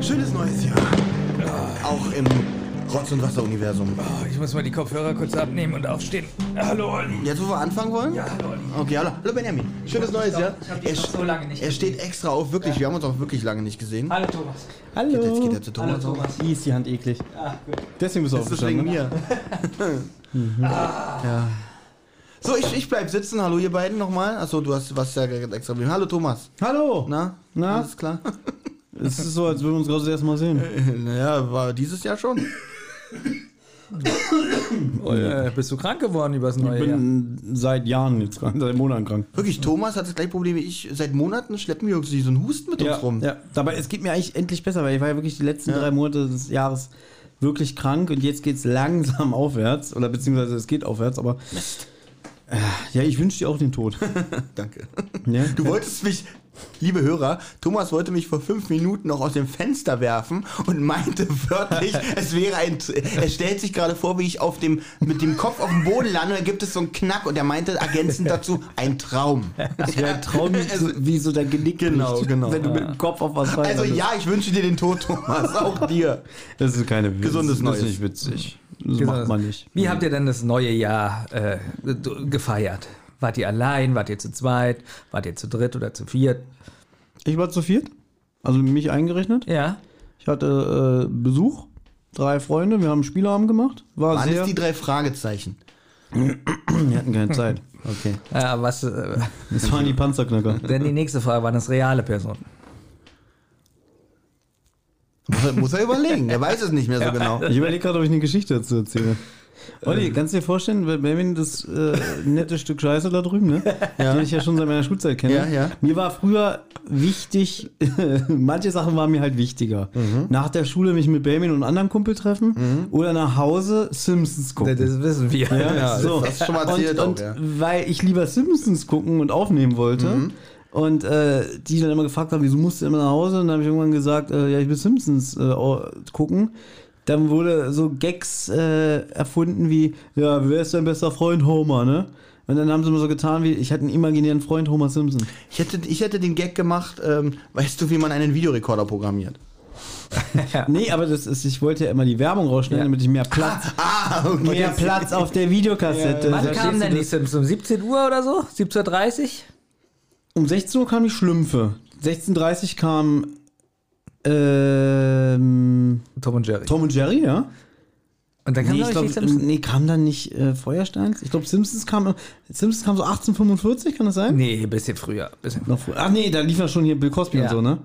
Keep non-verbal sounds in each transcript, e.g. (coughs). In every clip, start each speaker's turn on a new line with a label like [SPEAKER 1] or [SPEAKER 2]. [SPEAKER 1] Schönes neues Jahr. Auch im Rotz- und Wasser-Universum.
[SPEAKER 2] Ich muss mal die Kopfhörer kurz abnehmen und aufstehen. Hallo, Olli.
[SPEAKER 1] Jetzt, wo wir anfangen wollen? Ja, Okay, hallo. Hallo, Benjamin. Schönes neues Jahr.
[SPEAKER 2] ich hab dich noch
[SPEAKER 1] st-
[SPEAKER 2] so lange nicht
[SPEAKER 1] Er steht extra auf, wirklich. Wir haben uns auch wirklich lange nicht gesehen.
[SPEAKER 2] Hallo, Thomas.
[SPEAKER 3] Hallo.
[SPEAKER 1] Jetzt geht er zu Thomas.
[SPEAKER 2] Hallo,
[SPEAKER 1] auf.
[SPEAKER 2] Thomas.
[SPEAKER 3] Die ist die Hand eklig.
[SPEAKER 2] Ah, gut.
[SPEAKER 3] Deswegen bist du
[SPEAKER 1] Das ist wegen
[SPEAKER 3] aufgestanden. ne?
[SPEAKER 1] mir. (laughs) Mhm. ja. So, ich, ich bleib sitzen. Hallo, ihr beiden nochmal. Achso, du hast was ja gerade extra. Hallo, Thomas.
[SPEAKER 3] Hallo.
[SPEAKER 1] Na?
[SPEAKER 3] Na? Äh,
[SPEAKER 1] Alles klar? (laughs)
[SPEAKER 3] Es ist so, als würden wir uns gerade das erste Mal sehen.
[SPEAKER 1] naja, war dieses Jahr schon.
[SPEAKER 2] Oh, äh, bist du krank geworden übers
[SPEAKER 3] Ich
[SPEAKER 2] neue Jahr?
[SPEAKER 3] bin seit Jahren jetzt krank, seit Monaten krank.
[SPEAKER 1] Wirklich, Thomas hat das gleiche Problem wie ich. Seit Monaten schleppen wir irgendwie so einen Husten mit
[SPEAKER 3] Ja,
[SPEAKER 1] uns rum.
[SPEAKER 3] ja. Dabei, es geht mir eigentlich endlich besser, weil ich war ja wirklich die letzten drei Monate des Jahres wirklich krank und jetzt geht es langsam (laughs) aufwärts. Oder beziehungsweise es geht aufwärts, aber. Äh, Ja, ich wünsche dir auch den Tod.
[SPEAKER 1] (laughs) Danke.
[SPEAKER 3] Ja?
[SPEAKER 1] Du wolltest mich, liebe Hörer, Thomas wollte mich vor fünf Minuten noch aus dem Fenster werfen und meinte wörtlich, es wäre ein. Er stellt sich gerade vor, wie ich auf dem, mit dem Kopf auf dem Boden lande und dann gibt es so einen Knack und er meinte ergänzend dazu, ein Traum.
[SPEAKER 3] Es wäre ein Traum,
[SPEAKER 1] (laughs) Also-
[SPEAKER 3] wie so dein Genick
[SPEAKER 1] Genau,
[SPEAKER 3] bricht,
[SPEAKER 1] genau.
[SPEAKER 3] wenn du mit dem Kopf auf was
[SPEAKER 1] Also
[SPEAKER 3] landest.
[SPEAKER 1] ja, ich wünsche dir den Tod, Thomas, auch dir.
[SPEAKER 3] Das ist keine Witz.
[SPEAKER 1] Gesundes
[SPEAKER 3] Das
[SPEAKER 1] Neues.
[SPEAKER 3] ist nicht witzig. Das
[SPEAKER 2] Genau.
[SPEAKER 3] macht man nicht.
[SPEAKER 2] Wie habt ihr denn das neue Jahr äh, d- gefeiert? Wart ihr allein? Wart ihr zu zweit? Wart ihr zu dritt oder zu viert?
[SPEAKER 3] Ich war zu viert, also mich eingerechnet.
[SPEAKER 2] Ja.
[SPEAKER 3] Ich hatte äh, Besuch, drei Freunde, wir haben Spieleabend gemacht. War
[SPEAKER 1] Wann
[SPEAKER 3] sehr.
[SPEAKER 1] ist die drei Fragezeichen?
[SPEAKER 3] wir hatten keine
[SPEAKER 2] (laughs)
[SPEAKER 3] Zeit. Okay.
[SPEAKER 2] Äh, was, äh,
[SPEAKER 3] Das waren die Panzerknacker.
[SPEAKER 2] denn die nächste Frage, waren das reale Personen?
[SPEAKER 1] Muss er- Muss er überlegen, er weiß es nicht mehr so genau.
[SPEAKER 3] Ich überlege gerade, ob ich eine Geschichte dazu erzähle. (laughs) Äh. Olli, kannst du dir vorstellen, wenn- wenn das äh, nette Stück Scheiße da drüben, ne? Den ich ja schon seit meiner Schulzeit kenne.
[SPEAKER 1] Ja, ja.
[SPEAKER 3] Mir war früher wichtig, (laughs) manche Sachen waren mir halt wichtiger. Nach der Schule mich mit Benjamin und einem anderen Kumpel treffen oder nach Hause Simpsons gucken.
[SPEAKER 2] Das, das wissen wir.
[SPEAKER 3] Ja, so.
[SPEAKER 1] das hast du schon mal erzählt
[SPEAKER 3] und,
[SPEAKER 1] auch,
[SPEAKER 3] und
[SPEAKER 1] ja. Mhm.
[SPEAKER 3] weil ich lieber Simpsons gucken und aufnehmen wollte. Und äh, die dann immer gefragt haben, wieso musst du immer nach Hause? Und dann habe ich irgendwann gesagt, äh, ja, ich will Simpsons äh, au- gucken. Dann wurde so Gags äh, erfunden wie, ja, wer ist dein bester Freund Homer, ne? Und dann haben sie immer so getan wie, ich hatte einen imaginären Freund Homer Simpson.
[SPEAKER 1] Ich hätte, ich hätte den Gag gemacht, ähm, weißt du, wie man einen Videorekorder programmiert?
[SPEAKER 3] Nee, aber das ist, ich wollte ja immer die Werbung rausschneiden,
[SPEAKER 2] Ja.
[SPEAKER 3] damit ich mehr Platz,
[SPEAKER 1] (laughs) Ah,
[SPEAKER 3] mehr Platz auf der Videokassette.
[SPEAKER 2] Wann
[SPEAKER 3] Verstehst
[SPEAKER 2] kam
[SPEAKER 3] du
[SPEAKER 2] denn die
[SPEAKER 3] das?
[SPEAKER 2] Simpsons? Um 17 Uhr oder so? 17.30
[SPEAKER 3] Um 16 Uhr kam die Schlümpfe. 16.30 Uhr kam ähm,
[SPEAKER 2] Uhr? Tom und Jerry.
[SPEAKER 3] Tom und Jerry, ja?
[SPEAKER 2] Und dann kam glaub
[SPEAKER 3] nee, ich
[SPEAKER 2] ich
[SPEAKER 3] glaub,
[SPEAKER 2] die Simpsons.
[SPEAKER 3] nee, kam dann nicht äh, Feuersteins? Ich glaube, Simpsons kam, Simpsons kam so 1845, kann das sein?
[SPEAKER 2] Nee, ein bisschen früher. Bisschen
[SPEAKER 3] Noch früher. Ach nee, da lief ja schon hier Bill Cosby
[SPEAKER 2] Ja.
[SPEAKER 3] und so, ne?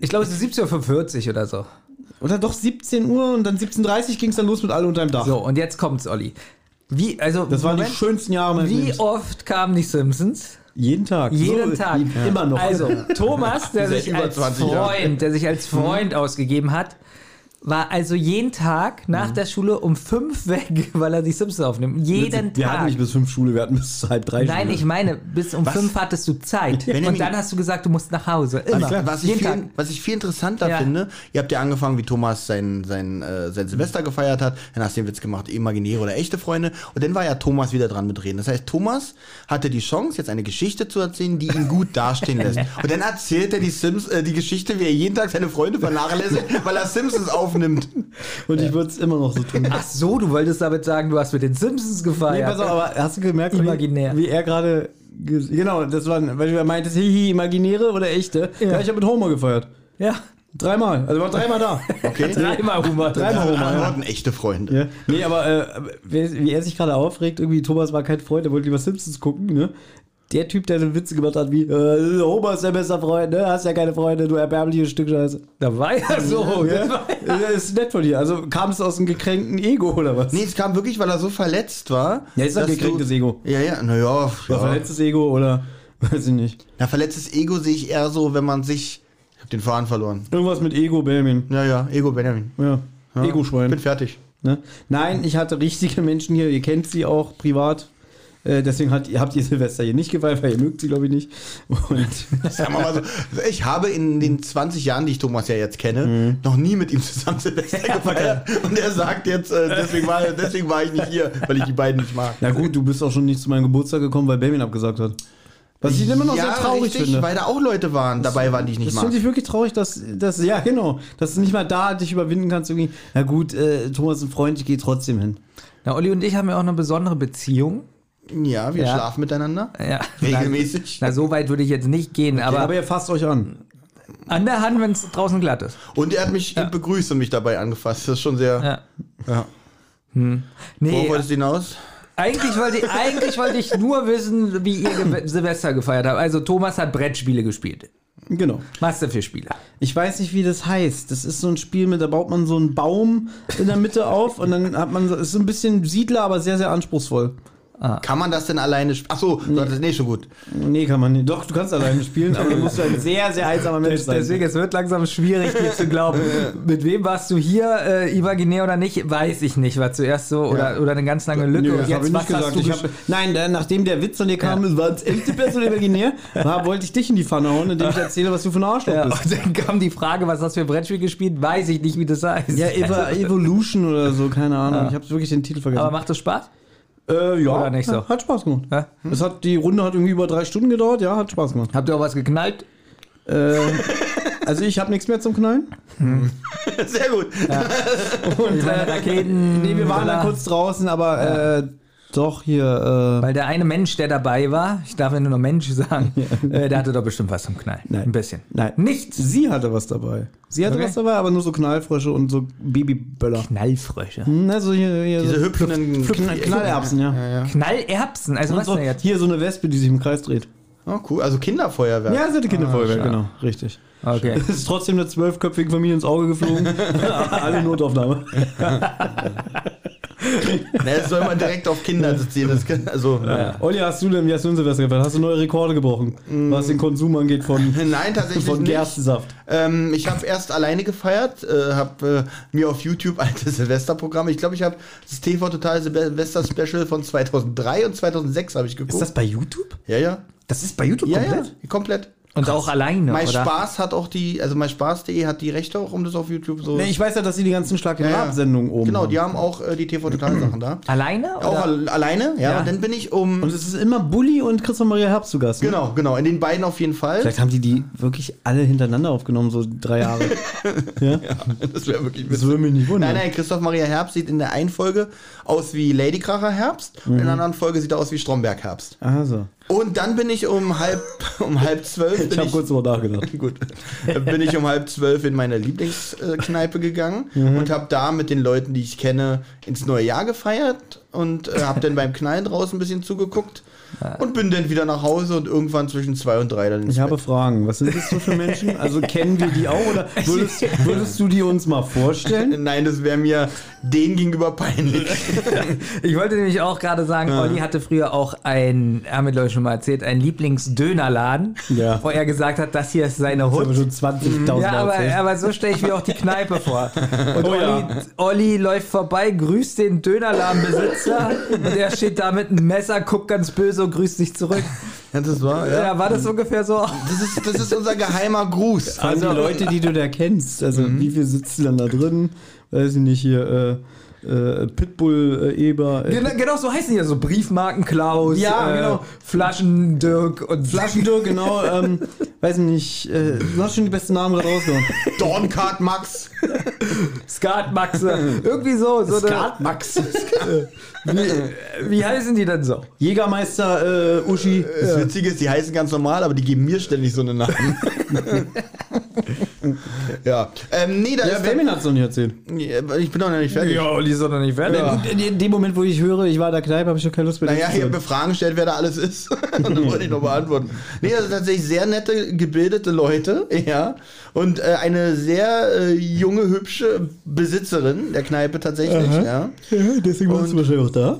[SPEAKER 2] Ich glaube, es ist 17.45 Uhr oder so.
[SPEAKER 3] Oder doch 17 Uhr und dann 17.30 Uhr ging es dann los mit alle unter dem Dach.
[SPEAKER 2] So, und jetzt kommt's, Olli. Wie, also,
[SPEAKER 3] Das waren
[SPEAKER 2] Moment,
[SPEAKER 3] die schönsten Jahre meines
[SPEAKER 2] Wie
[SPEAKER 3] Lebens.
[SPEAKER 2] oft kamen die Simpsons?
[SPEAKER 3] Jeden Tag.
[SPEAKER 2] Jeden
[SPEAKER 3] So,
[SPEAKER 2] Tag.
[SPEAKER 3] die- Immer noch. (laughs)
[SPEAKER 2] Also, Thomas, der
[SPEAKER 1] Seit
[SPEAKER 2] sich
[SPEAKER 1] über
[SPEAKER 2] als
[SPEAKER 1] 20 Jahren.
[SPEAKER 2] Freund, der sich
[SPEAKER 3] Mhm.
[SPEAKER 2] als Freund ausgegeben hat, war also jeden Tag
[SPEAKER 3] Mhm.
[SPEAKER 2] nach der Schule um fünf (laughs) weg, weil er die Simpsons aufnimmt. Jeden
[SPEAKER 3] wir hatten
[SPEAKER 2] Tag.
[SPEAKER 3] nicht bis fünf Schule, wir hatten bis halb drei
[SPEAKER 2] Nein,
[SPEAKER 3] Schule.
[SPEAKER 2] ich meine, bis um
[SPEAKER 1] Was?
[SPEAKER 2] fünf hattest du Zeit.
[SPEAKER 1] Benjamin-
[SPEAKER 2] Und dann hast du gesagt, du musst nach Hause. Immer.
[SPEAKER 1] Also, was, ich
[SPEAKER 2] jeden
[SPEAKER 1] viel,
[SPEAKER 2] Tag.
[SPEAKER 1] was ich viel interessanter
[SPEAKER 2] Ja.
[SPEAKER 1] finde, ihr habt ja angefangen, wie Thomas sein, sein, äh, sein Silvester gefeiert hat, dann hast du den Witz gemacht, imaginäre oder echte Freunde, und dann war ja Thomas wieder dran mitreden. Das heißt, Thomas hatte die Chance, jetzt eine Geschichte zu erzählen, die ihn gut dastehen
[SPEAKER 3] (laughs)
[SPEAKER 1] lässt. Und dann erzählt er die Sims, äh, die Geschichte, wie er jeden Tag seine Freunde
[SPEAKER 3] (laughs)
[SPEAKER 1] vernachlässigt, weil er Simpsons aufnimmt.
[SPEAKER 3] Und ich würde es immer noch so tun.
[SPEAKER 2] Ach so, du wolltest damit sagen, du hast mit den Simpsons
[SPEAKER 3] Nee,
[SPEAKER 2] gefeiert.
[SPEAKER 3] pass auf, aber hast du gemerkt, wie-
[SPEAKER 2] Imaginär.
[SPEAKER 3] wie er gerade. ge- Genau, das waren, weil du ja meintest, hihi, imaginäre oder echte. Ja, ich habe mit Homer gefeiert.
[SPEAKER 2] ja,
[SPEAKER 3] Dreimal. Also war dreimal da.
[SPEAKER 1] Okay?
[SPEAKER 2] dreimal Humor.
[SPEAKER 3] Dreimal Homer.
[SPEAKER 1] Andere
[SPEAKER 3] Ja.
[SPEAKER 1] Worten, echte Freunde.
[SPEAKER 3] Ja. Nee, aber äh, wie wie er sich gerade aufregt, irgendwie Thomas war kein Freund, er wollte lieber Simpsons gucken, ne? Der Typ, der so Witze gemacht hat, wie, äh, Homer ist der beste Freund, ne? Hast ja keine Freunde, du erbärmliches Stück Scheiße.
[SPEAKER 2] Da war ja so. Das
[SPEAKER 3] Ja?
[SPEAKER 2] war ja.
[SPEAKER 3] Das ist nett von dir. Also kam es aus einem gekränkten Ego oder was?
[SPEAKER 1] Nee, es kam wirklich, weil er so verletzt war.
[SPEAKER 3] Ja, ist doch
[SPEAKER 1] dass du-
[SPEAKER 3] gekränktes Ego.
[SPEAKER 1] Ja, ja, naja.
[SPEAKER 3] Oder
[SPEAKER 1] Ja.
[SPEAKER 3] verletztes Ego oder weiß ich nicht.
[SPEAKER 1] Na, verletztes Ego sehe ich eher so, wenn man sich. Ich hab den Faden verloren.
[SPEAKER 3] Irgendwas mit Ego, Benjamin.
[SPEAKER 1] Ja, ja, Ego Benjamin.
[SPEAKER 3] Ja.
[SPEAKER 1] Ja, Bin (laughs)
[SPEAKER 3] Ego-Schwein.
[SPEAKER 1] fertig.
[SPEAKER 3] Ne? Nein, ich hatte richtige Menschen hier, ihr kennt sie auch privat. Äh, Deswegen hat, habt ihr Silvester hier nicht gefeiert, weil ihr mögt sie, glaube ich, nicht. Und (laughs)
[SPEAKER 1] Sagen wir mal so, ich habe in den 20 Jahren, die ich Thomas ja jetzt kenne, noch nie mit ihm zusammen (laughs) Silvester gefeiert. Und er sagt jetzt, äh, deswegen, war, deswegen war ich nicht hier, weil ich die beiden nicht mag.
[SPEAKER 3] na gut, du bist auch schon nicht zu meinem Geburtstag gekommen, weil Benjamin abgesagt hat. Was ich immer noch sehr traurig
[SPEAKER 1] richtig,
[SPEAKER 3] finde.
[SPEAKER 1] weil da auch Leute waren, dabei waren, die ich nicht
[SPEAKER 3] Das
[SPEAKER 1] mag.
[SPEAKER 3] finde ich wirklich traurig, dass, dass, ja genau, dass du nicht mal da dich überwinden kannst. Irgendwie, na gut, äh, Thomas ist ein Freund, ich gehe trotzdem hin.
[SPEAKER 2] Na, Olli und ich haben ja auch eine besondere Beziehung.
[SPEAKER 1] Ja, wir
[SPEAKER 2] Ja.
[SPEAKER 1] schlafen miteinander.
[SPEAKER 3] (laughs)
[SPEAKER 2] Ja.
[SPEAKER 1] Regelmäßig.
[SPEAKER 2] Na, so weit würde ich jetzt nicht gehen,
[SPEAKER 3] Aber,
[SPEAKER 2] aber
[SPEAKER 3] ihr fasst euch an.
[SPEAKER 2] an der Hand, wenn es draußen glatt ist.
[SPEAKER 1] Und er hat mich begrüßt und mich dabei angefasst. Das ist schon sehr.
[SPEAKER 2] Ja. Hm.
[SPEAKER 1] Ja. Wo
[SPEAKER 2] Nee,
[SPEAKER 1] wolltest du hinaus?
[SPEAKER 2] eigentlich wollte, ich, eigentlich wollte ich nur wissen, wie ihr Ge Silvester gefeiert habt. Also Thomas hat Brettspiele gespielt.
[SPEAKER 3] Genau.
[SPEAKER 2] Was denn für Spiele?
[SPEAKER 3] Ich weiß nicht, wie das heißt. Das ist so ein Spiel mit, da baut man so einen Baum in der Mitte auf und dann hat man so, ist so ein bisschen Siedler, aber sehr, sehr anspruchsvoll.
[SPEAKER 1] Kann man das denn alleine spielen? Achso, nee. das ist nicht schon gut.
[SPEAKER 3] Nee, kann man nicht. Doch, du kannst alleine spielen, aber du musst ein sehr, sehr heilsamer Mensch sein.
[SPEAKER 2] Deswegen, es wird langsam schwierig, dir zu
[SPEAKER 3] (laughs)
[SPEAKER 2] glauben. Mit wem warst du hier, äh, imaginär oder nicht, weiß ich nicht. War zuerst so, oder, oder eine ganz lange Lücke.
[SPEAKER 3] Nö,
[SPEAKER 2] und
[SPEAKER 3] das habe ich
[SPEAKER 2] was
[SPEAKER 3] nicht gesagt.
[SPEAKER 2] hast du
[SPEAKER 3] Ich hab, nein, da, nachdem der Witz von dir kam, es war das elfte Person imaginär, war, wollte ich dich in die Pfanne hauen, indem ich erzähle, was du für ein Arschloch (laughs)
[SPEAKER 2] Ja,
[SPEAKER 3] bist.
[SPEAKER 2] und dann kam die Frage, was hast du für ein Brettspiel gespielt? Weiß ich nicht, wie das heißt.
[SPEAKER 3] Ja, (laughs) Eva, Evolution oder so, keine Ahnung. Ich habe wirklich den Titel
[SPEAKER 2] Aber
[SPEAKER 3] vergessen.
[SPEAKER 2] macht das Spaß?
[SPEAKER 3] äh, ja,
[SPEAKER 2] Oder nicht so.
[SPEAKER 3] hat Spaß gemacht.
[SPEAKER 2] Ja?
[SPEAKER 3] Es hat, die Runde hat irgendwie über drei Stunden gedauert, ja, hat Spaß gemacht.
[SPEAKER 2] Habt ihr auch was geknallt?
[SPEAKER 3] Äh, also ich habe nichts mehr zum Knallen.
[SPEAKER 1] (laughs) Sehr gut.
[SPEAKER 2] Und
[SPEAKER 3] äh,
[SPEAKER 2] Raketen.
[SPEAKER 3] (laughs) Nee, wir waren
[SPEAKER 2] Bla.
[SPEAKER 3] da kurz draußen, aber äh, doch hier. Äh,
[SPEAKER 2] Weil der eine Mensch, der dabei war, ich darf ja nur noch Mensch sagen, äh, der hatte doch bestimmt was zum Knallen.
[SPEAKER 3] Nein.
[SPEAKER 2] Ein bisschen.
[SPEAKER 3] nein,
[SPEAKER 2] Nichts.
[SPEAKER 3] Sie hatte was dabei. Sie hatte
[SPEAKER 2] Okay.
[SPEAKER 3] was dabei, aber nur so Knallfrösche und so Babyböller.
[SPEAKER 2] Knallfrösche.
[SPEAKER 3] Hm, Also hier, hier
[SPEAKER 1] Diese
[SPEAKER 3] so
[SPEAKER 1] hüpfenden
[SPEAKER 3] Knall- Knallerbsen, ja.
[SPEAKER 2] Knallerbsen. Also
[SPEAKER 3] Und
[SPEAKER 2] was
[SPEAKER 3] so,
[SPEAKER 2] denn jetzt?
[SPEAKER 3] hier so eine Wespe, die sich im Kreis dreht.
[SPEAKER 1] Oh, cool. Also Kinderfeuerwerk.
[SPEAKER 3] Ja, sie hatte Kinderfeuerwehr,
[SPEAKER 2] Ah, schade.
[SPEAKER 3] genau, richtig.
[SPEAKER 2] Okay.
[SPEAKER 3] Es (laughs) ist trotzdem eine zwölfköpfige Familie ins
[SPEAKER 2] (laughs)
[SPEAKER 3] Auge geflogen. Alle Notaufnahme.
[SPEAKER 1] Na, Ne, das soll man direkt auf Kinder ziehen. Das kann, also, naja.
[SPEAKER 3] Olli, hast du denn, wie hast du denn Silvester gefeiert? Hast du neue Rekorde gebrochen, was den Konsum angeht von,
[SPEAKER 1] ne. Nein, Mm. tatsächlich
[SPEAKER 3] von
[SPEAKER 1] nicht.
[SPEAKER 3] Gerstensaft?
[SPEAKER 1] Ähm, ich habe erst alleine gefeiert, äh, habe äh, mir auf YouTube (laughs) alte Silvesterprogramme. Ich glaube, ich habe das TV Total Silvester Special von 2003 und 2006 habe ich geguckt.
[SPEAKER 3] bei YouTube?
[SPEAKER 1] ja, ja.
[SPEAKER 3] Das ist bei YouTube
[SPEAKER 1] Ja,
[SPEAKER 3] komplett?
[SPEAKER 1] ja, komplett.
[SPEAKER 2] Und auch alleine,
[SPEAKER 1] Mein
[SPEAKER 2] oder?
[SPEAKER 1] Spaß hat auch die, also mein Spaß.de hat die Rechte auch, um das auf YouTube so.
[SPEAKER 3] Nee, ich weiß ja, dass sie die ganzen Schlag den
[SPEAKER 1] Ja, ja.
[SPEAKER 3] Rab-Sendungen oben
[SPEAKER 1] genau,
[SPEAKER 3] haben.
[SPEAKER 1] die haben auch äh, die TV Total Sachen da.
[SPEAKER 2] Alleine?
[SPEAKER 1] Auch
[SPEAKER 2] oder?
[SPEAKER 1] al alleine, ja,
[SPEAKER 2] Ja.
[SPEAKER 1] Und dann bin ich um.
[SPEAKER 3] Und es ist immer Bulli und Christoph Maria Herbst zu Gast. Ne?
[SPEAKER 1] genau, genau, in den beiden auf jeden Fall.
[SPEAKER 3] Vielleicht haben die die wirklich alle hintereinander aufgenommen, so
[SPEAKER 1] (laughs)
[SPEAKER 3] drei Jahre.
[SPEAKER 1] Das wäre wirklich
[SPEAKER 3] das würde mich nicht wundern.
[SPEAKER 1] Nein, nein, Christoph Maria Herbst sieht in der einen Folge aus wie Ladykracher Herbst und in
[SPEAKER 3] Mhm.
[SPEAKER 1] der anderen Folge sieht er aus wie Stromberg Herbst.
[SPEAKER 3] Also,
[SPEAKER 1] Und dann bin ich um halb, (laughs) um halb zwölf.
[SPEAKER 3] ich
[SPEAKER 1] Bin
[SPEAKER 3] habe
[SPEAKER 1] ich,
[SPEAKER 3] kurz drüber
[SPEAKER 1] (laughs)
[SPEAKER 3] nachgedacht.
[SPEAKER 1] gut. Dann bin ich um halb zwölf in meine Lieblingskneipe gegangen
[SPEAKER 3] Mhm.
[SPEAKER 1] und habe da mit den Leuten, die ich kenne, ins neue Jahr gefeiert und äh, habe dann beim Knallen draußen ein bisschen zugeguckt und bin dann wieder nach Hause und irgendwann zwischen zwei und drei dann ins
[SPEAKER 3] Ah. Ich habe
[SPEAKER 1] Bett.
[SPEAKER 3] Fragen. Was sind das so für Menschen? Also kennen wir die auch
[SPEAKER 1] (laughs)
[SPEAKER 3] oder würdest, würdest du die uns mal vorstellen?
[SPEAKER 1] Nein, das wäre mir denen gegenüber peinlich.
[SPEAKER 2] Ich wollte nämlich auch gerade sagen, Olli hatte früher auch ein, haben wir glaube ich schon mal erzählt, einen Lieblingsdönerladen,
[SPEAKER 3] Ja.
[SPEAKER 2] wo er gesagt hat, das hier ist seine
[SPEAKER 3] Ich habe
[SPEAKER 2] Hut.
[SPEAKER 3] schon 20.000 Mal
[SPEAKER 2] Ja, aber,
[SPEAKER 3] erzählt.
[SPEAKER 1] äh,
[SPEAKER 2] aber so stelle ich mir auch die Kneipe (laughs) vor. Und
[SPEAKER 3] Oh
[SPEAKER 2] Olli,
[SPEAKER 3] ja.
[SPEAKER 2] Olli läuft vorbei, grüßt den Dönerladenbesitzer und er steht da mit einem Messer, guckt ganz böse und grüßt dich zurück.
[SPEAKER 1] Ja, das war,
[SPEAKER 2] Ja, war das ungefähr so?
[SPEAKER 1] Das ist, das ist unser geheimer (laughs) Gruß.
[SPEAKER 3] Vor allem die Leute, die du da kennst, also
[SPEAKER 1] Mhm.
[SPEAKER 3] wie viel sitzen dann da drin? Weiß ich nicht, hier äh, äh, Pitbull, äh, Eber. Äh,
[SPEAKER 2] Genau, genau so heißen die ja so Briefmarken Klaus,
[SPEAKER 3] Ja, genau.
[SPEAKER 2] Flaschendirk und
[SPEAKER 3] Flaschendürr, genau. Ähm, weiß nicht, äh, du hast schon die besten Namen gerade rausgehauen.
[SPEAKER 1] Dorncard Max.
[SPEAKER 2] Skatmaxe. Irgendwie so. so
[SPEAKER 1] Skat
[SPEAKER 3] (laughs)
[SPEAKER 1] Max.
[SPEAKER 2] eine, wie, wie heißen die denn so?
[SPEAKER 3] Jägermeister äh, Uschi.
[SPEAKER 1] Das Witzige ist, die heißen ganz normal, aber die geben mir ständig so einen (laughs) Namen. ja. Ähm, nee, da
[SPEAKER 3] Ja,
[SPEAKER 1] ist
[SPEAKER 3] wer mir hat noch nicht erzählt?
[SPEAKER 1] dann, Ich bin doch noch nicht fertig.
[SPEAKER 2] die ist doch noch nicht fertig.
[SPEAKER 1] Ja.
[SPEAKER 3] In, in dem Moment, wo ich höre, ich war in der Kneipe, habe ich schon keine Lust mehr.
[SPEAKER 1] Naja,
[SPEAKER 3] dazu zu
[SPEAKER 1] hier
[SPEAKER 3] hören.
[SPEAKER 1] Befragen stellt, wer da alles ist. (laughs) Und dann wollte ich noch beantworten. Nee, also tatsächlich sehr nette, gebildete Leute, (laughs) ja. Und äh, eine sehr äh, junge, hübsche Besitzerin der Kneipe tatsächlich, ja.
[SPEAKER 3] Ja, deswegen warst du wahrscheinlich auch da.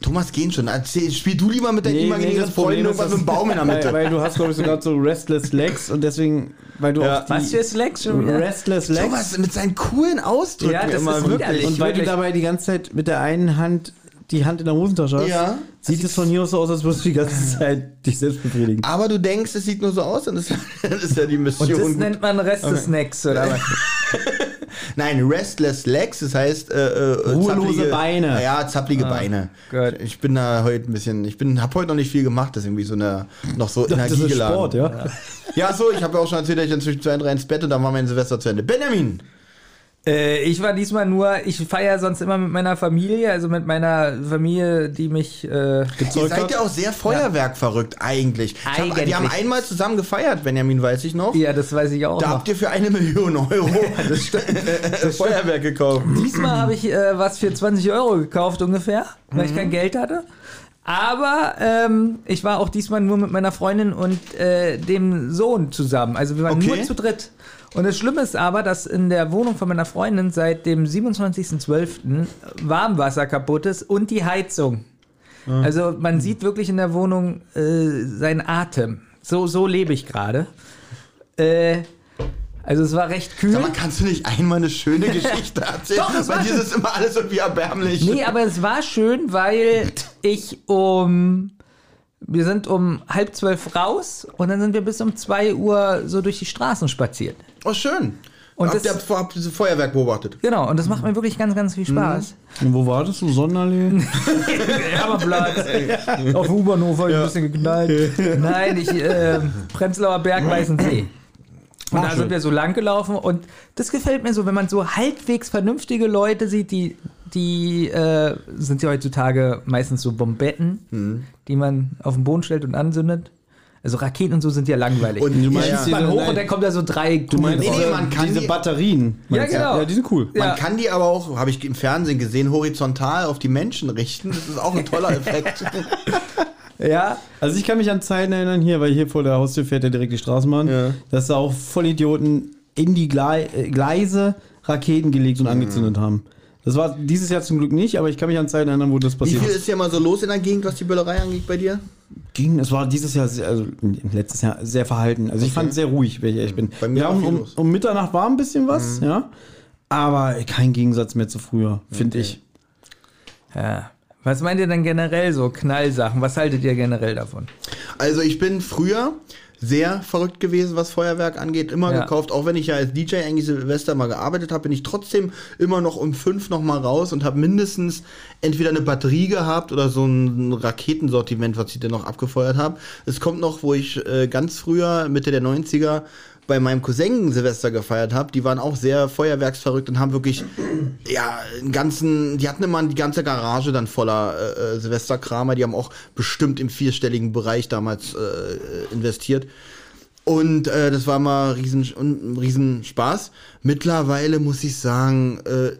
[SPEAKER 1] Thomas, gehen schon. Erzähl, spiel du lieber mit deinen imaginären Freunden irgendwas mit dem Baum (laughs) in der
[SPEAKER 3] Weil,
[SPEAKER 1] Mitte.
[SPEAKER 3] weil du hast, glaube ich, sogar so Restless Legs und deswegen, weil du
[SPEAKER 1] Ja.
[SPEAKER 3] auch
[SPEAKER 2] Was für Slacks schon wieder?
[SPEAKER 3] Restless Legs
[SPEAKER 1] Thomas mit seinen coolen Ausdrücken
[SPEAKER 2] Ja, das
[SPEAKER 1] immer
[SPEAKER 2] ist
[SPEAKER 1] wirklich.
[SPEAKER 2] widerlich.
[SPEAKER 3] und weil du
[SPEAKER 2] wirklich-
[SPEAKER 3] dabei die ganze Zeit mit der einen Hand die Hand in der Hosentasche hast,
[SPEAKER 1] Ja.
[SPEAKER 3] sieht es von hier aus so aus, als würdest du die ganze Zeit dich selbst befriedigen.
[SPEAKER 1] Aber du denkst, es (laughs) sieht nur so aus, dann ist, dann ist ja die
[SPEAKER 2] Und das
[SPEAKER 1] Mission.
[SPEAKER 2] nennt man Reste-Snacks, oder was?
[SPEAKER 1] Nein, restless legs, das heißt äh, äh,
[SPEAKER 3] Ruhelose
[SPEAKER 1] zapplige-
[SPEAKER 3] Beine.
[SPEAKER 1] Ja,
[SPEAKER 2] Ah,
[SPEAKER 1] zapplige Beine.
[SPEAKER 2] Gott.
[SPEAKER 1] Ich bin da heute ein bisschen, ich bin, habe heute noch nicht viel gemacht, deswegen bin ich so eine, noch so energiegeladen.
[SPEAKER 3] Sport, ja.
[SPEAKER 1] Ja, so, ich habe ja auch schon erzählt, dass ich inzwischen zwei, drei ins Bett und dann war mein Silvester zu Ende. Benjamin,
[SPEAKER 2] Äh, ich war diesmal nur, ich feiere sonst immer mit meiner Familie, also mit meiner Familie, die mich. Äh,
[SPEAKER 1] ihr
[SPEAKER 3] Zeug
[SPEAKER 1] seid
[SPEAKER 3] gehabt?
[SPEAKER 1] ja auch sehr feuerwerkverrückt eigentlich. Ich Hab, die
[SPEAKER 2] Eigentlich.
[SPEAKER 1] haben einmal zusammen gefeiert, Benjamin, weiß ich noch.
[SPEAKER 2] ja, das weiß ich auch.
[SPEAKER 1] Da
[SPEAKER 2] noch.
[SPEAKER 1] habt ihr für eine Million
[SPEAKER 2] (laughs)
[SPEAKER 1] Euro (laughs) Feuerwerk gekauft.
[SPEAKER 2] Diesmal habe ich äh, was für 20 Euro gekauft ungefähr, weil ich kein Geld hatte. Aber ähm, ich war auch diesmal nur mit meiner Freundin und äh, dem Sohn zusammen. Also wir waren
[SPEAKER 1] Okay.
[SPEAKER 2] nur zu dritt. Und das Schlimme ist aber, dass in der Wohnung von meiner Freundin seit dem 27.12. Warmwasser kaputt ist und die Heizung. Also man sieht wirklich in der Wohnung äh, seinen Atem. So, so lebe ich gerade. Äh, also es war recht kühl.
[SPEAKER 1] Sag mal, kannst du nicht einmal eine schöne (laughs) Geschichte erzählen?
[SPEAKER 2] Doch, das
[SPEAKER 1] Bei
[SPEAKER 2] war
[SPEAKER 1] dir
[SPEAKER 2] schon-
[SPEAKER 1] ist immer alles irgendwie erbärmlich.
[SPEAKER 2] Nee, aber es war schön, weil ich um. Wir sind um halb zwölf raus und dann sind wir bis um zwei Uhr so durch die Straßen spaziert.
[SPEAKER 1] Oh, schön. Und
[SPEAKER 2] Und
[SPEAKER 1] habt ihr
[SPEAKER 2] das-
[SPEAKER 1] habt ihr Feuerwerk beobachtet?
[SPEAKER 2] Genau, und das macht mir wirklich ganz, ganz viel Spaß.
[SPEAKER 3] Und wo wartest du? Sonderlee?
[SPEAKER 2] Herberplatz, auf U-Bahnhof habe ich ein bisschen geknallt. Nein, ich, äh, Prenzlauer Berg, Weißensee. Und da sind wir so lang gelaufen und das gefällt mir so, wenn man so halbwegs vernünftige Leute sieht, die, die äh, sind ja heutzutage meistens so Bombetten, die man auf den Boden stellt und anzündet. Also Raketen und so sind ja langweilig.
[SPEAKER 1] Und du
[SPEAKER 2] Die
[SPEAKER 1] meinst
[SPEAKER 2] schießt
[SPEAKER 3] diese-
[SPEAKER 2] man hoch
[SPEAKER 3] nein.
[SPEAKER 2] und dann kommt da so drei du
[SPEAKER 1] meinst diese- man kann
[SPEAKER 3] diese
[SPEAKER 1] die-
[SPEAKER 3] Batterien. meinst du?
[SPEAKER 2] genau.
[SPEAKER 3] Ja, die sind cool.
[SPEAKER 2] Ja.
[SPEAKER 1] Man kann die aber auch, habe ich im Fernsehen gesehen, horizontal auf die Menschen richten. Das ist auch ein (laughs) toller Effekt.
[SPEAKER 2] Ja,
[SPEAKER 3] Also ich kann mich an Zeiten erinnern, hier, weil hier vor der Haustür fährt ja direkt die Straßenbahn,
[SPEAKER 1] Ja.
[SPEAKER 3] dass da auch Vollidioten in die Gle äh, Gleise Raketen gelegt und angezündet haben. Das war dieses Jahr zum Glück nicht, aber ich kann mich an Zeiten erinnern, wo das
[SPEAKER 1] Wie
[SPEAKER 3] passiert
[SPEAKER 1] viel
[SPEAKER 3] ist.
[SPEAKER 1] ist ja mal so los in der Gegend, was die Böllerei angeht bei dir?
[SPEAKER 3] Ging, es war dieses Jahr, sehr, also letztes Jahr sehr verhalten. Also ich fand es sehr ruhig, wenn ich ehrlich bin.
[SPEAKER 1] Mhm. Bei mir Mhm.
[SPEAKER 3] Wir
[SPEAKER 1] war
[SPEAKER 3] haben
[SPEAKER 1] viel
[SPEAKER 3] um,
[SPEAKER 1] los.
[SPEAKER 3] um Mitternacht war ein bisschen was, ja. Aber kein Gegensatz mehr zu früher, finde ich.
[SPEAKER 2] ja. Was meint ihr denn generell so? Knallsachen, was haltet ihr generell davon?
[SPEAKER 1] Also ich bin früher sehr verrückt gewesen, was Feuerwerk angeht, immer
[SPEAKER 2] Ja.
[SPEAKER 1] gekauft. Auch wenn ich ja als DJ eigentlich Silvester mal gearbeitet habe, bin ich trotzdem immer noch um fünf noch mal raus und habe mindestens entweder eine Batterie gehabt oder so ein Raketensortiment, was ich denn noch abgefeuert habe. Es kommt noch, wo ich äh, ganz früher, Mitte der 90er, bei meinem Cousin Silvester gefeiert habe, die waren auch sehr feuerwerksverrückt und haben wirklich, ja, einen ganzen, die hatten immer die ganze Garage dann voller äh, äh, Silvesterkramer, die haben auch bestimmt im vierstelligen Bereich damals äh, investiert. Und äh, das war mal riesen, ein riesen Spaß. Mittlerweile muss ich sagen, äh,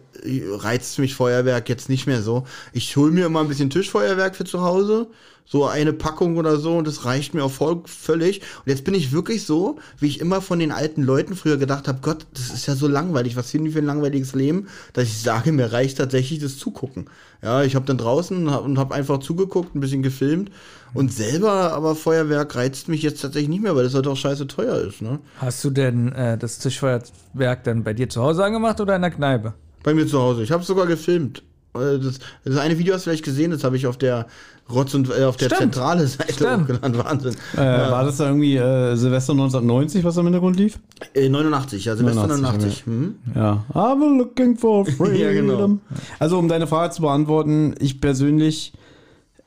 [SPEAKER 1] reizt mich Feuerwerk jetzt nicht mehr so. Ich hole mir immer ein bisschen Tischfeuerwerk für zu Hause, so eine Packung oder so, und das reicht mir auch voll, völlig. Und jetzt bin ich wirklich so, wie ich immer von den alten Leuten früher gedacht habe, Gott, das ist ja so langweilig, was sind die für ein langweiliges Leben, dass ich sage, mir reicht tatsächlich das Zugucken. Ja, ich habe dann draußen hab- und habe einfach zugeguckt, ein bisschen gefilmt
[SPEAKER 2] Mhm.
[SPEAKER 1] und selber, aber Feuerwerk reizt mich jetzt tatsächlich nicht mehr, weil das halt auch scheiße teuer ist, ne?
[SPEAKER 2] Hast du denn äh, das Tischfeuerwerk dann bei dir zu Hause angemacht oder in der Kneipe?
[SPEAKER 1] Bei mir zu Hause. Ich habe sogar gefilmt. Äh, Das, das eine Video hast du vielleicht gesehen, das habe ich auf der Rotz und äh, auf der
[SPEAKER 2] Stimmt.
[SPEAKER 1] zentrale Seite
[SPEAKER 2] Stimmt.
[SPEAKER 1] hochgeladen. Wahnsinn.
[SPEAKER 3] Äh, War das da irgendwie äh, Silvester 1990, was am Hintergrund lief?
[SPEAKER 1] Äh, 89, ja, Silvester 89.
[SPEAKER 3] 89,
[SPEAKER 1] Hm?
[SPEAKER 3] Ja. I'm looking for
[SPEAKER 1] (laughs)
[SPEAKER 3] freedom.
[SPEAKER 1] Ja, genau.
[SPEAKER 3] Also, um deine Frage zu beantworten, ich persönlich,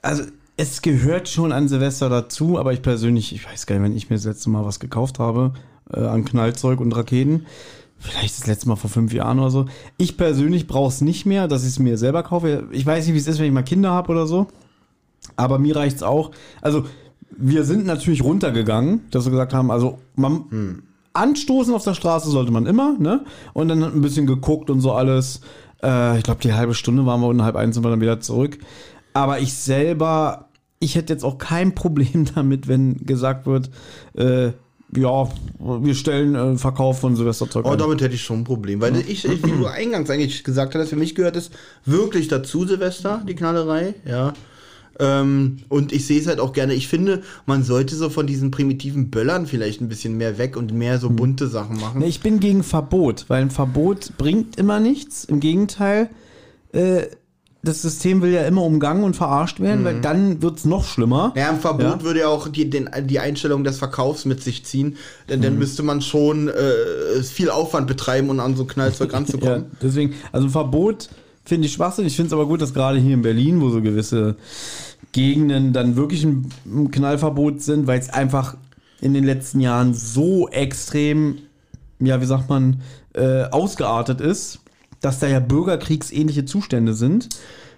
[SPEAKER 3] also es gehört schon an Silvester dazu, aber ich persönlich, ich weiß gar nicht, wenn ich mir das letzte Mal was gekauft habe äh, an Knallzeug und Raketen, vielleicht das letzte Mal vor fünf Jahren oder so. Ich persönlich brauche es nicht mehr, dass ich es mir selber kaufe. Ich weiß nicht, wie es ist, wenn ich mal Kinder habe oder so, aber mir reicht es auch. Also wir sind natürlich runtergegangen, dass wir gesagt haben, also man anstoßen auf der Straße sollte man immer, ne? Und dann ein bisschen geguckt und so alles. Äh, ich glaube, die halbe Stunde waren wir und halb eins sind wir dann wieder zurück. Aber ich selber, ich hätte jetzt auch kein (laughs) Problem damit, wenn gesagt wird, äh, ja, wir stellen äh, Verkauf von Silvesterzeug
[SPEAKER 1] Oh,
[SPEAKER 3] ein.
[SPEAKER 1] damit hätte ich schon ein Problem.
[SPEAKER 3] Hm.
[SPEAKER 1] Weil ich, ich, wie du eingangs eigentlich gesagt hattest, für mich gehört es wirklich dazu, Silvester, die Knallerei, ja. Ähm, und ich sehe es halt auch gerne. Ich finde, man sollte so von diesen primitiven Böllern vielleicht ein bisschen mehr weg und mehr so bunte Sachen machen.
[SPEAKER 3] Ne, Ich bin gegen Verbot, weil ein Verbot bringt immer nichts. Im Gegenteil, äh, das System will ja immer umgangen und verarscht werden, weil dann wird's noch schlimmer.
[SPEAKER 1] Naja, ein Verbot
[SPEAKER 3] Ja.
[SPEAKER 1] würde ja auch die, den, die Einstellung des Verkaufs mit sich ziehen, denn
[SPEAKER 3] Hm.
[SPEAKER 1] dann müsste man schon äh, viel Aufwand betreiben, um an so Knallzeug
[SPEAKER 3] (laughs) Ja,
[SPEAKER 1] ranzukommen.
[SPEAKER 3] deswegen, also ein Verbot finde ich Schwachsinn. Ich finde es aber gut, dass gerade hier in Berlin, wo so gewisse Gegenden dann wirklich ein, ein Knallverbot sind, weil es einfach in den letzten Jahren so extrem, ja, wie sagt man, äh, ausgeartet ist, dass da ja bürgerkriegsähnliche Zustände sind.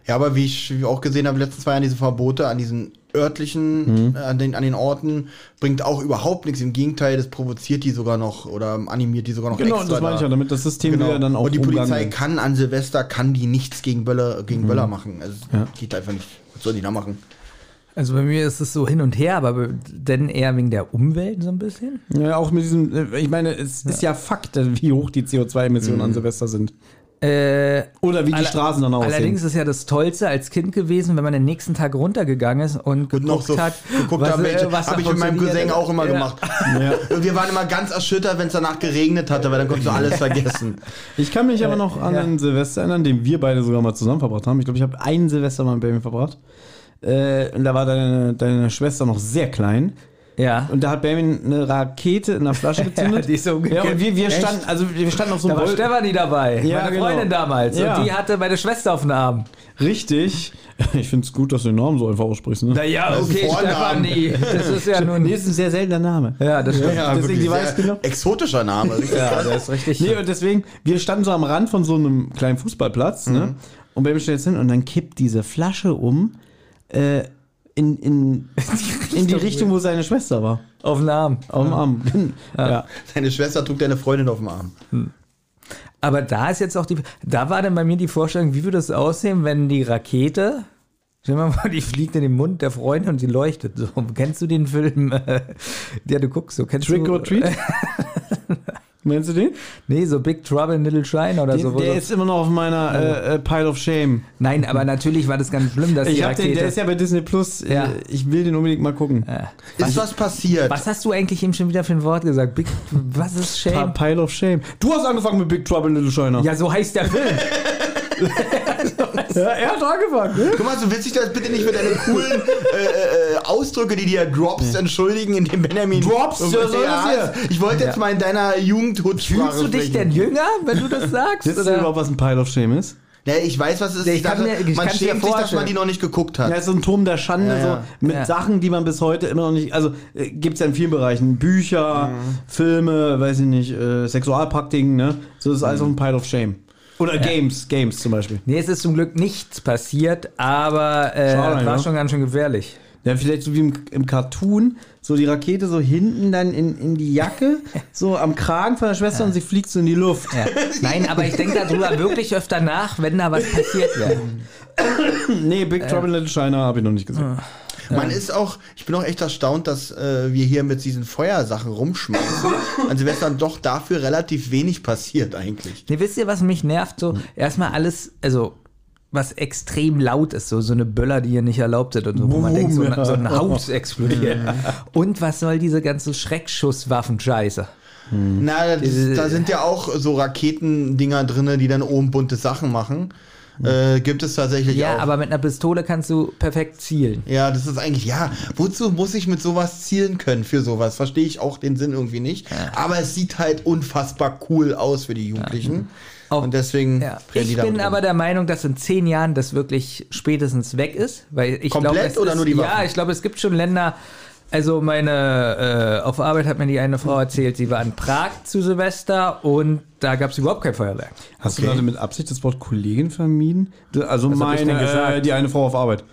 [SPEAKER 1] Ja, aber wie ich auch gesehen habe, in den letzten zwei Jahren diese Verbote an diesen örtlichen,
[SPEAKER 3] Mhm.
[SPEAKER 1] äh, an, den, an den Orten, bringt auch überhaupt nichts. Im Gegenteil, das provoziert die sogar noch oder animiert die sogar noch
[SPEAKER 3] Genau,
[SPEAKER 1] extra.
[SPEAKER 3] das meine ich ja damit. Das System
[SPEAKER 1] Genau.
[SPEAKER 3] will ja dann Mhm. auch
[SPEAKER 1] Und die
[SPEAKER 3] umgangen
[SPEAKER 1] Polizei
[SPEAKER 3] werden.
[SPEAKER 1] kann an Silvester, kann die nichts gegen Böller, gegen Böller machen. Also es geht einfach nicht. Was soll die da machen?
[SPEAKER 2] Also bei mir ist es so hin und her, aber be- denn eher wegen der Umwelt so ein bisschen.
[SPEAKER 3] Ja, auch mit diesem, äh, ich meine, es ist ja Fakt, äh, wie hoch die CO2-Emissionen an Silvester sind.
[SPEAKER 2] Äh,
[SPEAKER 3] Oder wie die
[SPEAKER 2] aller-
[SPEAKER 3] Straßen dann aussehen.
[SPEAKER 2] Allerdings ist ja das Tollste als Kind gewesen, wenn man den nächsten Tag runtergegangen ist und geguckt
[SPEAKER 1] Und noch so
[SPEAKER 2] hat,
[SPEAKER 1] geguckt haben,
[SPEAKER 2] äh,
[SPEAKER 1] welche-
[SPEAKER 2] was da
[SPEAKER 1] habe ich mit meinem
[SPEAKER 2] funktioniert.
[SPEAKER 1] Cousin auch immer
[SPEAKER 2] Ja.
[SPEAKER 1] gemacht. Und wir waren immer ganz erschüttert, wenn es danach geregnet hatte, weil dann konntest du
[SPEAKER 3] (laughs)
[SPEAKER 1] alles vergessen.
[SPEAKER 3] Ich kann mich aber noch an
[SPEAKER 2] ja.
[SPEAKER 3] einen Silvester erinnern, den wir beide sogar mal zusammen verbracht haben. Ich glaube, ich habe einen Silvester mal mit Baby verbracht. Äh, und da war deine, deine Schwester noch sehr klein.
[SPEAKER 2] Ja.
[SPEAKER 3] Und da hat Bamin eine Rakete in einer Flasche gezündet.
[SPEAKER 2] Ja, die ist so umgekippt.
[SPEAKER 3] ja, und wir, wir
[SPEAKER 2] Echt?
[SPEAKER 3] standen, also wir standen auf so
[SPEAKER 2] da
[SPEAKER 3] einem
[SPEAKER 2] war
[SPEAKER 3] Bol-
[SPEAKER 2] Stefanie dabei,
[SPEAKER 3] Ja,
[SPEAKER 2] meine
[SPEAKER 3] genau.
[SPEAKER 2] Freundin damals.
[SPEAKER 3] Ja.
[SPEAKER 2] Und die hatte meine Schwester auf den Arm.
[SPEAKER 3] Richtig. Ich finde es gut, dass du den Namen so einfach aussprichst. Ne?
[SPEAKER 2] Naja,
[SPEAKER 1] Das ist ein Vornamen.
[SPEAKER 2] Das
[SPEAKER 1] (laughs)
[SPEAKER 2] ist ja nun.
[SPEAKER 3] Nee, ist ein sehr seltener Name.
[SPEAKER 2] Ja, das stimmt.
[SPEAKER 1] Ja,
[SPEAKER 3] Deswegen,
[SPEAKER 1] wirklich
[SPEAKER 3] die weiß
[SPEAKER 1] sehr
[SPEAKER 3] genau.
[SPEAKER 1] Exotischer Name. richtig
[SPEAKER 2] Ja,
[SPEAKER 1] krass.
[SPEAKER 2] das Also ist richtig.
[SPEAKER 3] Nee, und deswegen, wir standen so am Rand von so einem kleinen Fußballplatz,
[SPEAKER 2] Mhm.
[SPEAKER 3] ne? Und Baby steht jetzt hin und dann kippt diese Flasche um äh,
[SPEAKER 2] (laughs)
[SPEAKER 3] in, in, in die Richtung, wo seine Schwester war.
[SPEAKER 2] auf den Arm.
[SPEAKER 3] Auf dem Arm. Ja.
[SPEAKER 1] Deine Schwester trug deine Freundin auf dem Arm.
[SPEAKER 2] Aber da ist jetzt auch die. Da war dann bei mir die Vorstellung, wie würde es aussehen, wenn die Rakete. Stell dir mal vor, (laughs) die fliegt in den Mund der Freundin und sie leuchtet. So, kennst du den Film? (laughs) Äh, ja, du guckst so. Kennst
[SPEAKER 3] Trick
[SPEAKER 2] du, (laughs)
[SPEAKER 3] or Treat? Meinst du den?
[SPEAKER 2] Nee, so Big Trouble in Little China oder so. Also wo
[SPEAKER 3] der
[SPEAKER 2] so-
[SPEAKER 3] ist immer noch auf meiner äh, äh, Pile of Shame.
[SPEAKER 2] Nein, aber natürlich war das ganz schlimm, dass die
[SPEAKER 3] (laughs) Ich hab
[SPEAKER 2] Rakete.
[SPEAKER 3] den, der ist ja bei Disney Plus.
[SPEAKER 2] Ja.
[SPEAKER 3] Äh, Ich will den unbedingt mal gucken.
[SPEAKER 1] Ist was passiert?
[SPEAKER 2] was hast du eigentlich eben schon wieder für ein Wort gesagt? Big, was ist
[SPEAKER 3] Pa-
[SPEAKER 2] Shame?
[SPEAKER 3] Pile of Shame. Du hast angefangen mit Big Trouble in Little China.
[SPEAKER 2] Ja, so heißt der
[SPEAKER 3] (laughs)
[SPEAKER 2] Film.
[SPEAKER 3] Ja, er hat angefangen. Ne?
[SPEAKER 1] Guck mal, so witzig, dass bitte nicht mit deinen coolen äh, äh, äh, Ausdrücke, die dir drops, entschuldigen, in dem Benjamin.
[SPEAKER 3] Drops? Ja,
[SPEAKER 1] ja,
[SPEAKER 3] so ist
[SPEAKER 1] Ich wollte jetzt mal in deiner Jugendhutsprache
[SPEAKER 2] Fühlst du dich denn jünger, wenn du
[SPEAKER 3] (laughs)
[SPEAKER 2] das sagst?
[SPEAKER 3] Wisst ihr überhaupt, was ein Pile of Shame ist?
[SPEAKER 1] Ja, ich weiß, was es ist.
[SPEAKER 2] Nee, ich kann
[SPEAKER 1] dachte,
[SPEAKER 2] mir- ich
[SPEAKER 1] man
[SPEAKER 2] kann's mir
[SPEAKER 1] schämt sich, dass man
[SPEAKER 2] vorstellen.
[SPEAKER 1] die noch nicht geguckt hat.
[SPEAKER 3] Ja, ist so ein Turm der Schande,
[SPEAKER 1] Ja, ja.
[SPEAKER 3] so mit
[SPEAKER 2] Ja.
[SPEAKER 3] Sachen, die man bis heute immer noch nicht. Also äh, gibt's ja in vielen Bereichen. Bücher,
[SPEAKER 2] Mhm.
[SPEAKER 3] Filme, weiß ich nicht, äh, Sexualpraktiken, ne? So das ist
[SPEAKER 2] Mhm.
[SPEAKER 3] alles auf ein Pile of Shame. Oder Games, Games zum Beispiel.
[SPEAKER 2] Nee, es ist zum Glück nichts passiert, aber äh,
[SPEAKER 3] Schade,
[SPEAKER 2] war
[SPEAKER 3] ja.
[SPEAKER 2] schon ganz schön gefährlich.
[SPEAKER 3] Ja, vielleicht so wie im, im Cartoon, so die Rakete so hinten dann in, in die
[SPEAKER 2] (laughs)
[SPEAKER 3] Jacke, so am Kragen von der Schwester und sie fliegt so in die Luft.
[SPEAKER 2] Ja. Nein, aber ich denke darüber wirklich öfter nach, wenn da was passiert wäre.
[SPEAKER 3] Nee, Big Trouble in Little China habe ich noch nicht gesehen.
[SPEAKER 1] Man ist auch, ich bin auch echt erstaunt, dass äh, wir hier mit diesen Feuersachen
[SPEAKER 2] (laughs)
[SPEAKER 1] rumschmeißen. An Silvestern doch dafür relativ wenig passiert eigentlich.
[SPEAKER 2] Nee, wisst ihr, was mich nervt? So, erstmal alles, also was extrem laut ist, so, so eine Böller, die hier nicht erlaubt sind und so, wo man
[SPEAKER 3] Boom,
[SPEAKER 2] denkt, so,
[SPEAKER 3] ja.
[SPEAKER 2] so ein Haus explodiert. Und was soll diese ganze Schreckschusswaffen-Scheiße? Mhm.
[SPEAKER 1] Na, das,
[SPEAKER 2] Diese-
[SPEAKER 1] da sind ja auch so Raketendinger drin, die dann oben bunte Sachen machen. Äh, gibt es tatsächlich
[SPEAKER 2] Mhm. Ja,
[SPEAKER 1] auch.
[SPEAKER 2] aber mit einer Pistole kannst du perfekt zielen.
[SPEAKER 1] Ja, das ist eigentlich, ja, wozu muss ich mit sowas zielen können für sowas? Verstehe ich auch den Sinn irgendwie nicht. Aber es sieht halt unfassbar cool aus für die Jugendlichen.
[SPEAKER 2] Auch-
[SPEAKER 1] und deswegen
[SPEAKER 2] Mhm. Ja.
[SPEAKER 1] rennen die
[SPEAKER 2] Ich
[SPEAKER 1] da
[SPEAKER 2] bin
[SPEAKER 1] mit
[SPEAKER 2] aber
[SPEAKER 1] rum.
[SPEAKER 2] der Meinung, dass in zehn Jahren das wirklich spätestens weg ist, weil ich
[SPEAKER 1] Komplett
[SPEAKER 2] glaube, es
[SPEAKER 1] oder
[SPEAKER 2] ist,
[SPEAKER 1] nur die
[SPEAKER 2] Ja,
[SPEAKER 1] Waffen?
[SPEAKER 2] ich glaube, es gibt schon Länder. Also meine äh, auf Arbeit hat mir die eine Frau erzählt, sie war in Prag zu Silvester und da gab es überhaupt kein Feuerwerk.
[SPEAKER 3] Hast
[SPEAKER 1] Okay.
[SPEAKER 3] du gerade mit Absicht das Wort Kollegin vermieden? Du- Also
[SPEAKER 2] Was hab ich
[SPEAKER 3] meine,
[SPEAKER 2] denn gesagt?
[SPEAKER 3] äh, die eine Frau auf Arbeit.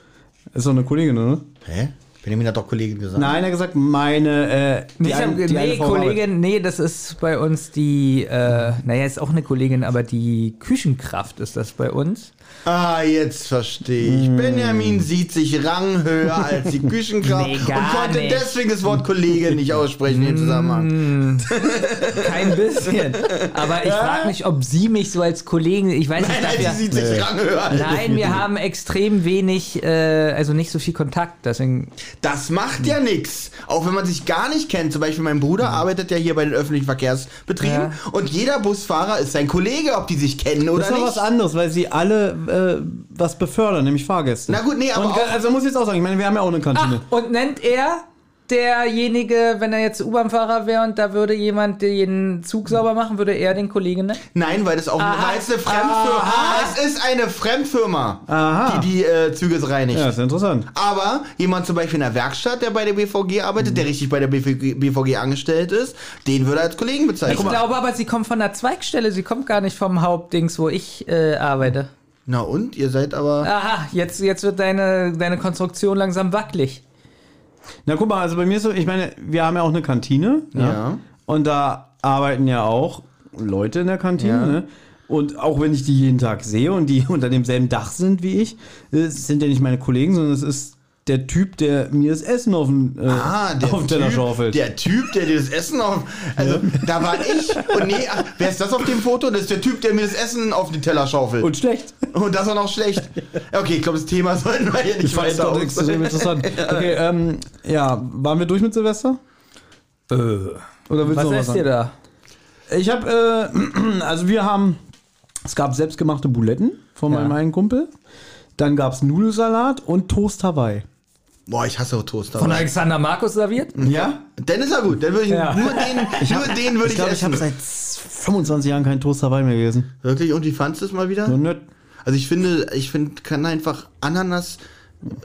[SPEAKER 3] Ist doch eine Kollegin, oder?
[SPEAKER 1] Hä? Benjamin hat doch Kollegen gesagt.
[SPEAKER 3] Nein, er hat gesagt, meine, äh, die,
[SPEAKER 2] Nee, ich hab,
[SPEAKER 3] ein- die eine
[SPEAKER 2] nee
[SPEAKER 3] Frau auf Arbeit.
[SPEAKER 2] Kollegin, nee, das ist bei uns die, äh, naja, ist auch eine Kollegin, aber die Küchenkraft ist das bei uns.
[SPEAKER 1] Ah, jetzt verstehe ich. Benjamin sieht sich ranghöher als die Küchenkraft
[SPEAKER 2] Hm. (laughs) Nee, gar
[SPEAKER 1] und konnte
[SPEAKER 2] nicht. Hm.
[SPEAKER 1] deswegen das Wort Kollege nicht aussprechen im Zusammenhang.
[SPEAKER 2] Kein
[SPEAKER 1] (laughs)
[SPEAKER 2] bisschen. Aber ich frage mich, ob sie mich so als Kollegen, ich weiß nicht,
[SPEAKER 1] Nein, nein,
[SPEAKER 2] ob wir-
[SPEAKER 1] sie sieht sich ranghöher als
[SPEAKER 2] Nein,
[SPEAKER 3] (laughs)
[SPEAKER 2] wir haben extrem wenig, äh, also nicht so viel Kontakt. Deswegen,
[SPEAKER 1] Das macht ja nichts. Auch wenn man sich gar nicht kennt. Zum Beispiel mein
[SPEAKER 3] Mhm.
[SPEAKER 1] Bruder arbeitet ja hier bei den öffentlichen Verkehrsbetrieben
[SPEAKER 2] Ja.
[SPEAKER 1] und jeder Busfahrer ist sein Kollege, ob die sich kennen oder
[SPEAKER 3] Das ist aber
[SPEAKER 1] nicht.
[SPEAKER 3] was anderes, weil sie alle äh, was befördern, nämlich Fahrgäste.
[SPEAKER 1] Na gut, nee, aber
[SPEAKER 3] Und,
[SPEAKER 1] auch- Ah.
[SPEAKER 3] also muss ich jetzt auch sagen, ich meine, wir haben ja auch eine Kantine.
[SPEAKER 2] Ah, und nennt er derjenige, wenn er jetzt U-Bahn-Fahrer wäre und da würde jemand den Zug sauber machen, würde er den Kollegen nennen?
[SPEAKER 1] Nein, weil das auch
[SPEAKER 2] Aha.
[SPEAKER 1] weil es eine Fremdfirma Ah,
[SPEAKER 2] Aha.
[SPEAKER 1] Es ist eine Fremdfirma,
[SPEAKER 3] Aha.
[SPEAKER 1] die die äh, Züge reinigt.
[SPEAKER 3] Ja, ist ja interessant.
[SPEAKER 1] Aber jemand zum Beispiel in der Werkstatt, der bei der BVG arbeitet,
[SPEAKER 3] Mhm.
[SPEAKER 1] der richtig bei der BVG, BVG angestellt ist, den würde er als Kollegen bezeichnen.
[SPEAKER 2] Ich glaube aber, sie kommt von der Zweigstelle, sie kommt gar nicht vom Hauptdings, wo ich äh, arbeite.
[SPEAKER 1] Na und? Ihr seid aber.
[SPEAKER 2] Aha, jetzt, jetzt wird deine, deine Konstruktion langsam wackelig.
[SPEAKER 3] Na guck mal, also bei mir ist so, ich meine, wir haben ja auch eine Kantine. ne?
[SPEAKER 1] Ja.
[SPEAKER 3] Und da arbeiten ja auch Leute in der Kantine.
[SPEAKER 1] Ja.
[SPEAKER 3] Ne? Und auch wenn ich die jeden Tag sehe und die (laughs) unter demselben Dach sind wie ich, äh, es sind ja nicht meine Kollegen, sondern es ist der Typ, der mir das Essen auf den, äh,
[SPEAKER 1] Ah, der
[SPEAKER 3] auf den Teller
[SPEAKER 1] typ,
[SPEAKER 3] schaufelt.
[SPEAKER 1] der Typ, der dir das Essen auf. Also, da war ich. Und nee, ach, wer ist das auf dem Foto? Das ist der Typ, der mir das Essen auf den Teller schaufelt. Und,
[SPEAKER 3] und schlecht.
[SPEAKER 1] das war noch schlecht. Okay, ich glaube, das Thema (laughs) sollten wir hier nicht
[SPEAKER 3] Ich fand es
[SPEAKER 1] weiter
[SPEAKER 3] doch
[SPEAKER 1] aus-
[SPEAKER 3] extrem interessant. Okay, ähm, ja, waren wir durch mit Silvester? Oder willst
[SPEAKER 2] Was
[SPEAKER 3] du noch
[SPEAKER 2] esst ihr
[SPEAKER 3] sagen?
[SPEAKER 2] da?
[SPEAKER 3] Ich habe, äh, (clears throat) also wir haben, es gab selbstgemachte Buletten von
[SPEAKER 2] Ja.
[SPEAKER 3] meinem einen Kumpel. Dann gab es Nudelsalat und Toast Hawaii.
[SPEAKER 1] Boah, ich hasse Toast.
[SPEAKER 2] Von
[SPEAKER 1] aber-
[SPEAKER 2] Alexander Markus serviert?
[SPEAKER 3] Ja?
[SPEAKER 1] Dann ist er gut. Dann würde ich
[SPEAKER 2] Ja.
[SPEAKER 1] nur den, nur den würde ich,
[SPEAKER 3] (laughs) Ich glaube, ich
[SPEAKER 1] essen.
[SPEAKER 3] habe seit 25 Jahren keinen Toast Hawaii mehr gegessen.
[SPEAKER 1] Wirklich? Und wie fandst du es mal wieder?
[SPEAKER 3] So nett.
[SPEAKER 1] Also ich finde, ich finde, kann einfach Ananas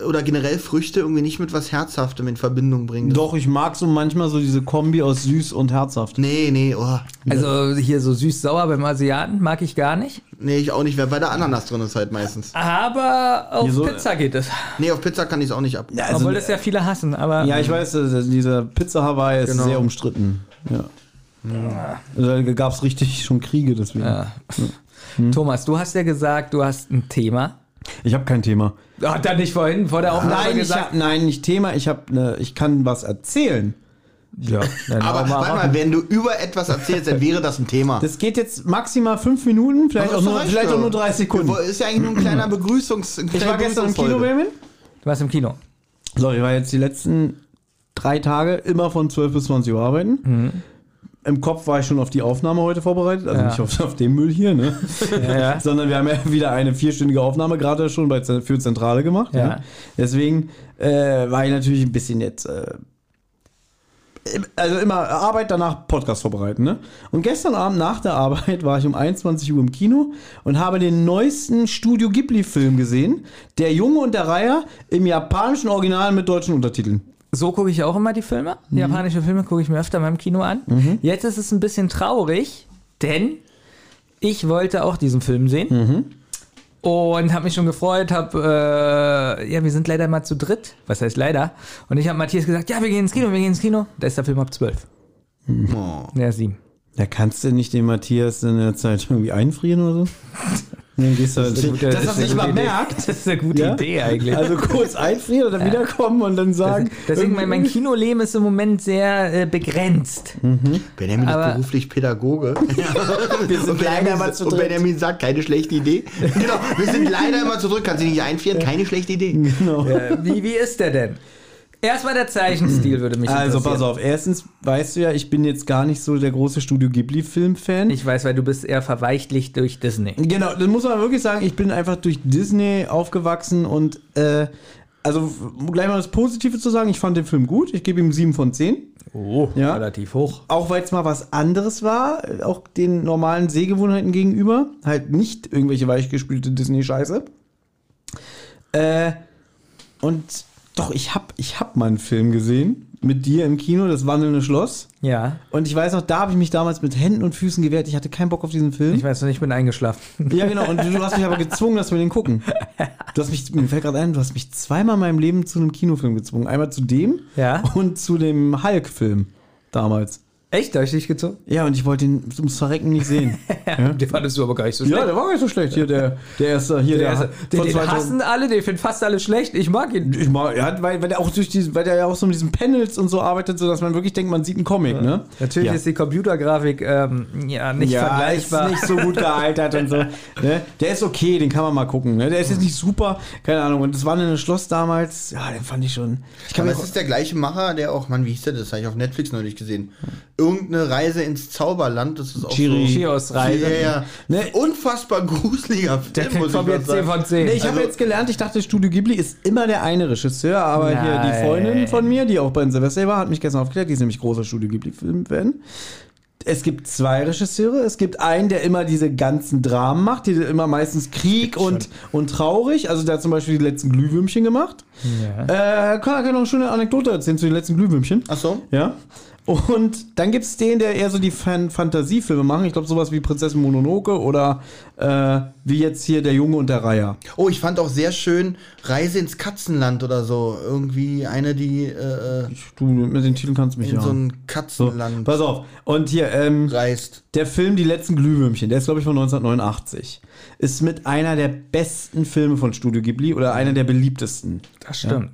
[SPEAKER 1] oder generell Früchte irgendwie nicht mit was Herzhaftem in Verbindung bringen.
[SPEAKER 3] Doch, ich mag so manchmal so diese Kombi aus süß und herzhaft.
[SPEAKER 1] Nee, nee, oh.
[SPEAKER 2] Also hier so süß-sauer beim Asiaten mag ich gar nicht.
[SPEAKER 1] Nee, ich auch nicht, weil da Ananas drin ist halt meistens.
[SPEAKER 2] Aber auf
[SPEAKER 3] Hier so-
[SPEAKER 2] Pizza geht es.
[SPEAKER 1] Nee, auf Pizza kann ich es auch nicht ab.
[SPEAKER 3] Also,
[SPEAKER 2] Obwohl das ja viele hassen, aber.
[SPEAKER 3] ja, ich weiß, äh, diese Pizza Hawaii ist
[SPEAKER 1] Mhm. Genau.
[SPEAKER 3] sehr umstritten. Ja. Also, da gab es richtig schon Kriege deswegen.
[SPEAKER 2] Ja. Thomas, du hast ja gesagt, du hast ein Thema. Ah,
[SPEAKER 3] Ich habe kein Thema.
[SPEAKER 2] Hat er nicht vorhin vor der Aufnahme
[SPEAKER 3] Nein, ich
[SPEAKER 2] gesagt?
[SPEAKER 3] hab, nein, nicht Thema. Ich habe, ne, ich kann was erzählen.
[SPEAKER 2] ja, dann
[SPEAKER 1] Aber
[SPEAKER 2] hau
[SPEAKER 1] warte
[SPEAKER 2] raus.
[SPEAKER 1] mal, wenn du über etwas erzählst, dann wäre das ein Thema.
[SPEAKER 3] Das geht jetzt maximal fünf Minuten, vielleicht,
[SPEAKER 1] Aber
[SPEAKER 3] auch
[SPEAKER 1] das
[SPEAKER 3] nur,
[SPEAKER 1] reicht
[SPEAKER 3] vielleicht
[SPEAKER 1] doch.
[SPEAKER 3] auch nur drei Sekunden.
[SPEAKER 1] Wo- Ist ja eigentlich nur ein kleiner Begrüßungs. Ein
[SPEAKER 3] Ich
[SPEAKER 1] kleiner
[SPEAKER 3] war gestern im Kino,
[SPEAKER 1] Begrüßungsfolge.
[SPEAKER 3] Bremen.
[SPEAKER 2] Du warst im Kino.
[SPEAKER 3] So, ich war jetzt die letzten drei Tage immer von 12 bis 20 Uhr arbeiten.
[SPEAKER 1] Mhm.
[SPEAKER 3] Im Kopf war ich schon auf die Aufnahme heute vorbereitet, also
[SPEAKER 2] Ja.
[SPEAKER 3] nicht auf, auf den Müll hier, ne?
[SPEAKER 2] ja.
[SPEAKER 3] sondern wir haben ja (laughs) wieder eine vierstündige Aufnahme gerade schon bei, Z- für Zentrale gemacht.
[SPEAKER 2] Ja.
[SPEAKER 3] ne? Deswegen äh, war ich natürlich ein bisschen jetzt. Äh, im- also immer Arbeit, danach Podcast vorbereiten. Ne? Und gestern Abend nach der Arbeit war ich um 21 Uhr im Kino und habe den neuesten Studio Ghibli-Film gesehen. Der Junge und der Reiher im japanischen Original mit deutschen Untertiteln.
[SPEAKER 2] So gucke ich auch immer die Filme. Die Japanische Filme gucke ich mir öfter mal im Kino an. Jetzt ist es ein bisschen traurig, denn ich wollte auch diesen Film sehen. Und habe mich schon gefreut, habe, äh, ja, wir sind leider mal zu dritt. Was heißt leider? Und ich habe Matthias gesagt, ja, wir gehen ins Kino, wir gehen ins Kino. Da ist der Film ab 12.
[SPEAKER 1] Oh.
[SPEAKER 2] Ja, sieben.
[SPEAKER 3] Da kannst du nicht den Matthias in der Zeit irgendwie einfrieren oder so.
[SPEAKER 2] (laughs)
[SPEAKER 3] Dann gehst du das
[SPEAKER 2] eine gute-
[SPEAKER 3] dass
[SPEAKER 2] das
[SPEAKER 3] das
[SPEAKER 2] ist eine
[SPEAKER 3] nicht mal
[SPEAKER 2] gute Idee.
[SPEAKER 3] merkt.
[SPEAKER 2] Das ist eine gute
[SPEAKER 3] Ja?
[SPEAKER 2] Idee eigentlich.
[SPEAKER 3] Also kurz einfrieren und dann wiederkommen und dann sagen.
[SPEAKER 2] (laughs) Deswegen, mein, mein Kinoleben ist im Moment sehr äh, begrenzt.
[SPEAKER 3] Hm.
[SPEAKER 1] Benjamin ist
[SPEAKER 2] Aber-
[SPEAKER 1] beruflich
[SPEAKER 3] (laughs)
[SPEAKER 1] Pädagoge.
[SPEAKER 3] wir sind
[SPEAKER 1] Und Benjamin,
[SPEAKER 3] leider immer zu
[SPEAKER 1] und
[SPEAKER 3] dritt.
[SPEAKER 1] Benjamin sagt, keine schlechte
[SPEAKER 3] (laughs)
[SPEAKER 1] Idee. genau, wir sind leider immer zu dritt, kann sie nicht einfrieren, keine schlechte
[SPEAKER 3] (laughs)
[SPEAKER 1] Idee.
[SPEAKER 3] Genau.
[SPEAKER 2] Äh, wie, wie ist der denn? Erstmal der Zeichenstil würde mich
[SPEAKER 3] Also
[SPEAKER 2] interessieren.
[SPEAKER 3] pass auf, erstens weißt du ja, ich bin jetzt gar nicht so der große Studio Ghibli-Film-Fan.
[SPEAKER 2] Ich weiß, weil du bist eher verweichlicht durch Disney.
[SPEAKER 3] Genau, das muss man wirklich sagen, ich bin einfach durch Disney aufgewachsen und äh, also um gleich mal das Positive zu sagen, ich fand den Film gut. Ich gebe ihm 7 von 10.
[SPEAKER 2] Oh,
[SPEAKER 3] Ja.
[SPEAKER 2] relativ hoch.
[SPEAKER 3] Auch weil es mal was anderes war, äh, auch den normalen Sehgewohnheiten gegenüber. Halt nicht irgendwelche weichgespülte Disney-Scheiße. Äh, und doch, ich hab, ich hab mal einen Film gesehen mit dir im Kino, das wandelnde Schloss.
[SPEAKER 2] Ja.
[SPEAKER 3] Und ich weiß noch, da habe ich mich damals mit Händen und Füßen gewehrt. Ich hatte keinen Bock auf diesen Film.
[SPEAKER 2] Ich weiß noch nicht, ich bin eingeschlafen. (laughs)
[SPEAKER 3] Ja, genau. Und du hast mich aber gezwungen, dass wir den gucken. Du hast mich, mir fällt gerade ein, du hast mich zweimal in meinem Leben zu einem Kinofilm gezwungen. Einmal zu dem
[SPEAKER 2] Ja.
[SPEAKER 3] und zu dem Hulk-Film damals.
[SPEAKER 2] Echt? Da hab ich dich gezogen?
[SPEAKER 3] Ja, und ich wollte ihn ums Verrecken nicht sehen.
[SPEAKER 2] Den fandest du aber gar nicht so
[SPEAKER 3] (laughs) ja, der war gar nicht so schlecht. Hier, der, der erste, hier,
[SPEAKER 2] Der
[SPEAKER 3] der,
[SPEAKER 2] erste. Den,
[SPEAKER 3] von
[SPEAKER 2] den
[SPEAKER 3] 2000
[SPEAKER 2] hassen alle, den finden fast alle schlecht. Ich mag ihn.
[SPEAKER 3] Ich mag, ja, weil, weil der auch durch diese, weil der ja auch so mit diesen Panels und so arbeitet, sodass man wirklich denkt, man sieht einen Comic, ne?
[SPEAKER 2] Natürlich
[SPEAKER 3] Ja.
[SPEAKER 2] ist die Computergrafik ähm, ja, nicht
[SPEAKER 3] ja,
[SPEAKER 2] vergleichbar.
[SPEAKER 3] Ist nicht so gut gealtert und so. Ne? Der ist okay, den kann man mal gucken. Ne? Der ist jetzt nicht super, keine Ahnung. Und das war ein Schloss damals, ja, den fand ich schon. Ich kann
[SPEAKER 1] Aber
[SPEAKER 3] mir
[SPEAKER 1] es
[SPEAKER 3] auch,
[SPEAKER 1] ist der gleiche Macher, der auch, Mann, wie hieß der das? Habe ich auf Netflix neulich gesehen. Irgendeine Reise ins Zauberland, das ist auch
[SPEAKER 3] Chiri.
[SPEAKER 1] so.
[SPEAKER 2] Chios Reise.
[SPEAKER 1] Ja, ja.
[SPEAKER 3] Ne?
[SPEAKER 1] Unfassbar gruseliger Film,
[SPEAKER 2] (laughs) Der kriegt von mir 10 von 10.
[SPEAKER 3] nee, ich habe
[SPEAKER 1] also-
[SPEAKER 3] jetzt gelernt, ich dachte, Studio Ghibli ist immer der eine Regisseur, aber hier
[SPEAKER 2] Nein.
[SPEAKER 3] die Freundin von mir, die auch bei Silvester war, hat mich gestern aufgeklärt, die ist nämlich großer Studio Ghibli-Film-Fan. Es gibt zwei Regisseure. Es gibt einen, der immer diese ganzen Dramen macht, die immer meistens Krieg und, und traurig. Also der hat zum Beispiel die letzten Glühwürmchen gemacht. Äh, kann, kann noch eine schöne Anekdote erzählen zu den letzten Glühwürmchen.
[SPEAKER 1] Ach so?
[SPEAKER 3] Ja. Und dann gibt es den, der eher so die Fan Fantasiefilme machen. Ich glaube, sowas wie Prinzessin Mononoke oder äh, wie jetzt hier Der Junge und der Reiher.
[SPEAKER 1] Oh, ich fand auch sehr schön Reise ins Katzenland oder so. Irgendwie eine, die äh,
[SPEAKER 3] Du, mit den Titeln kannst du mich
[SPEAKER 1] in
[SPEAKER 3] ja.
[SPEAKER 1] so ein Katzenland
[SPEAKER 3] Pass auf. Und hier, ähm,
[SPEAKER 1] reist.
[SPEAKER 3] Der Film Die letzten Glühwürmchen, der ist, glaube ich, von 1989. Ist mit einer der besten Filme von Studio Ghibli oder einer der beliebtesten.
[SPEAKER 2] Das stimmt.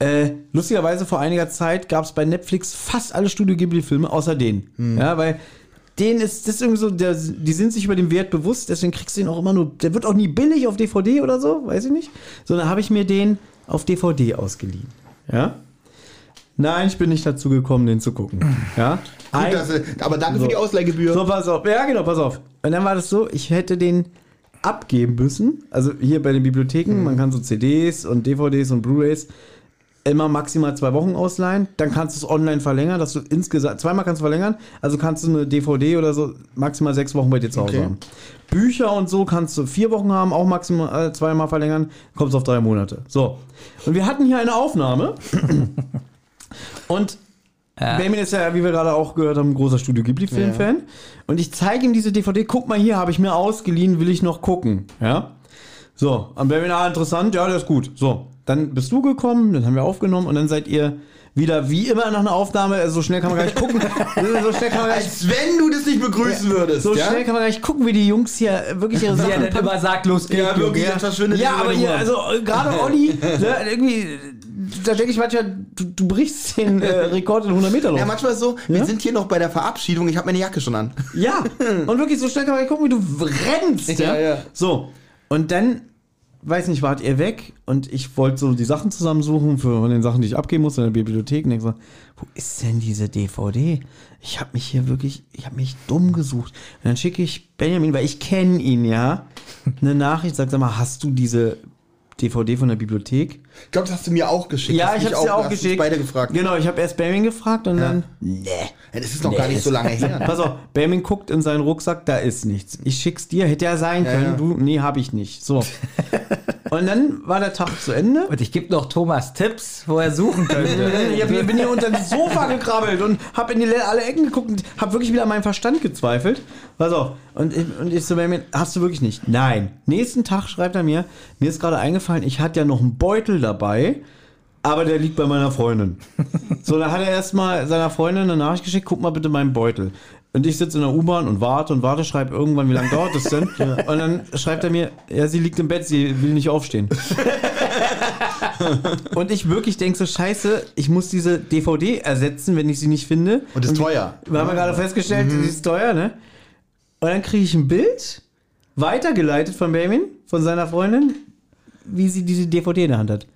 [SPEAKER 3] Äh, lustigerweise vor einiger Zeit gab es bei Netflix fast alle Studio Ghibli-Filme, außer den.
[SPEAKER 1] Hm.
[SPEAKER 3] Ja, weil den ist das ist irgendwie so, der, die sind sich über den Wert bewusst, deswegen kriegst du den auch immer nur. Der wird auch nie billig auf DVD oder so, weiß ich nicht. Sondern habe ich mir den auf DVD ausgeliehen. Ja? Nein, ich bin nicht dazu gekommen, den zu gucken. Ja? Ein-
[SPEAKER 1] Gut, dass, du- aber danke für
[SPEAKER 3] So.
[SPEAKER 1] die Ausleihgebühr.
[SPEAKER 3] so, pass auf. Ja, genau, pass auf. Und dann war das so, ich hätte den abgeben müssen. Also hier bei den Bibliotheken, man kann so CDs und DVDs und Blu-rays immer maximal zwei Wochen ausleihen. Dann kannst du es online verlängern, dass du insgesamt zweimal kannst du verlängern. Also kannst du eine DVD oder so maximal sechs Wochen bei dir zu Hause
[SPEAKER 1] Okay.
[SPEAKER 3] haben. Bücher und so kannst du vier Wochen haben, auch maximal äh, zweimal verlängern, kommst auf drei Monate. So. Und wir hatten hier eine Aufnahme. und
[SPEAKER 1] äh,
[SPEAKER 3] Benjamin ist ja, wie wir gerade auch gehört haben, ein großer Studio Ghibli-Filmfan. Und ich zeige ihm diese DVD. Guck mal hier, habe ich mir ausgeliehen, will ich noch gucken. Ja. So, und Benjamin, ah, interessant, ja, das ist gut. So, dann bist du gekommen, dann haben wir aufgenommen und dann seid ihr wieder wie immer nach einer Aufnahme. Also so schnell kann man gar
[SPEAKER 1] (laughs)
[SPEAKER 3] nicht gucken. so schnell kann man gar nicht
[SPEAKER 1] Als wenn du das nicht begrüßen würdest.
[SPEAKER 3] so
[SPEAKER 1] ja?
[SPEAKER 3] schnell kann man gar nicht gucken, wie die Jungs hier wirklich ihre
[SPEAKER 2] Wie er
[SPEAKER 3] Sachen
[SPEAKER 2] dann immer sagt, los geht's.
[SPEAKER 1] Ja, wirklich,
[SPEAKER 2] Junge.
[SPEAKER 1] jetzt verschwindet
[SPEAKER 3] Ja,
[SPEAKER 1] die
[SPEAKER 3] aber
[SPEAKER 1] Nummer.
[SPEAKER 3] hier, also äh, gerade Olli,
[SPEAKER 1] (laughs)
[SPEAKER 3] ne, irgendwie, da denke ich manchmal, du, du brichst den äh, Rekord in 100 Meter
[SPEAKER 1] Ja,
[SPEAKER 3] los.
[SPEAKER 1] manchmal ist so, wir sind hier noch bei der Verabschiedung, ich habe meine Jacke schon an.
[SPEAKER 3] Ja, (laughs) und wirklich so schnell kann man nicht gucken, wie du rennst.
[SPEAKER 1] Ja, ja.
[SPEAKER 3] So, und dann, weiß nicht, wart ihr weg und ich wollte so die Sachen zusammensuchen für, von den Sachen, die ich abgeben musste in der Bibliothek und denk so, wo ist denn diese DVD? Ich habe mich hier wirklich, ich habe mich dumm gesucht. Und dann schicke ich Benjamin, weil ich kenne ihn ja, eine Nachricht, sag, sag mal, hast du diese DVD von der Bibliothek?
[SPEAKER 1] Ich glaube, das hast du mir auch geschickt.
[SPEAKER 3] Ja,
[SPEAKER 1] Hast
[SPEAKER 3] ich
[SPEAKER 1] mich
[SPEAKER 3] habe sie auch
[SPEAKER 1] hast mich
[SPEAKER 3] geschickt.
[SPEAKER 1] beide gefragt.
[SPEAKER 3] Genau, ich habe erst Benjamin gefragt und dann
[SPEAKER 1] Ja, das ist noch gar nicht so lange her.
[SPEAKER 3] (laughs) Pass auf, Benjamin guckt in seinen Rucksack, da ist nichts. Ich schick's dir, hätte ja sein können.
[SPEAKER 1] ja.
[SPEAKER 3] Du, nee, hab ich
[SPEAKER 1] (laughs)
[SPEAKER 3] nicht. So. Und dann war der Tag zu Ende.
[SPEAKER 2] Und ich gebe noch Thomas Tipps, wo er suchen könnte.
[SPEAKER 3] (laughs) Ich hab hier, bin hier unter das Sofa gekrabbelt und hab in die le- alle Ecken geguckt und hab wirklich wieder an meinen Verstand gezweifelt. Pass auf. Und, ich- und ich so, Benjamin, hast du wirklich nicht? Nein. Nächsten Tag schreibt er mir, mir ist gerade eingefallen, ich hatte ja noch einen Beutel dabei, aber der liegt bei meiner Freundin. So, da hat er erstmal seiner Freundin eine Nachricht geschickt, guck mal bitte meinen Beutel. Und ich sitze in der U-Bahn und warte und warte, schreibe irgendwann, wie lange dauert das denn? Und dann schreibt er mir, ja, sie liegt im Bett, sie will nicht aufstehen. und ich wirklich denke so, scheiße, ich muss diese DVD ersetzen, wenn ich sie nicht finde.
[SPEAKER 1] Und ist teuer.
[SPEAKER 3] Wir haben ja gerade festgestellt, die ist teuer, ne? Und dann kriege ich ein Bild, weitergeleitet von Benjamin, von seiner Freundin, wie sie diese DVD in der Hand hat.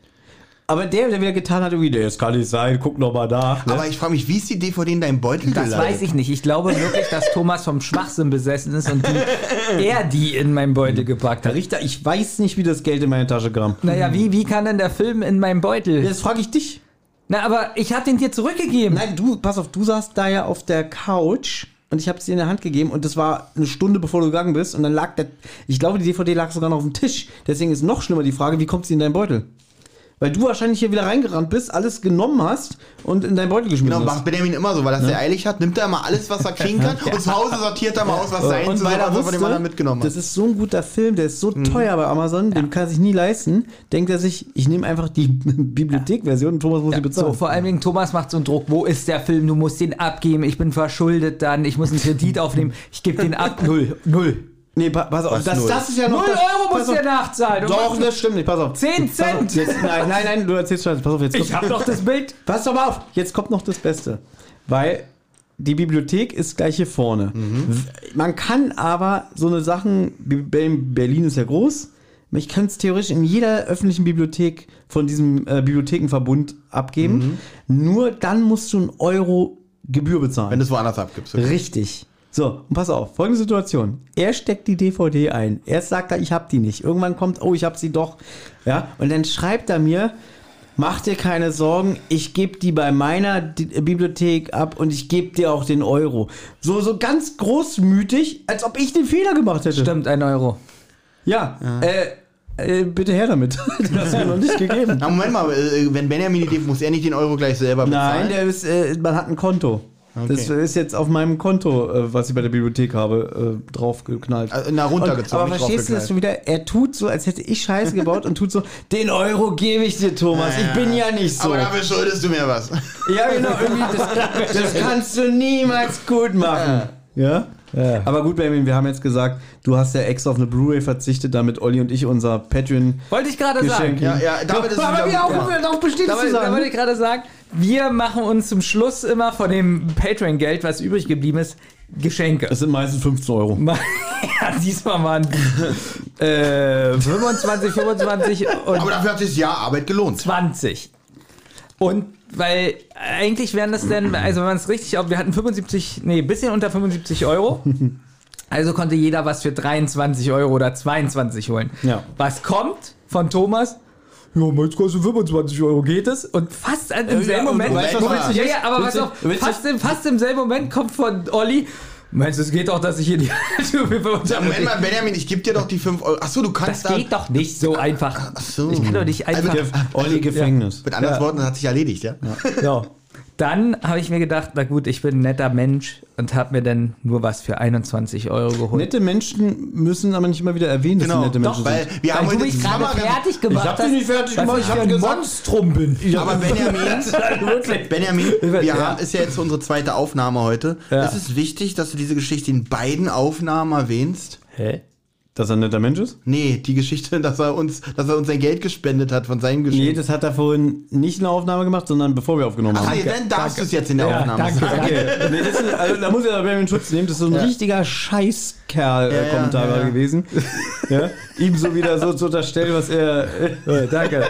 [SPEAKER 3] Aber der, der wieder getan hat, irgendwie, nee, das kann nicht sein, guck noch mal nach. Ne?
[SPEAKER 1] Aber ich frage mich, wie ist die DVD in deinem Beutel
[SPEAKER 2] Das weiß ich nicht. Ich glaube wirklich, dass Thomas vom Schwachsinn besessen ist und die, er die in meinen Beutel gepackt
[SPEAKER 3] Herr
[SPEAKER 2] hat.
[SPEAKER 3] Richter, ich weiß nicht, wie das Geld in meine Tasche kam.
[SPEAKER 2] Naja, wie, wie kann denn der Film in meinem Beutel?
[SPEAKER 3] Jetzt frage ich dich.
[SPEAKER 2] Na, aber ich hab den dir zurückgegeben.
[SPEAKER 3] Nein, du, pass auf, du saßt da ja auf der Couch und ich habe es dir in der Hand gegeben und das war eine Stunde bevor du gegangen bist und dann lag der, ich glaube, die DVD lag sogar noch auf dem Tisch. Deswegen ist noch schlimmer die Frage, wie kommt sie in deinen Beutel? Weil du wahrscheinlich hier wieder reingerannt bist, alles genommen hast und in deinen Beutel geschmissen
[SPEAKER 1] Genau,
[SPEAKER 3] hast.
[SPEAKER 1] macht Benjamin immer so, weil das er eilig hat, nimmt er immer alles, was er kriegen kann und zu Hause sortiert er mal aus, was sein
[SPEAKER 3] Und
[SPEAKER 1] ist,
[SPEAKER 3] weil
[SPEAKER 1] was
[SPEAKER 3] er
[SPEAKER 1] er von dem
[SPEAKER 3] wusste,
[SPEAKER 1] anderen mitgenommen
[SPEAKER 3] das
[SPEAKER 1] hat. Mhm.
[SPEAKER 3] ist so ein guter Film, der ist so teuer bei Amazon, den kann er sich nie leisten, denkt er sich, ich nehme einfach die (laughs) Bibliothek-Version und Thomas muss sie bezahlen.
[SPEAKER 2] So, vor allen Dingen Thomas macht so einen Druck, wo ist der Film? Du musst den abgeben, ich bin verschuldet dann, ich muss einen Kredit aufnehmen, ich gebe den ab. Null, null.
[SPEAKER 3] Nee, pa pass auf,
[SPEAKER 1] Was
[SPEAKER 3] das,
[SPEAKER 1] null?
[SPEAKER 3] das ist ja noch
[SPEAKER 2] Null
[SPEAKER 3] das,
[SPEAKER 2] Euro
[SPEAKER 3] pass
[SPEAKER 2] muss
[SPEAKER 3] auf,
[SPEAKER 2] der nachzahlen. Und
[SPEAKER 3] Doch,
[SPEAKER 2] was-
[SPEAKER 3] das stimmt nicht, pass auf.
[SPEAKER 2] Zehn
[SPEAKER 3] Pass auf,
[SPEAKER 2] Cent.
[SPEAKER 3] Jetzt, nein, nein, nein, du erzählst Scheiße, pass auf, jetzt
[SPEAKER 2] ich hab doch das Bild.
[SPEAKER 3] Pass doch mal auf, jetzt kommt noch das Beste. Weil die Bibliothek ist gleich hier vorne.
[SPEAKER 1] Mhm.
[SPEAKER 3] W- Man kann aber so eine Sachen, B- Berlin Berlin ist ja groß, ich kann es theoretisch in jeder öffentlichen Bibliothek von diesem äh, Bibliothekenverbund abgeben. Nur dann musst du einen Euro Gebühr bezahlen.
[SPEAKER 1] Mhm. Wenn du es woanders abgibst.
[SPEAKER 3] Richtig. So, und pass auf, folgende Situation. Er steckt die DVD ein. Erst sagt er, ich hab die nicht. Irgendwann kommt, oh, ich hab sie doch. Ja, und dann schreibt er mir, mach dir keine Sorgen, ich gebe die bei meiner D Bibliothek ab und ich gebe dir auch den Euro. So, so ganz großmütig, als ob ich den Fehler gemacht hätte.
[SPEAKER 2] Stimmt, ein
[SPEAKER 3] (laughs)
[SPEAKER 2] Euro.
[SPEAKER 3] Ja, Äh, äh, bitte her damit. (laughs) Den hast du mir noch nicht gegeben.
[SPEAKER 1] Na, Moment mal, äh, wenn Benjamin die Idee, muss er nicht den Euro gleich selber bezahlen?
[SPEAKER 3] Nein, der ist, äh, man hat ein Konto. Das ist jetzt auf meinem Konto, äh, was ich bei der Bibliothek habe, äh, draufgeknallt.
[SPEAKER 1] Äh, na, runtergezogen,
[SPEAKER 3] Und, aber
[SPEAKER 1] nicht
[SPEAKER 3] verstehst du das
[SPEAKER 1] draufgeknallt.
[SPEAKER 3] schon wieder? Er tut so, als hätte ich Scheiße gebaut und tut so, den Euro gebe ich dir, Thomas. Ich bin ja nicht so.
[SPEAKER 1] Aber dafür schuldest du mir was.
[SPEAKER 3] Ja, genau, irgendwie, das, das kannst du niemals gut machen. Ja? Aber gut, Benjamin, wir haben jetzt gesagt, du hast ja extra auf eine Blu-ray verzichtet, damit Olli und ich unser Patreon.
[SPEAKER 2] Wollte ich gerade sagen.
[SPEAKER 3] Geschenk.
[SPEAKER 1] Ja, ja, (laughs) damit ist es
[SPEAKER 3] Aber wir
[SPEAKER 1] wieder-
[SPEAKER 3] auch
[SPEAKER 1] ja.
[SPEAKER 3] ja. darauf bestehen,
[SPEAKER 2] Da,
[SPEAKER 3] das zu
[SPEAKER 2] wollte- da wollte
[SPEAKER 3] sagen.
[SPEAKER 2] ich gerade sagen, wir machen uns zum Schluss immer von dem Patreon-Geld, was übrig geblieben ist, Geschenke.
[SPEAKER 3] Das sind meistens 15 Euro.
[SPEAKER 2] (laughs) ja, diesmal waren äh, 25, 25 und
[SPEAKER 1] Aber dafür hat sich ja Arbeit gelohnt.
[SPEAKER 2] 20. Und weil eigentlich wären das denn, also wenn man es richtig auf, wir hatten 75, nee, bisschen unter 75 Euro. Also konnte jeder was für 23 Euro oder 22 holen.
[SPEAKER 3] Ja.
[SPEAKER 2] Was kommt von Thomas? Ja, jetzt kostet 25 Euro, geht es? Und fast an- im
[SPEAKER 3] Ja,
[SPEAKER 2] selben
[SPEAKER 3] und-
[SPEAKER 2] Moment,
[SPEAKER 3] und
[SPEAKER 1] weißt du, was
[SPEAKER 2] Moment,
[SPEAKER 1] witzig
[SPEAKER 2] ja,
[SPEAKER 3] ist?
[SPEAKER 2] ja, aber pass
[SPEAKER 3] Witzig-
[SPEAKER 2] auf,
[SPEAKER 3] witzig-
[SPEAKER 2] fast, im, fast im selben Moment kommt von Olli, meinst du, es geht doch, dass ich hier die (laughs) Tür für 25
[SPEAKER 1] Ja,
[SPEAKER 2] Euro
[SPEAKER 1] Moment
[SPEAKER 2] krieg?
[SPEAKER 1] mal, Benjamin, ich gebe dir doch die 5 Euro. Achso, du kannst
[SPEAKER 2] Das geht doch nicht so einfach.
[SPEAKER 1] so. Also,
[SPEAKER 2] Ich kann doch nicht einfach...
[SPEAKER 3] Olli Gefängnis.
[SPEAKER 1] Mit anderen Worten, das hat sich erledigt, ja?
[SPEAKER 2] So. Dann habe ich mir gedacht, na gut, ich bin ein netter Mensch und habe mir dann nur was für 21 Euro geholt.
[SPEAKER 3] Nette Menschen müssen aber nicht immer wieder erwähnen, dass sie nette Menschen
[SPEAKER 1] doch, Genau. weil
[SPEAKER 3] sind.
[SPEAKER 1] wir haben
[SPEAKER 2] Weil
[SPEAKER 1] heute
[SPEAKER 2] du mich gerade
[SPEAKER 1] Kamera-
[SPEAKER 2] fertig gemacht
[SPEAKER 3] hab dich
[SPEAKER 2] hast,
[SPEAKER 3] nicht fertig
[SPEAKER 2] was
[SPEAKER 3] gemacht,
[SPEAKER 2] ich
[SPEAKER 3] ich hab
[SPEAKER 2] für ein
[SPEAKER 3] gesagt-
[SPEAKER 2] Monstrum bin.
[SPEAKER 3] (laughs)
[SPEAKER 1] Aber Benjamin, Benjamin, wir
[SPEAKER 2] Ja.
[SPEAKER 1] haben, ist ja jetzt unsere zweite Aufnahme heute.
[SPEAKER 2] Ja.
[SPEAKER 1] Es ist wichtig, dass du diese Geschichte in beiden Aufnahmen erwähnst.
[SPEAKER 2] Hä?
[SPEAKER 3] Dass er ein netter Mensch ist?
[SPEAKER 1] Nee, die Geschichte, (laughs) dass er uns, dass er uns sein Geld gespendet hat von seinem
[SPEAKER 3] Nee,
[SPEAKER 1] Geschenk.
[SPEAKER 3] das hat er vorhin nicht in der Aufnahme gemacht, sondern bevor wir aufgenommen
[SPEAKER 1] Ach
[SPEAKER 3] haben.
[SPEAKER 1] nee,
[SPEAKER 3] (laughs)
[SPEAKER 1] dann darfst du es jetzt in der
[SPEAKER 2] Ja,
[SPEAKER 1] Aufnahme
[SPEAKER 2] danke,
[SPEAKER 1] sagen.
[SPEAKER 2] danke.
[SPEAKER 3] nee, das ist, also, da muss ich aber Benjamin Schutz nehmen, das ist so ein richtiger
[SPEAKER 1] ja,
[SPEAKER 3] Scheißkerl-Kommentar
[SPEAKER 1] ja, ja. (laughs)
[SPEAKER 3] gewesen. ja? Ihm so wieder so zu unterstellen, was er.
[SPEAKER 2] (laughs) Äh, danke.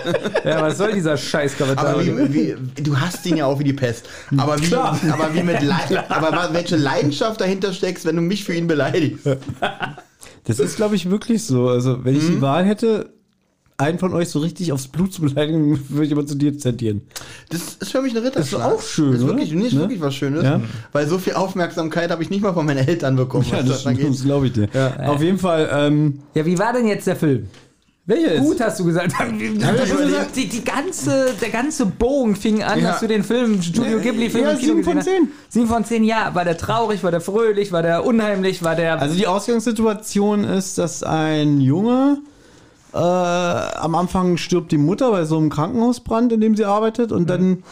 [SPEAKER 2] Ja, was soll dieser scheiß
[SPEAKER 1] Aber
[SPEAKER 2] Kommentar?
[SPEAKER 1] wie, wie, du hast ihn ja auch wie die Pest. Aber wie, aber wie mit Leid, aber wa- welche Leidenschaft dahinter steckst, wenn du mich für ihn beleidigst.
[SPEAKER 3] Das ist, glaube ich, wirklich so. Also, wenn ich die Wahl hätte, einen von euch so richtig aufs Blut zu beleidigen, (laughs) würde ich immer zu dir zentieren.
[SPEAKER 1] Das ist für mich ein Ritterschlag.
[SPEAKER 3] auch schön,
[SPEAKER 1] Das ist wirklich,
[SPEAKER 3] oder?
[SPEAKER 1] nee, ist
[SPEAKER 3] Ne?
[SPEAKER 1] wirklich was Schönes.
[SPEAKER 3] Ja.
[SPEAKER 1] Weil so viel Aufmerksamkeit habe ich nicht mal von meinen Eltern bekommen.
[SPEAKER 3] Ja,
[SPEAKER 1] was
[SPEAKER 3] das,
[SPEAKER 1] angeht.
[SPEAKER 3] das glaube ich dir. Auf jeden Fall, ähm,
[SPEAKER 2] Ja, wie war denn jetzt der Film?
[SPEAKER 3] welches?
[SPEAKER 2] Gut, hast du
[SPEAKER 3] (laughs)
[SPEAKER 2] gesagt.
[SPEAKER 1] überlegt.
[SPEAKER 2] Die, die ganze, der ganze Bogen fing an,
[SPEAKER 1] Ja.
[SPEAKER 2] dass du den Film, Studio
[SPEAKER 3] Ja,
[SPEAKER 2] Ghibli-Film
[SPEAKER 3] ja,
[SPEAKER 2] im Kino
[SPEAKER 3] sieben von
[SPEAKER 2] gesehen
[SPEAKER 3] zehn.
[SPEAKER 2] hast. 7 von 10, ja. War der traurig, war der fröhlich, war der unheimlich, war der...
[SPEAKER 3] Also die Ausgangssituation ist, dass ein Junge äh, am Anfang stirbt die Mutter bei so einem Krankenhausbrand, in dem sie arbeitet, und dann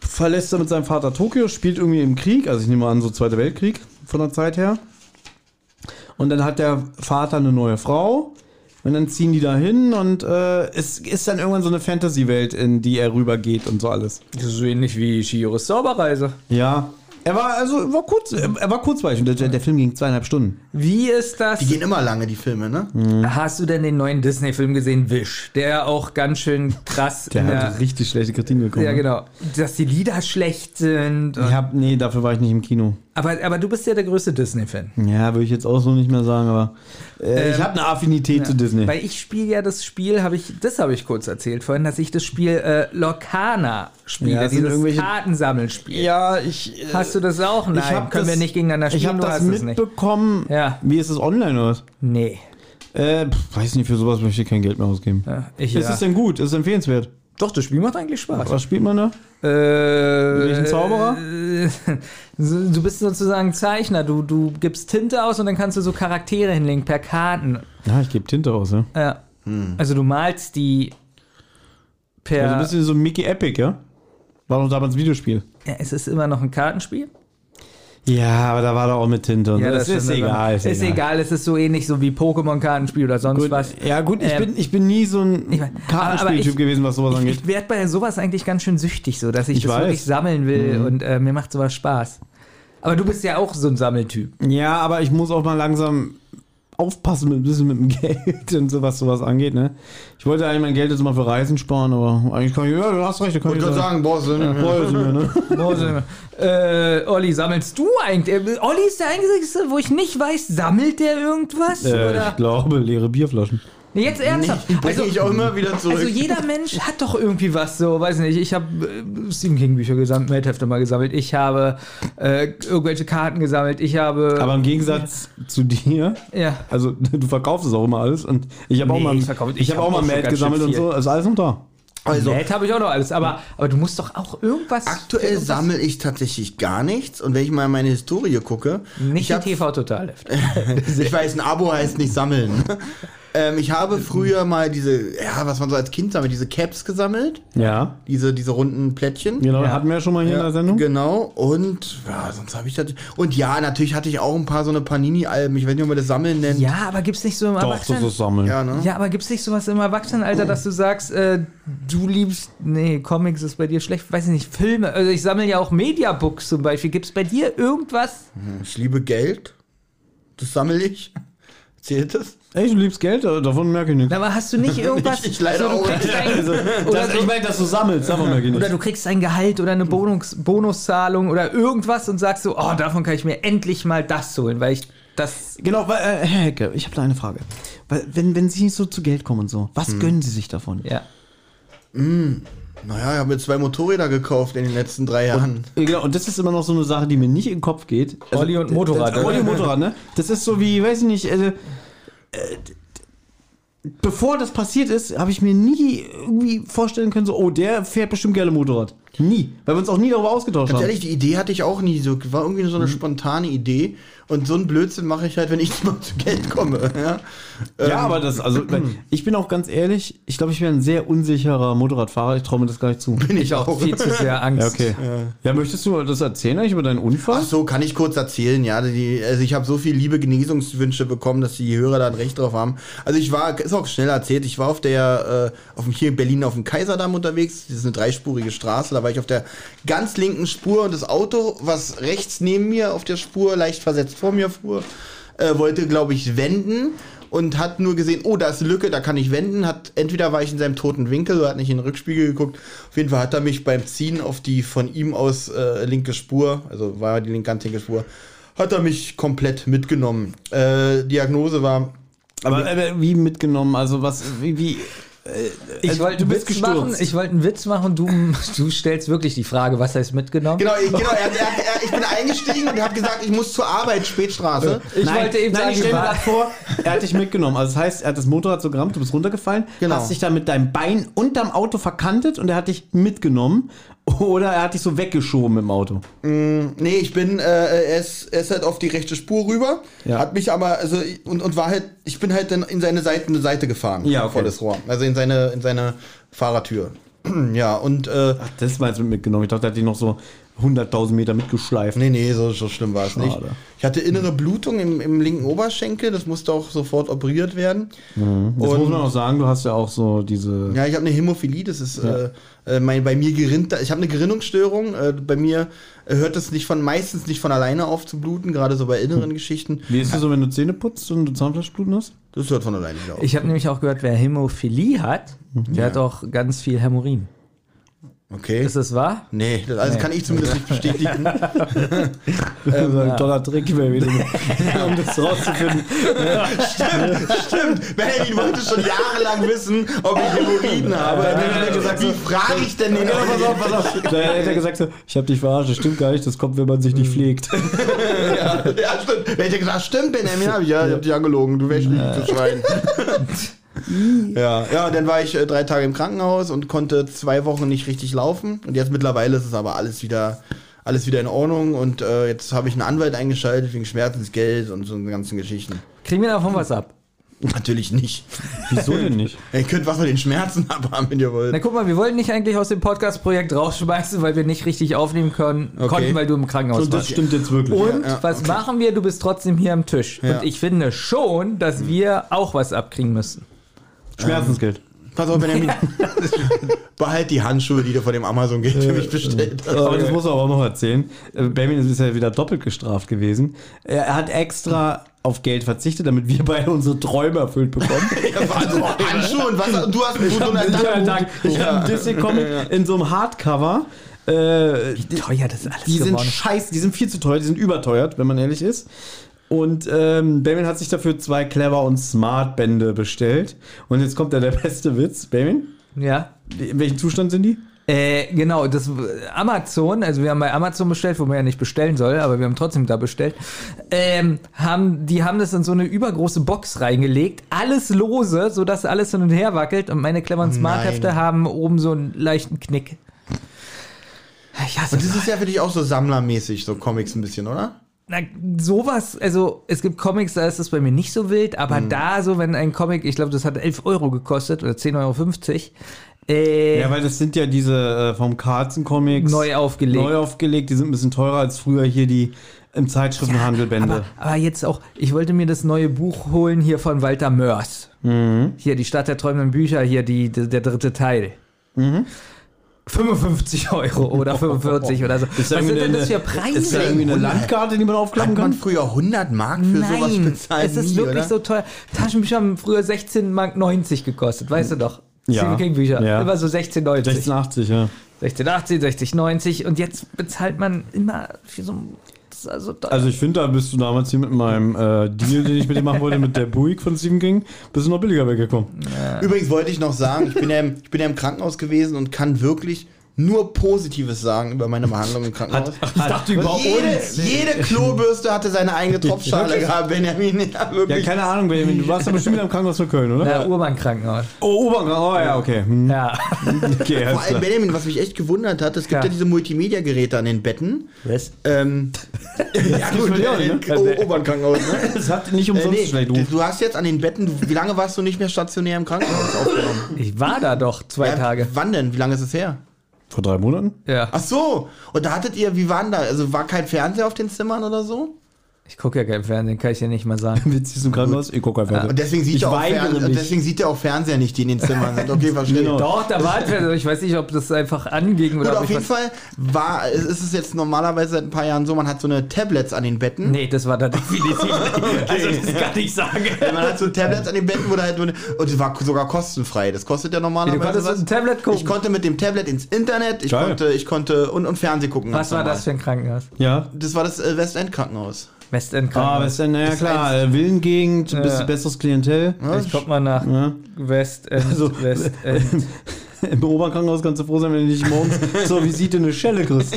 [SPEAKER 3] verlässt er mit seinem Vater Tokio, spielt irgendwie im Krieg, also ich nehme an, so Zweiter Weltkrieg von der Zeit her. Und dann hat der Vater eine neue Frau. Und dann ziehen die da hin und äh, es ist dann irgendwann so eine Fantasy-Welt, in die er rübergeht und so alles.
[SPEAKER 2] Das ist so ähnlich wie Shiros Zauberreise.
[SPEAKER 3] Ja, Er war also er war kurz, er war kurzweilig. Der, der Film ging zweieinhalb Stunden.
[SPEAKER 2] Wie ist das?
[SPEAKER 1] Die gehen immer lange, die Filme, ne?
[SPEAKER 2] Mhm. Hast du denn den neuen Disney-Film gesehen, Wish? Der auch ganz schön krass. in
[SPEAKER 3] richtig schlechte Kritiken bekommen. ne?
[SPEAKER 2] ja, genau. Dass die Lieder schlecht sind.
[SPEAKER 3] Ich hab, nee, dafür war ich nicht im Kino.
[SPEAKER 2] Aber, aber du bist ja der größte Disney-Fan.
[SPEAKER 3] Ja, würde ich jetzt auch so nicht mehr sagen, aber äh, ich
[SPEAKER 2] Ähm,
[SPEAKER 3] habe eine Affinität zu
[SPEAKER 2] (laughs)
[SPEAKER 3] Disney.
[SPEAKER 2] Weil ich spiele ja das Spiel, habe ich, das habe ich kurz erzählt vorhin, dass ich das Spiel äh, Lorcana spiele,
[SPEAKER 3] Ja, das sind
[SPEAKER 2] dieses
[SPEAKER 3] irgendwelche-
[SPEAKER 2] Kartensammelspiel.
[SPEAKER 3] Ja, ich. äh,
[SPEAKER 2] Hast du das auch? Nein,
[SPEAKER 3] hab
[SPEAKER 2] können
[SPEAKER 3] das-
[SPEAKER 2] wir nicht gegeneinander spielen,
[SPEAKER 3] Ich habe
[SPEAKER 2] du
[SPEAKER 3] das
[SPEAKER 2] hast es nicht.
[SPEAKER 3] mitbekommen.
[SPEAKER 2] Ja.
[SPEAKER 3] Wie ist das online oder was?
[SPEAKER 2] Nee.
[SPEAKER 3] Äh, pf, weiß nicht, für sowas möchte ich kein Geld mehr ausgeben.
[SPEAKER 2] Ja, Ich,
[SPEAKER 3] Ist
[SPEAKER 2] ja.
[SPEAKER 3] es denn gut? Ist es empfehlenswert?
[SPEAKER 2] Doch, das Spiel macht eigentlich Spaß.
[SPEAKER 3] Was spielt man da?
[SPEAKER 2] Äh, Welchen
[SPEAKER 3] Zauberer?
[SPEAKER 2] Du bist sozusagen Zeichner. Du, du gibst Tinte aus und dann kannst du so Charaktere hinlegen per Karten.
[SPEAKER 3] Ja, ich gebe Tinte aus, ja.
[SPEAKER 2] Ja. Also du malst die per.
[SPEAKER 3] Hm. Also ein bisschen so Mickey Epic, ja? War doch damals ein Videospiel.
[SPEAKER 2] ja, es ist immer noch ein Kartenspiel.
[SPEAKER 3] Ja, aber da war doch auch mit Tinte. Ja, das, ist,
[SPEAKER 2] schon eine
[SPEAKER 3] egal,
[SPEAKER 2] Sache. Ist, egal. es ist so ähnlich so wie Pokémon-Kartenspiel oder sonst
[SPEAKER 3] Gut,
[SPEAKER 2] was.
[SPEAKER 3] ja, gut, ich,
[SPEAKER 2] Ähm,
[SPEAKER 3] bin, ich bin nie so ein
[SPEAKER 2] ich mein, aber
[SPEAKER 3] Kartenspieltyp
[SPEAKER 2] ich-
[SPEAKER 3] gewesen, was sowas
[SPEAKER 2] Ich,
[SPEAKER 3] angeht.
[SPEAKER 2] ich werde bei sowas eigentlich ganz schön süchtig, so dass ich,
[SPEAKER 3] Ich
[SPEAKER 2] das
[SPEAKER 3] weiß. Mhm.
[SPEAKER 2] wirklich sammeln will und äh, mir macht sowas Spaß. Aber du bist ja auch so ein Sammeltyp.
[SPEAKER 3] Ja, aber ich muss auch mal langsam aufpassen mit ein bisschen mit dem (laughs) Geld und sowas, sowas angeht, ne? Ich wollte eigentlich mein Geld jetzt mal für Reisen sparen, aber eigentlich kann ich, ja, du hast recht, da kann
[SPEAKER 1] Ich
[SPEAKER 3] ich
[SPEAKER 1] würde sagen, boah, so eine-
[SPEAKER 3] Boah, ist mir, ne?
[SPEAKER 2] Mose, äh, Olli, sammelst du eigentlich? äh, Olli ist der Einzige, wo ich nicht weiß, sammelt der irgendwas?
[SPEAKER 3] äh, ich
[SPEAKER 2] oder?
[SPEAKER 3] glaube, leere Bierflaschen.
[SPEAKER 2] Nee, jetzt ernsthaft.
[SPEAKER 1] Die bringe
[SPEAKER 2] also,
[SPEAKER 1] ich auch immer wieder zurück.
[SPEAKER 2] also jeder Mensch hat doch irgendwie was, so, weiß nicht. Ich habe äh, Stephen King Bücher gesammelt, Welthefte mal gesammelt. Ich habe äh, irgendwelche Karten gesammelt. Ich habe.
[SPEAKER 3] Aber im Gegensatz zu dir,
[SPEAKER 2] ja.
[SPEAKER 3] also (laughs) du verkaufst es auch immer alles und ich habe auch
[SPEAKER 2] Nee,
[SPEAKER 3] mal,
[SPEAKER 2] ich verkauf-
[SPEAKER 3] ich
[SPEAKER 2] ich
[SPEAKER 3] hab
[SPEAKER 2] hab
[SPEAKER 3] auch mal
[SPEAKER 2] auch schon
[SPEAKER 3] Mad
[SPEAKER 2] ganz
[SPEAKER 3] gesammelt
[SPEAKER 2] schön
[SPEAKER 3] und so, ist alles noch da.
[SPEAKER 1] Also,
[SPEAKER 2] Nett habe ich auch noch alles, aber, aber du musst doch auch irgendwas.
[SPEAKER 1] aktuell
[SPEAKER 2] irgendwas-
[SPEAKER 1] sammle ich tatsächlich gar nichts. Und wenn ich mal in meine Historie gucke,
[SPEAKER 2] Nicht
[SPEAKER 1] ich
[SPEAKER 2] die
[SPEAKER 1] hab
[SPEAKER 2] TV-Totalheft.
[SPEAKER 1] (laughs) Ich weiß, ein Abo heißt nicht
[SPEAKER 2] (laughs)
[SPEAKER 1] sammeln. ähm, ich habe früher mal diese, ja, was man so als Kind sammelt, diese Caps gesammelt.
[SPEAKER 3] Ja,
[SPEAKER 1] Diese, diese runden Plättchen.
[SPEAKER 3] genau, hatten wir ja schon mal hier in der Sendung.
[SPEAKER 1] Genau, und ja, sonst habe ich das. Und ja, natürlich hatte ich auch ein paar so eine Panini-Alben. Ich weiß nicht, ob man das Sammeln nennt.
[SPEAKER 2] Ja, aber gibt's nicht so im
[SPEAKER 3] Doch, das
[SPEAKER 2] Erwachsenen-
[SPEAKER 3] ist Sammeln.
[SPEAKER 1] Ja, ne?
[SPEAKER 2] Ja, aber gibt's nicht sowas im Erwachsenenalter, dass du sagst, äh, du liebst, nee, Comics ist bei dir schlecht, weiß ich nicht, Filme, also ich sammle ja auch Mediabooks zum Beispiel. Gibt's bei dir irgendwas?
[SPEAKER 1] Ich liebe Geld. Das sammle ich. Zählt das?
[SPEAKER 3] Ey, du liebst Geld, äh, davon merke ich nichts.
[SPEAKER 2] Aber hast du nicht irgendwas?
[SPEAKER 1] Ich- ich leider
[SPEAKER 2] so,
[SPEAKER 1] auch.
[SPEAKER 2] du kriegst ein,
[SPEAKER 3] (laughs)
[SPEAKER 2] oder,
[SPEAKER 3] Das, ich meine, dass du sammelst, davon merke ich
[SPEAKER 2] oder
[SPEAKER 3] nichts.
[SPEAKER 2] du kriegst ein Gehalt oder eine Bonus, Bonuszahlung oder irgendwas und sagst so, oh, davon kann ich mir endlich mal das holen, weil ich das.
[SPEAKER 3] Genau, weil, äh, Herr Hecke, ich habe da eine Frage. Weil, wenn, wenn Sie so zu Geld kommen und so, was gönnen Sie sich davon?
[SPEAKER 2] Ja.
[SPEAKER 1] Naja, ich habe mir zwei Motorräder gekauft in den letzten drei Jahren.
[SPEAKER 3] Ja, Genau, und das ist immer noch so eine Sache, die mir nicht in den Kopf geht.
[SPEAKER 2] Olli und Motorrad,
[SPEAKER 3] äh,
[SPEAKER 2] ne?
[SPEAKER 3] Olli und Motorrad, ne? Das ist so wie, weiß ich nicht, äh, äh, bevor das passiert ist, habe ich mir nie irgendwie vorstellen können, so, oh, der fährt bestimmt gerne Motorrad. Nie. Weil wir uns auch nie darüber ausgetauscht
[SPEAKER 1] Ganz
[SPEAKER 3] haben.
[SPEAKER 1] ehrlich, die Idee hatte ich auch nie. So, war irgendwie nur so eine spontane Idee. Und so einen Blödsinn mache ich (laughs) halt, wenn ich mal zu Geld komme. Ja,
[SPEAKER 3] Ja, aber das, also, ich bin auch ganz ehrlich, ich glaube, ich wäre ein sehr unsicherer Motorradfahrer, ich traue mir das gar nicht zu.
[SPEAKER 1] bin
[SPEAKER 2] Ich auch viel zu sehr Angst.
[SPEAKER 3] Ja, okay. Ja, möchtest du das erzählen eigentlich über deinen Unfall?
[SPEAKER 1] Ach so, kann ich kurz erzählen, ja. Die, also ich habe so viel liebe Genesungswünsche bekommen, dass die Hörer da ein Recht drauf haben. Also ich war, ist auch schnell erzählt, ich war auf der, äh, auf dem, hier in Berlin auf dem Kaiserdamm unterwegs. Das ist eine dreispurige Straße. Da war ich auf der ganz linken Spur und das Auto, was rechts neben mir auf der Spur leicht versetzt vor mir fuhr, äh, wollte, glaube ich, wenden und hat nur gesehen, oh, da ist eine Lücke, da kann ich wenden. Hat entweder war ich in seinem toten Winkel oder hat nicht in den Rückspiegel geguckt. Auf jeden Fall hat er mich beim Ziehen auf die von ihm aus äh, linke Spur, also war die linke ganz linke Spur, hat er mich komplett mitgenommen. Äh, Diagnose war
[SPEAKER 3] Aber äh, wie mitgenommen? Also was, wie, wie
[SPEAKER 2] Ich
[SPEAKER 3] Also,
[SPEAKER 2] wollte
[SPEAKER 3] du
[SPEAKER 2] einen
[SPEAKER 3] bist
[SPEAKER 2] Witz
[SPEAKER 3] gestürzt.
[SPEAKER 2] machen, ich wollte einen Witz machen, du, du stellst wirklich die Frage, was heißt mitgenommen?
[SPEAKER 1] genau, ich, genau, er, er, er, ich bin eingestiegen und habe gesagt, ich muss zur Arbeit, Spätstraße.
[SPEAKER 2] Ich wollte eben sagen,
[SPEAKER 3] ich stell
[SPEAKER 2] wir
[SPEAKER 3] mir
[SPEAKER 2] waren-
[SPEAKER 3] gerade vor, (laughs) er hat dich mitgenommen. Also das heißt, er hat das Motorrad so gerammt, du bist runtergefallen,
[SPEAKER 1] Genau.
[SPEAKER 3] hast dich dann mit deinem Bein unterm Auto verkantet und er hat dich mitgenommen. (laughs) Oder er hat dich so weggeschoben im Auto.
[SPEAKER 1] Nee, ich bin, äh, er, ist, er ist halt auf die rechte Spur rüber,
[SPEAKER 3] Ja.
[SPEAKER 1] hat mich aber, also, und, und war halt, ich bin halt dann in seine Seite, eine Seite gefahren,
[SPEAKER 3] Ja, okay.
[SPEAKER 1] vor das Rohr, also in seine, in seine Fahrertür. (clears throat) ja, und, äh,
[SPEAKER 3] Ach, das meinst du mit mitgenommen. Ich dachte, er hat dich noch so 100.000 Meter mitgeschleift.
[SPEAKER 1] Nee, nee, so, so schlimm war es nicht.
[SPEAKER 3] Schade.
[SPEAKER 1] Ich hatte innere Blutung im, im linken Oberschenkel, das musste auch sofort operiert werden.
[SPEAKER 3] Jetzt Mhm. muss
[SPEAKER 1] Und
[SPEAKER 3] man auch sagen, du hast ja auch so diese.
[SPEAKER 1] ja, ich habe eine Hämophilie, das ist äh, äh, mein, bei mir gerinnt, da- ich habe eine Gerinnungsstörung, äh, bei mir äh, hört es nicht von meistens nicht von alleine auf zu bluten, gerade so bei inneren
[SPEAKER 3] Hm.
[SPEAKER 1] Geschichten.
[SPEAKER 3] Wie ist es so, wenn du Zähne putzt und du Zahnfleischbluten hast?
[SPEAKER 1] Das hört von alleine wieder auf.
[SPEAKER 2] Ich habe nämlich auch gehört, wer Hämophilie hat,
[SPEAKER 3] Mhm.
[SPEAKER 2] der hat auch ganz viel Hämorrhoiden.
[SPEAKER 1] Okay.
[SPEAKER 2] Ist das wahr?
[SPEAKER 1] Nee, das also
[SPEAKER 2] Nee.
[SPEAKER 1] kann ich zumindest nicht bestätigen.
[SPEAKER 3] Ähm, ein toller Trick, Baby, um das rauszufinden.
[SPEAKER 1] Benjamin wollte schon jahrelang wissen, ob ich Hämorrhoiden habe.
[SPEAKER 3] Ja, ja, ja, gesagt,
[SPEAKER 1] Wie frage ich denn den?
[SPEAKER 3] Pass auf, pass auf. Da hätte er gesagt, so, ich habe dich verarscht, das stimmt gar nicht, das kommt, wenn man sich nicht pflegt.
[SPEAKER 1] Ja, ja, stimmt. Wer hätte gesagt, stimmt, Benjamin, hab ich, ja, ich hab dich angelogen, du wärst nicht zu schreien. ja, ja, dann war ich äh, drei Tage im Krankenhaus und konnte zwei Wochen nicht richtig laufen. Und jetzt mittlerweile ist es aber alles wieder, alles wieder in Ordnung. Und äh, jetzt habe ich einen Anwalt eingeschaltet wegen Schmerzensgeld und so ganzen Geschichten.
[SPEAKER 2] Kriegen wir davon was ab?
[SPEAKER 1] Natürlich nicht.
[SPEAKER 3] Wieso denn nicht?
[SPEAKER 1] Ihr könnt was von den Schmerzen (laughs) abhaben, wenn ihr wollt.
[SPEAKER 2] Na guck mal, wir wollten dich eigentlich aus dem Podcast-Projekt rausschmeißen, weil wir nicht richtig aufnehmen können,
[SPEAKER 1] Okay.
[SPEAKER 2] konnten, weil du im Krankenhaus
[SPEAKER 3] Und das
[SPEAKER 2] warst.
[SPEAKER 3] stimmt jetzt wirklich.
[SPEAKER 2] Und
[SPEAKER 1] Ja, ja,
[SPEAKER 2] was machen wir? Du bist trotzdem hier am Tisch.
[SPEAKER 1] Ja.
[SPEAKER 2] Und ich finde schon, dass wir auch was abkriegen müssen.
[SPEAKER 3] Schmerzensgeld.
[SPEAKER 1] Pass auf, Benjamin. (laughs) Behalt die Handschuhe, die du von dem Amazon-Geld für mich bestellt hast.
[SPEAKER 3] Aber das muss man auch noch erzählen. Äh, Benjamin ist bisher wieder doppelt gestraft gewesen. Er hat extra auf Geld verzichtet, damit wir beide unsere Träume erfüllt (laughs) bekommen.
[SPEAKER 1] Ja, Wahnsinn. Handschuhe und was? Du hast einen guten
[SPEAKER 3] Ein
[SPEAKER 1] Tag.
[SPEAKER 3] Dank. Ich habe einen Disney-Comic in so einem Hardcover. Äh, die-
[SPEAKER 2] Teuer, das ist alles
[SPEAKER 3] die sind
[SPEAKER 2] geworden.
[SPEAKER 3] scheiße, die sind viel zu teuer, die sind überteuert, wenn man ehrlich ist. Und ähm, Benjamin hat sich dafür zwei Clever- und Smart-Bände bestellt. Und jetzt kommt da der (laughs) beste Witz. Benjamin,
[SPEAKER 2] ja.
[SPEAKER 3] in welchem Zustand sind die?
[SPEAKER 2] Äh, genau, das Amazon, also wir haben bei Amazon bestellt, wo man ja nicht bestellen soll, aber wir haben trotzdem da bestellt. Ähm, haben, die haben das in so eine übergroße Box reingelegt, alles lose, sodass alles hin und her wackelt und meine cleveren Smart-Hefte
[SPEAKER 1] Nein.
[SPEAKER 2] haben oben so einen leichten Knick. Ich hasse
[SPEAKER 1] Das ist ja für dich auch so sammlermäßig, so Comics ein bisschen, oder?
[SPEAKER 2] Na, sowas, also es gibt Comics, da ist das bei mir nicht so wild, aber da so, wenn ein Comic, ich glaube, das hat 11 Euro gekostet oder 10,50 Euro, äh,
[SPEAKER 3] Ja, weil das sind ja diese äh, vom Carlsen-Comics.
[SPEAKER 2] neu aufgelegt.
[SPEAKER 3] Neu aufgelegt, die sind ein bisschen teurer als früher hier die im Zeitschriftenhandelbände.
[SPEAKER 2] aber, aber jetzt auch, ich wollte mir das neue Buch holen hier von Walter Mörs. Hier, die Stadt der träumenden Bücher, hier die, die, der dritte Teil. 55 Euro oder 45 oder so. Was
[SPEAKER 3] da
[SPEAKER 2] sind
[SPEAKER 3] irgendwie
[SPEAKER 2] denn das für
[SPEAKER 3] eine-
[SPEAKER 2] Preise?
[SPEAKER 3] Ist da irgendwie eine Landkarte, die man aufklappen
[SPEAKER 1] Hat man
[SPEAKER 3] kann?
[SPEAKER 1] früher 100 Mark für sowas
[SPEAKER 2] Nein,
[SPEAKER 1] bezahlt?
[SPEAKER 2] es ist
[SPEAKER 1] nie,
[SPEAKER 2] wirklich
[SPEAKER 1] oder?
[SPEAKER 2] so teuer. Taschenbücher haben früher 16,90 Mark gekostet, weißt du doch.
[SPEAKER 3] Ja.
[SPEAKER 2] Stephen King Bücher,
[SPEAKER 3] Ja.
[SPEAKER 2] immer so 16,90.
[SPEAKER 3] 1680, ja.
[SPEAKER 2] 16,80, 60,90 und jetzt bezahlt man immer für so ein... Das ist also teuer.
[SPEAKER 3] Also ich finde, da bist du damals hier mit meinem äh, Deal, den ich mit dir machen wollte, mit der Buick von Stephen King, bist du noch billiger weggekommen.
[SPEAKER 1] Übrigens wollte ich noch sagen, ich bin, ja im, ich bin ja im Krankenhaus gewesen und kann wirklich nur Positives sagen über meine Behandlung im Krankenhaus.
[SPEAKER 3] Ich dachte
[SPEAKER 1] jede, jede Klobürste hatte seine eigene Tropfschale
[SPEAKER 3] Wirklich?
[SPEAKER 1] gehabt, Benjamin. Ja,
[SPEAKER 3] Ja,
[SPEAKER 1] wirklich.
[SPEAKER 3] keine Ahnung, Benjamin, du warst ja bestimmt wieder im Krankenhaus für Köln, oder?
[SPEAKER 2] ja, Urban-Krankenhaus.
[SPEAKER 3] Oh, Obern, oh ja, okay. Hm.
[SPEAKER 2] Ja.
[SPEAKER 1] Vor
[SPEAKER 3] Okay, alles
[SPEAKER 1] allem,
[SPEAKER 3] klar.
[SPEAKER 1] Benjamin, was mich echt gewundert hat, es gibt
[SPEAKER 2] Ja.
[SPEAKER 1] ja, diese Multimedia-Geräte an den Betten.
[SPEAKER 3] (laughs)
[SPEAKER 1] Ähm, (laughs) ja,
[SPEAKER 3] gibt's bei dir auch,
[SPEAKER 1] äh,
[SPEAKER 3] ne?
[SPEAKER 1] O- Obernkrankenhaus,
[SPEAKER 3] (laughs)
[SPEAKER 1] ne?
[SPEAKER 3] Das hat nicht
[SPEAKER 1] Äh,
[SPEAKER 3] umsonst
[SPEAKER 1] nee,
[SPEAKER 3] schlecht
[SPEAKER 1] du,
[SPEAKER 3] Ruf.
[SPEAKER 1] du hast jetzt an den Betten, du, wie lange warst du nicht mehr stationär im
[SPEAKER 3] (laughs)
[SPEAKER 1] Krankenhaus aufgenommen?
[SPEAKER 2] Ich war da doch zwei
[SPEAKER 1] Ja,
[SPEAKER 2] Tage.
[SPEAKER 1] Wann denn? Wie lange ist es her?
[SPEAKER 3] Vor drei Monaten?
[SPEAKER 2] Ja.
[SPEAKER 1] Ach so, und da hattet ihr, wie waren da? Also war kein Fernseher auf den Zimmern oder so?
[SPEAKER 2] Ich gucke ja kein Fernsehen, kann ich dir nicht mal sagen.
[SPEAKER 3] Witzig ist im Krankenhaus? Ich guck einfach.
[SPEAKER 1] Und deswegen sieht,
[SPEAKER 3] ich
[SPEAKER 1] ihr auch,
[SPEAKER 3] weigere
[SPEAKER 1] Fernseher,
[SPEAKER 3] mich.
[SPEAKER 1] deswegen sieht ihr auch Fernseher nicht, die in den Zimmern sind.
[SPEAKER 3] (laughs)
[SPEAKER 1] Okay, verstehe.
[SPEAKER 3] (laughs) Genau.
[SPEAKER 2] Doch, da war ein Fernsehen. Ich weiß nicht, ob das einfach anging oder
[SPEAKER 1] Gut,
[SPEAKER 2] ob
[SPEAKER 1] auf
[SPEAKER 2] ich
[SPEAKER 1] jeden
[SPEAKER 2] was-
[SPEAKER 1] Fall war, es ist es jetzt normalerweise seit ein paar Jahren so, man hat so eine Tablets an den Betten.
[SPEAKER 2] Nee, das war da definitiv
[SPEAKER 3] (laughs)
[SPEAKER 2] nicht. Also das kann ich sagen.
[SPEAKER 1] Man hat so Tablets an den Betten, wo da halt nur eine, und es war sogar kostenfrei. Das kostet ja
[SPEAKER 2] Du
[SPEAKER 1] normalerweise
[SPEAKER 2] konntest
[SPEAKER 1] was.
[SPEAKER 2] auf dem Tablet gucken.
[SPEAKER 1] Ich konnte mit dem Tablet ins Internet, ich
[SPEAKER 3] Geil.
[SPEAKER 1] konnte, ich konnte und, und Fernseh gucken.
[SPEAKER 2] was
[SPEAKER 1] ganz
[SPEAKER 2] war
[SPEAKER 1] normal.
[SPEAKER 2] das für ein Krankenhaus?
[SPEAKER 3] Ja.
[SPEAKER 1] Das war das äh, Westend-Krankenhaus.
[SPEAKER 2] Westend-Krankenhaus.
[SPEAKER 3] Ah, was denn? Naja,
[SPEAKER 1] Ist
[SPEAKER 3] klar, äh, Willengegend,
[SPEAKER 2] Ja.
[SPEAKER 3] bis- besseres Klientel.
[SPEAKER 2] Ich guck mal nach
[SPEAKER 3] Ja.
[SPEAKER 2] Westend,
[SPEAKER 3] Also, (laughs)
[SPEAKER 2] Westend.
[SPEAKER 3] Im Oberkrankenhaus kannst du froh sein, wenn du nicht morgens zur Visite eine Schelle kriegst.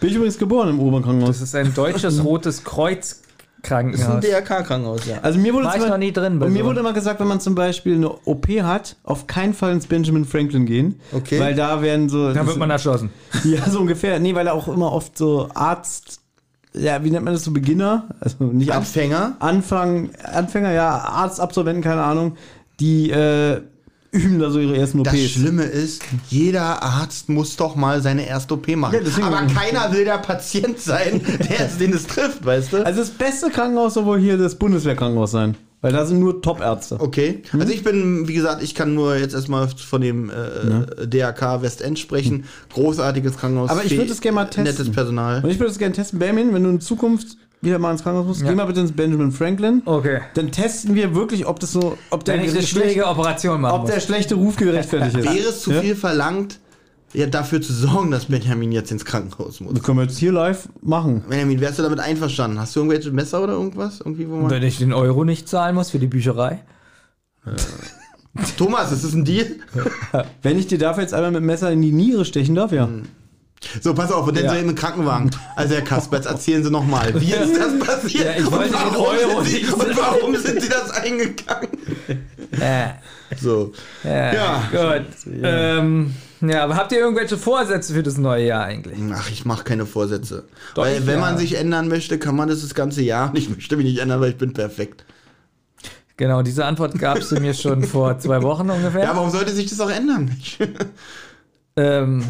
[SPEAKER 3] Bin ich übrigens geboren im
[SPEAKER 2] Das
[SPEAKER 3] Oberkrankenhaus.
[SPEAKER 2] ist ein
[SPEAKER 3] (laughs)
[SPEAKER 2] deutsches Rotes Kreuz Krankenhaus.
[SPEAKER 1] DRK-Krankenhaus, ja.
[SPEAKER 3] Also mir wurde,
[SPEAKER 2] War ich
[SPEAKER 3] zwar-
[SPEAKER 2] noch nie drin. bei
[SPEAKER 3] und mir
[SPEAKER 2] so
[SPEAKER 3] wurde immer gesagt, wenn man zum Beispiel eine OP hat, auf keinen Fall ins Benjamin Franklin gehen.
[SPEAKER 1] Okay.
[SPEAKER 3] Weil da werden so.
[SPEAKER 2] da wird man erschossen.
[SPEAKER 3] ja, so ungefähr. Nee, weil da auch immer oft so Arzt. Ja, wie nennt man das so? Beginner? Also nicht Arzt.
[SPEAKER 1] Anfänger.
[SPEAKER 3] Anfang, Anfänger, ja, Arztabsolventen, keine Ahnung, die äh, üben da so ihre ersten OPs.
[SPEAKER 1] Das Schlimme ist, jeder Arzt muss doch mal seine erste OP machen.
[SPEAKER 3] Ja, deswegen-
[SPEAKER 1] Aber keiner will der Patient sein, der es, den es trifft, weißt du?
[SPEAKER 3] Also das beste Krankenhaus soll wohl hier das Bundeswehrkrankenhaus sein. Weil da sind nur Top-Ärzte.
[SPEAKER 1] Okay. Also ich bin, wie gesagt, ich kann nur jetzt erstmal von dem äh, DRK Westend sprechen. Großartiges Krankenhaus.
[SPEAKER 3] Aber ich würde es gerne mal testen.
[SPEAKER 1] Nettes Personal.
[SPEAKER 3] Und ich würde es gerne testen, Benjamin, wenn du in Zukunft wieder mal ins Krankenhaus musst,
[SPEAKER 2] Ja.
[SPEAKER 3] geh mal bitte ins Benjamin Franklin.
[SPEAKER 2] Okay.
[SPEAKER 3] Dann testen wir wirklich, ob das so, ob der,
[SPEAKER 2] Wenn ich eine
[SPEAKER 3] schlechte,
[SPEAKER 2] schwierige Operation machen
[SPEAKER 3] ob
[SPEAKER 2] muss.
[SPEAKER 3] der schlechte Ruf gerechtfertigt ist.
[SPEAKER 1] Wäre es zu
[SPEAKER 3] Ja?
[SPEAKER 1] viel verlangt, ja, dafür zu sorgen, dass Benjamin jetzt ins Krankenhaus muss?
[SPEAKER 3] Das können wir jetzt hier live machen.
[SPEAKER 1] Benjamin, wärst du damit einverstanden? Hast du irgendwelche Messer oder irgendwas? Irgendwie, wo man
[SPEAKER 2] Wenn ich den Euro nicht zahlen muss für die Bücherei.
[SPEAKER 1] Thomas, ist das ein Deal?
[SPEAKER 3] Wenn ich dir dafür jetzt einmal mit dem Messer in die Niere stechen darf, ja.
[SPEAKER 2] Hm.
[SPEAKER 1] So, pass auf, und dann
[SPEAKER 2] Ja.
[SPEAKER 1] sind wir im Krankenwagen. Also, Herr Kasper, jetzt erzählen Sie nochmal, wie ist das passiert?
[SPEAKER 2] Ja, ich
[SPEAKER 1] und,
[SPEAKER 2] wollte den
[SPEAKER 1] warum
[SPEAKER 2] Euro
[SPEAKER 1] sind Sie,
[SPEAKER 2] nicht
[SPEAKER 1] und warum sind Sie das eingegangen?
[SPEAKER 2] Äh,
[SPEAKER 1] So.
[SPEAKER 2] äh,
[SPEAKER 1] Ja.
[SPEAKER 2] Gut. Ähm, ja, aber habt ihr irgendwelche Vorsätze für das neue Jahr eigentlich?
[SPEAKER 1] Ach, ich mache keine Vorsätze.
[SPEAKER 2] Doch,
[SPEAKER 1] weil, wenn
[SPEAKER 2] ja.
[SPEAKER 1] man sich ändern möchte, kann man das das ganze Jahr. (laughs) Und ich möchte mich nicht ändern, weil ich bin perfekt.
[SPEAKER 2] Genau, diese Antwort gabst du mir
[SPEAKER 3] (laughs)
[SPEAKER 2] schon vor zwei Wochen ungefähr.
[SPEAKER 1] Ja, warum sollte sich das auch ändern?
[SPEAKER 2] ähm,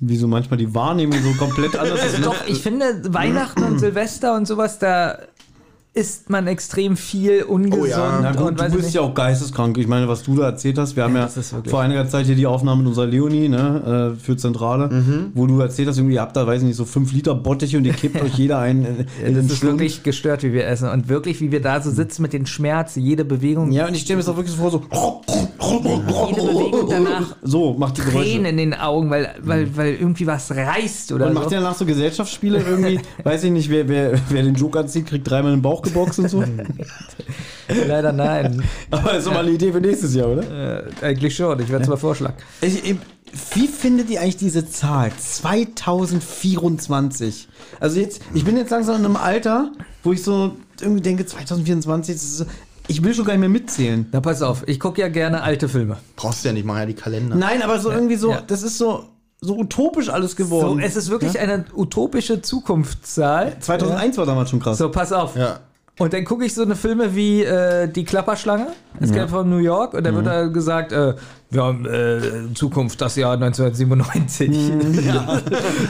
[SPEAKER 3] Wieso manchmal die Wahrnehmung so
[SPEAKER 2] (laughs)
[SPEAKER 3] komplett anders ist. Ne?
[SPEAKER 2] Doch, ich finde, Weihnachten
[SPEAKER 3] (clears throat)
[SPEAKER 2] und Silvester und sowas, da isst man extrem viel ungesund.
[SPEAKER 1] Oh ja.
[SPEAKER 3] Na
[SPEAKER 2] und
[SPEAKER 3] gut, du
[SPEAKER 2] weiß ich
[SPEAKER 3] bist
[SPEAKER 2] nicht.
[SPEAKER 3] ja auch geisteskrank. Ich meine, was du da erzählt hast, wir haben ja
[SPEAKER 2] das ist wirklich-
[SPEAKER 3] vor einiger Zeit hier die Aufnahme mit unserer Leonie ne, äh, für Zentrale,
[SPEAKER 2] Mhm.
[SPEAKER 3] wo du erzählt hast, irgendwie, ihr habt da, weiß ich nicht, so 5 Liter Bottiche und ihr kippt euch jeder einen in, in
[SPEAKER 2] das
[SPEAKER 3] den
[SPEAKER 2] ist
[SPEAKER 3] Schlund.
[SPEAKER 2] wirklich gestört, wie wir essen. Und wirklich, wie wir da so sitzen mit den Schmerzen, jede Bewegung,
[SPEAKER 3] Ja, und ich stelle mir das auch wirklich so vor, so.
[SPEAKER 2] jede Bewegung danach
[SPEAKER 3] So, macht die
[SPEAKER 2] Tränen
[SPEAKER 3] Geräusche.
[SPEAKER 2] in den Augen, weil, weil, weil irgendwie was reißt oder
[SPEAKER 3] Und
[SPEAKER 2] so.
[SPEAKER 3] Mhm. macht ihr danach so Gesellschaftsspiele
[SPEAKER 2] (laughs)
[SPEAKER 3] irgendwie? Weiß ich nicht, wer, wer, wer den Joker zieht, kriegt dreimal den Bauch
[SPEAKER 2] (laughs)
[SPEAKER 3] geboxt und so.
[SPEAKER 2] Leider nein.
[SPEAKER 3] Aber das ist doch mal eine Idee für nächstes Jahr, oder?
[SPEAKER 2] äh, eigentlich schon, ich werde es mal vorschlagen.
[SPEAKER 3] Ich, ich- wie findet ihr eigentlich diese Zahl? 2024. Also jetzt, ich bin jetzt langsam in einem Alter, wo ich so irgendwie denke, 2024, das ist so, ich will schon gar nicht mehr mitzählen.
[SPEAKER 2] Na, pass auf, ich gucke ja gerne alte Filme.
[SPEAKER 1] (laughs) Brauchst du ja nicht, mach ja die Kalender.
[SPEAKER 3] Nein, aber so irgendwie so,
[SPEAKER 2] ja.
[SPEAKER 3] das ist so, so utopisch alles geworden.
[SPEAKER 2] So, es ist wirklich eine utopische Zukunftszahl.
[SPEAKER 3] 2001 war damals schon krass.
[SPEAKER 2] So, pass auf.
[SPEAKER 1] Ja.
[SPEAKER 2] Und dann gucke ich so eine Filme wie äh, Die Klapperschlange, es gab von New York, und da
[SPEAKER 3] Mhm.
[SPEAKER 2] wird da gesagt, äh, wir haben äh, in Zukunft das Jahr 1997.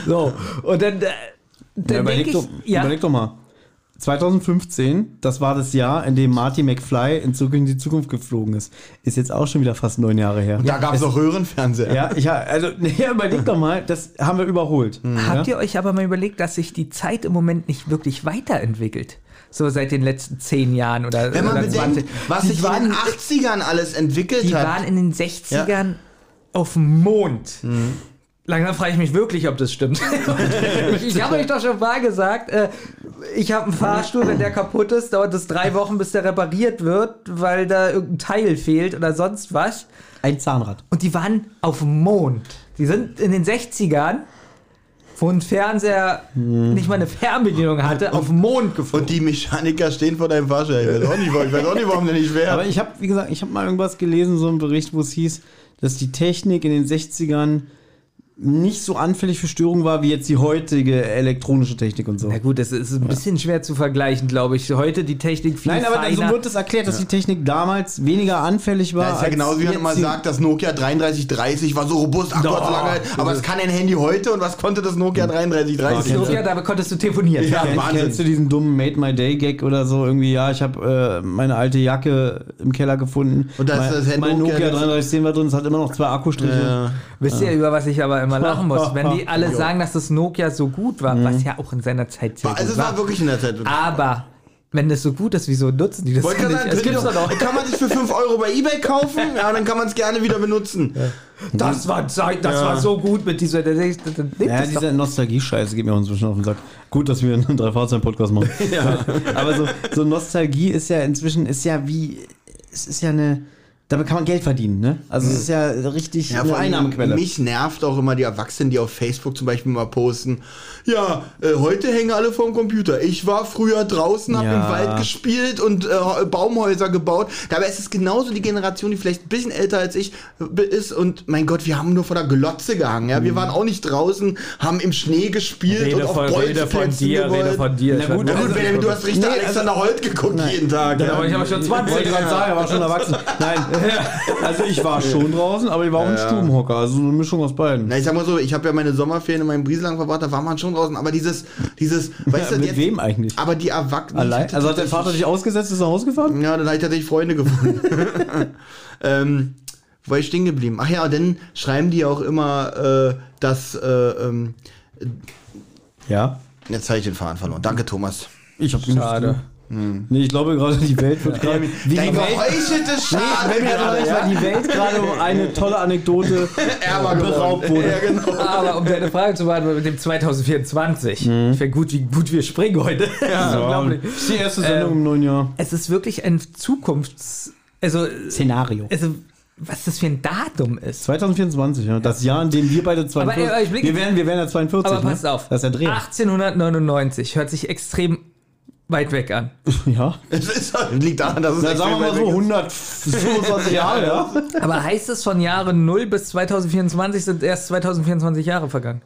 [SPEAKER 2] so, und dann, äh, dann
[SPEAKER 3] Mhm. Ja,
[SPEAKER 2] denke
[SPEAKER 3] überleg,
[SPEAKER 2] ich,
[SPEAKER 3] doch,
[SPEAKER 2] ja,
[SPEAKER 3] überleg doch mal. 2015, das war das Jahr, in dem Marty McFly in Zurück in die Zukunft geflogen ist. Ist jetzt auch schon wieder fast neun Jahre her.
[SPEAKER 1] Da gab es auch Röhrenfernseher.
[SPEAKER 3] Ja, ich, ha- also, (laughs) nee, überleg doch mal, das haben wir überholt.
[SPEAKER 1] Hm.
[SPEAKER 2] habt ihr euch aber mal überlegt, dass sich die Zeit im Moment nicht wirklich weiterentwickelt? So seit den letzten zehn Jahren oder,
[SPEAKER 1] Wenn man
[SPEAKER 2] oder
[SPEAKER 1] bedenkt, was
[SPEAKER 2] Die
[SPEAKER 1] sich in
[SPEAKER 2] waren-
[SPEAKER 1] den 80ern alles entwickelt
[SPEAKER 2] Die
[SPEAKER 1] hat.
[SPEAKER 2] waren in den 60ern auf dem Mond.
[SPEAKER 3] Mhm.
[SPEAKER 2] Langsam frage ich mich wirklich, ob das
[SPEAKER 3] (laughs)
[SPEAKER 2] stimmt. ich habe euch doch schon mal gesagt, äh, ich habe einen Fahrstuhl, wenn der kaputt ist, dauert es drei Wochen, bis der repariert wird, weil da irgendein Teil fehlt oder sonst was.
[SPEAKER 3] Ein Zahnrad.
[SPEAKER 2] Und die waren auf dem Mond. Die sind in den 60ern, wo ein Fernseher
[SPEAKER 3] Mhm.
[SPEAKER 2] nicht mal eine Fernbedienung hatte, auf dem Mond geflogen.
[SPEAKER 1] und die Mechaniker stehen vor deinem Waschel. Ich weiß auch nicht, warum- ich weiß auch nicht warum der nicht
[SPEAKER 3] Aber
[SPEAKER 1] wäre.
[SPEAKER 3] ich habe, wie gesagt, ich habe mal irgendwas gelesen, so einen Bericht, wo es hieß, dass die Technik in den 60ern nicht so anfällig für Störungen war, wie jetzt die heutige elektronische Technik und so.
[SPEAKER 2] Na gut, das ist ein bisschen schwer zu vergleichen, glaube ich. Heute die Technik viel
[SPEAKER 3] Nein, aber dann so
[SPEAKER 2] feiner.
[SPEAKER 3] wird es erklärt, dass die Technik damals weniger anfällig war.
[SPEAKER 1] Das ist ja
[SPEAKER 3] als
[SPEAKER 1] genauso, wie man
[SPEAKER 3] jetzt
[SPEAKER 1] immer
[SPEAKER 3] die-
[SPEAKER 1] sagt, das Nokia 3330 war so robust, ach Gott, so lange alt. Aber was kann ein Handy heute und was konnte das Nokia 3330?
[SPEAKER 2] So, ja, da konntest du telefonieren.
[SPEAKER 1] Ja.
[SPEAKER 3] Kenn-
[SPEAKER 1] Wahnsinn.
[SPEAKER 3] Kennst du diesen dummen Made My Day Gag oder so? Irgendwie, ja, ich habe äh, meine alte Jacke im Keller gefunden.
[SPEAKER 1] Und da ist
[SPEAKER 3] mein,
[SPEAKER 1] das Handy
[SPEAKER 3] mein Nokia
[SPEAKER 1] hochgegangen.
[SPEAKER 3] 3310 war drin, es hat immer noch zwei Akkustriche.
[SPEAKER 1] Ja.
[SPEAKER 2] Wisst ihr, über was ich aber immer
[SPEAKER 1] (laughs)
[SPEAKER 2] lachen muss? Wenn die alle sagen, dass das Nokia so gut war, was ja auch in seiner Zeit sehr
[SPEAKER 1] War- Also
[SPEAKER 2] gut
[SPEAKER 1] es war
[SPEAKER 2] war.
[SPEAKER 1] wirklich in der Zeit.
[SPEAKER 2] Aber wenn das so gut ist, wieso nutzen die das
[SPEAKER 1] Wollte
[SPEAKER 2] denn
[SPEAKER 1] gerade
[SPEAKER 2] nicht?
[SPEAKER 1] sagen,
[SPEAKER 2] Es gibt's
[SPEAKER 1] (laughs)
[SPEAKER 2] doch noch.
[SPEAKER 1] kann man sich für 5 Euro bei Ebay kaufen, ja, und dann kann man es gerne wieder benutzen.
[SPEAKER 2] Das war Zeit, das war so gut mit dieser. Das, das, das,
[SPEAKER 3] Ja,
[SPEAKER 2] das doch.
[SPEAKER 3] dieser Nostalgie-Scheiße geht mir auch inzwischen auf den Sack. Gut, dass wir einen Drei-Fahrzeugen-Podcast machen. (laughs) Aber so, so Nostalgie ist ja inzwischen, ist ja wie, es ist ja eine, damit kann man Geld verdienen, ne? Also es ist ja richtig eine
[SPEAKER 1] vor allem
[SPEAKER 3] Einnahmequelle.
[SPEAKER 1] Mich nervt auch immer die Erwachsenen, die auf Facebook zum Beispiel mal posten, ja, äh, heute hängen alle vorm Computer. Ich war früher draußen, hab
[SPEAKER 3] Ja.
[SPEAKER 1] im Wald gespielt und äh, Baumhäuser gebaut. Dabei ist es genauso die Generation, die vielleicht ein bisschen älter als ich äh, ist und mein Gott, wir haben nur vor der Glotze gehangen.
[SPEAKER 3] Mhm.
[SPEAKER 1] Ja? Wir waren auch nicht draußen, haben im Schnee gespielt und auf Bolzplätzen gewollt.
[SPEAKER 2] dir.
[SPEAKER 3] Na gut,
[SPEAKER 1] Na gut, Benjamin, du hast Richter
[SPEAKER 3] Nee, also-
[SPEAKER 1] Alexander Holt geguckt jeden Tag.
[SPEAKER 2] aber ich habe schon 20
[SPEAKER 3] Wollte gerade sagen, er war schon erwachsen. Nein, Also ich war schon draußen, aber ich war auch ein Stubenhocker. Also so eine Mischung aus beiden.
[SPEAKER 1] Na, ich sag mal so, ich habe ja meine Sommerferien in meinem Brieselang verbracht, da war man schon draußen, aber dieses, dieses, weißt du,
[SPEAKER 3] mit
[SPEAKER 1] jetzt,
[SPEAKER 3] wem eigentlich?
[SPEAKER 1] aber die Erwachsenen.
[SPEAKER 3] Allein? Also hat dein Vater dich ausgesetzt, ist nach Hause gefahren?
[SPEAKER 1] Ja, dann habe ich tatsächlich Freunde gefunden. (laughs) ähm, wo war ich stehen geblieben? Ach ja, und dann schreiben die auch immer, äh, dass, äh, ähm,
[SPEAKER 3] Ja.
[SPEAKER 1] jetzt habe ich den Faden verloren. Danke, Thomas.
[SPEAKER 3] Ich hab
[SPEAKER 2] Schade.
[SPEAKER 3] Nee, ich glaube gerade, die Welt wird gerade. Wie
[SPEAKER 1] Dein
[SPEAKER 3] die Welt,
[SPEAKER 1] geheucheltes Schaf.
[SPEAKER 3] gerade, weil die Welt gerade um eine tolle Anekdote
[SPEAKER 1] Ärmer
[SPEAKER 3] beraubt wurde.
[SPEAKER 1] Ja, genau.
[SPEAKER 2] (laughs) Aber um deine Frage zu beantworten mit dem 2024.
[SPEAKER 1] Mhm.
[SPEAKER 2] Ich finde gut, wie gut wir springen heute. (laughs) Das ist unglaublich.
[SPEAKER 3] Die erste Sendung im neuen Jahr.
[SPEAKER 2] Es ist wirklich ein Zukunfts... Also,
[SPEAKER 3] Szenario.
[SPEAKER 2] also was das für ein Datum ist.
[SPEAKER 3] 2024, ja. Das Jahr, in dem wir beide 42.
[SPEAKER 2] Aber, äh, ich blick-
[SPEAKER 3] wir, werden, wir werden ja 42.
[SPEAKER 2] Aber passt
[SPEAKER 3] ne?
[SPEAKER 2] auf.
[SPEAKER 3] Das ist der Dreh.
[SPEAKER 2] 1899 hört sich extrem weit weg an.
[SPEAKER 3] (laughs) Ja.
[SPEAKER 1] Es ist, liegt daran, dass es
[SPEAKER 3] Dann sagen wir mal so
[SPEAKER 1] extrem
[SPEAKER 3] 125 Jahre, ja. (laughs)
[SPEAKER 2] Aber heißt es von Jahre 0 bis 2024 sind erst 2024 Jahre vergangen?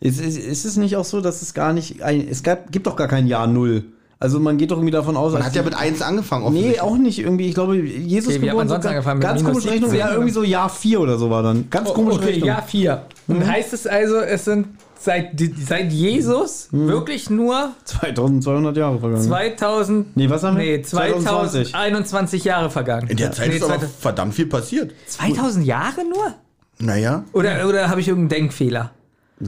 [SPEAKER 3] Ist, ist, ist es nicht auch so, dass es gar nicht. Ein, es gab, gibt doch gar kein Jahr Null. Also man geht doch irgendwie davon aus,
[SPEAKER 1] Man
[SPEAKER 3] als
[SPEAKER 1] hat ja
[SPEAKER 3] die-
[SPEAKER 1] mit 1 angefangen.
[SPEAKER 3] Nee,
[SPEAKER 1] offensichtlich.
[SPEAKER 3] auch nicht irgendwie. Ich glaube, Jesus
[SPEAKER 2] Okay, wie hat man
[SPEAKER 3] so
[SPEAKER 2] sonst
[SPEAKER 3] ga-
[SPEAKER 2] angefangen? Mit
[SPEAKER 3] ganz
[SPEAKER 2] minus
[SPEAKER 3] komische Rechnung.
[SPEAKER 2] 17,
[SPEAKER 3] Ja, irgendwie so Jahr 4 oder Oh, so war dann. Ganz komische Mhm. Rechnung.
[SPEAKER 2] Jahr 4. Und heißt es also, es sind seit, die- seit Jesus
[SPEAKER 3] Mhm.
[SPEAKER 2] wirklich nur
[SPEAKER 3] 2200 Jahre vergangen.
[SPEAKER 2] 2000.
[SPEAKER 3] Nee, was haben wir?
[SPEAKER 2] Nee,
[SPEAKER 3] 2020.
[SPEAKER 2] 2021 Jahre vergangen.
[SPEAKER 1] In der Zeit
[SPEAKER 2] nee,
[SPEAKER 1] ist aber
[SPEAKER 2] 2000
[SPEAKER 1] verdammt viel passiert.
[SPEAKER 2] 2000 Jahre nur?
[SPEAKER 1] Naja.
[SPEAKER 2] Oder, oder habe ich irgendeinen Denkfehler?
[SPEAKER 3] Nee,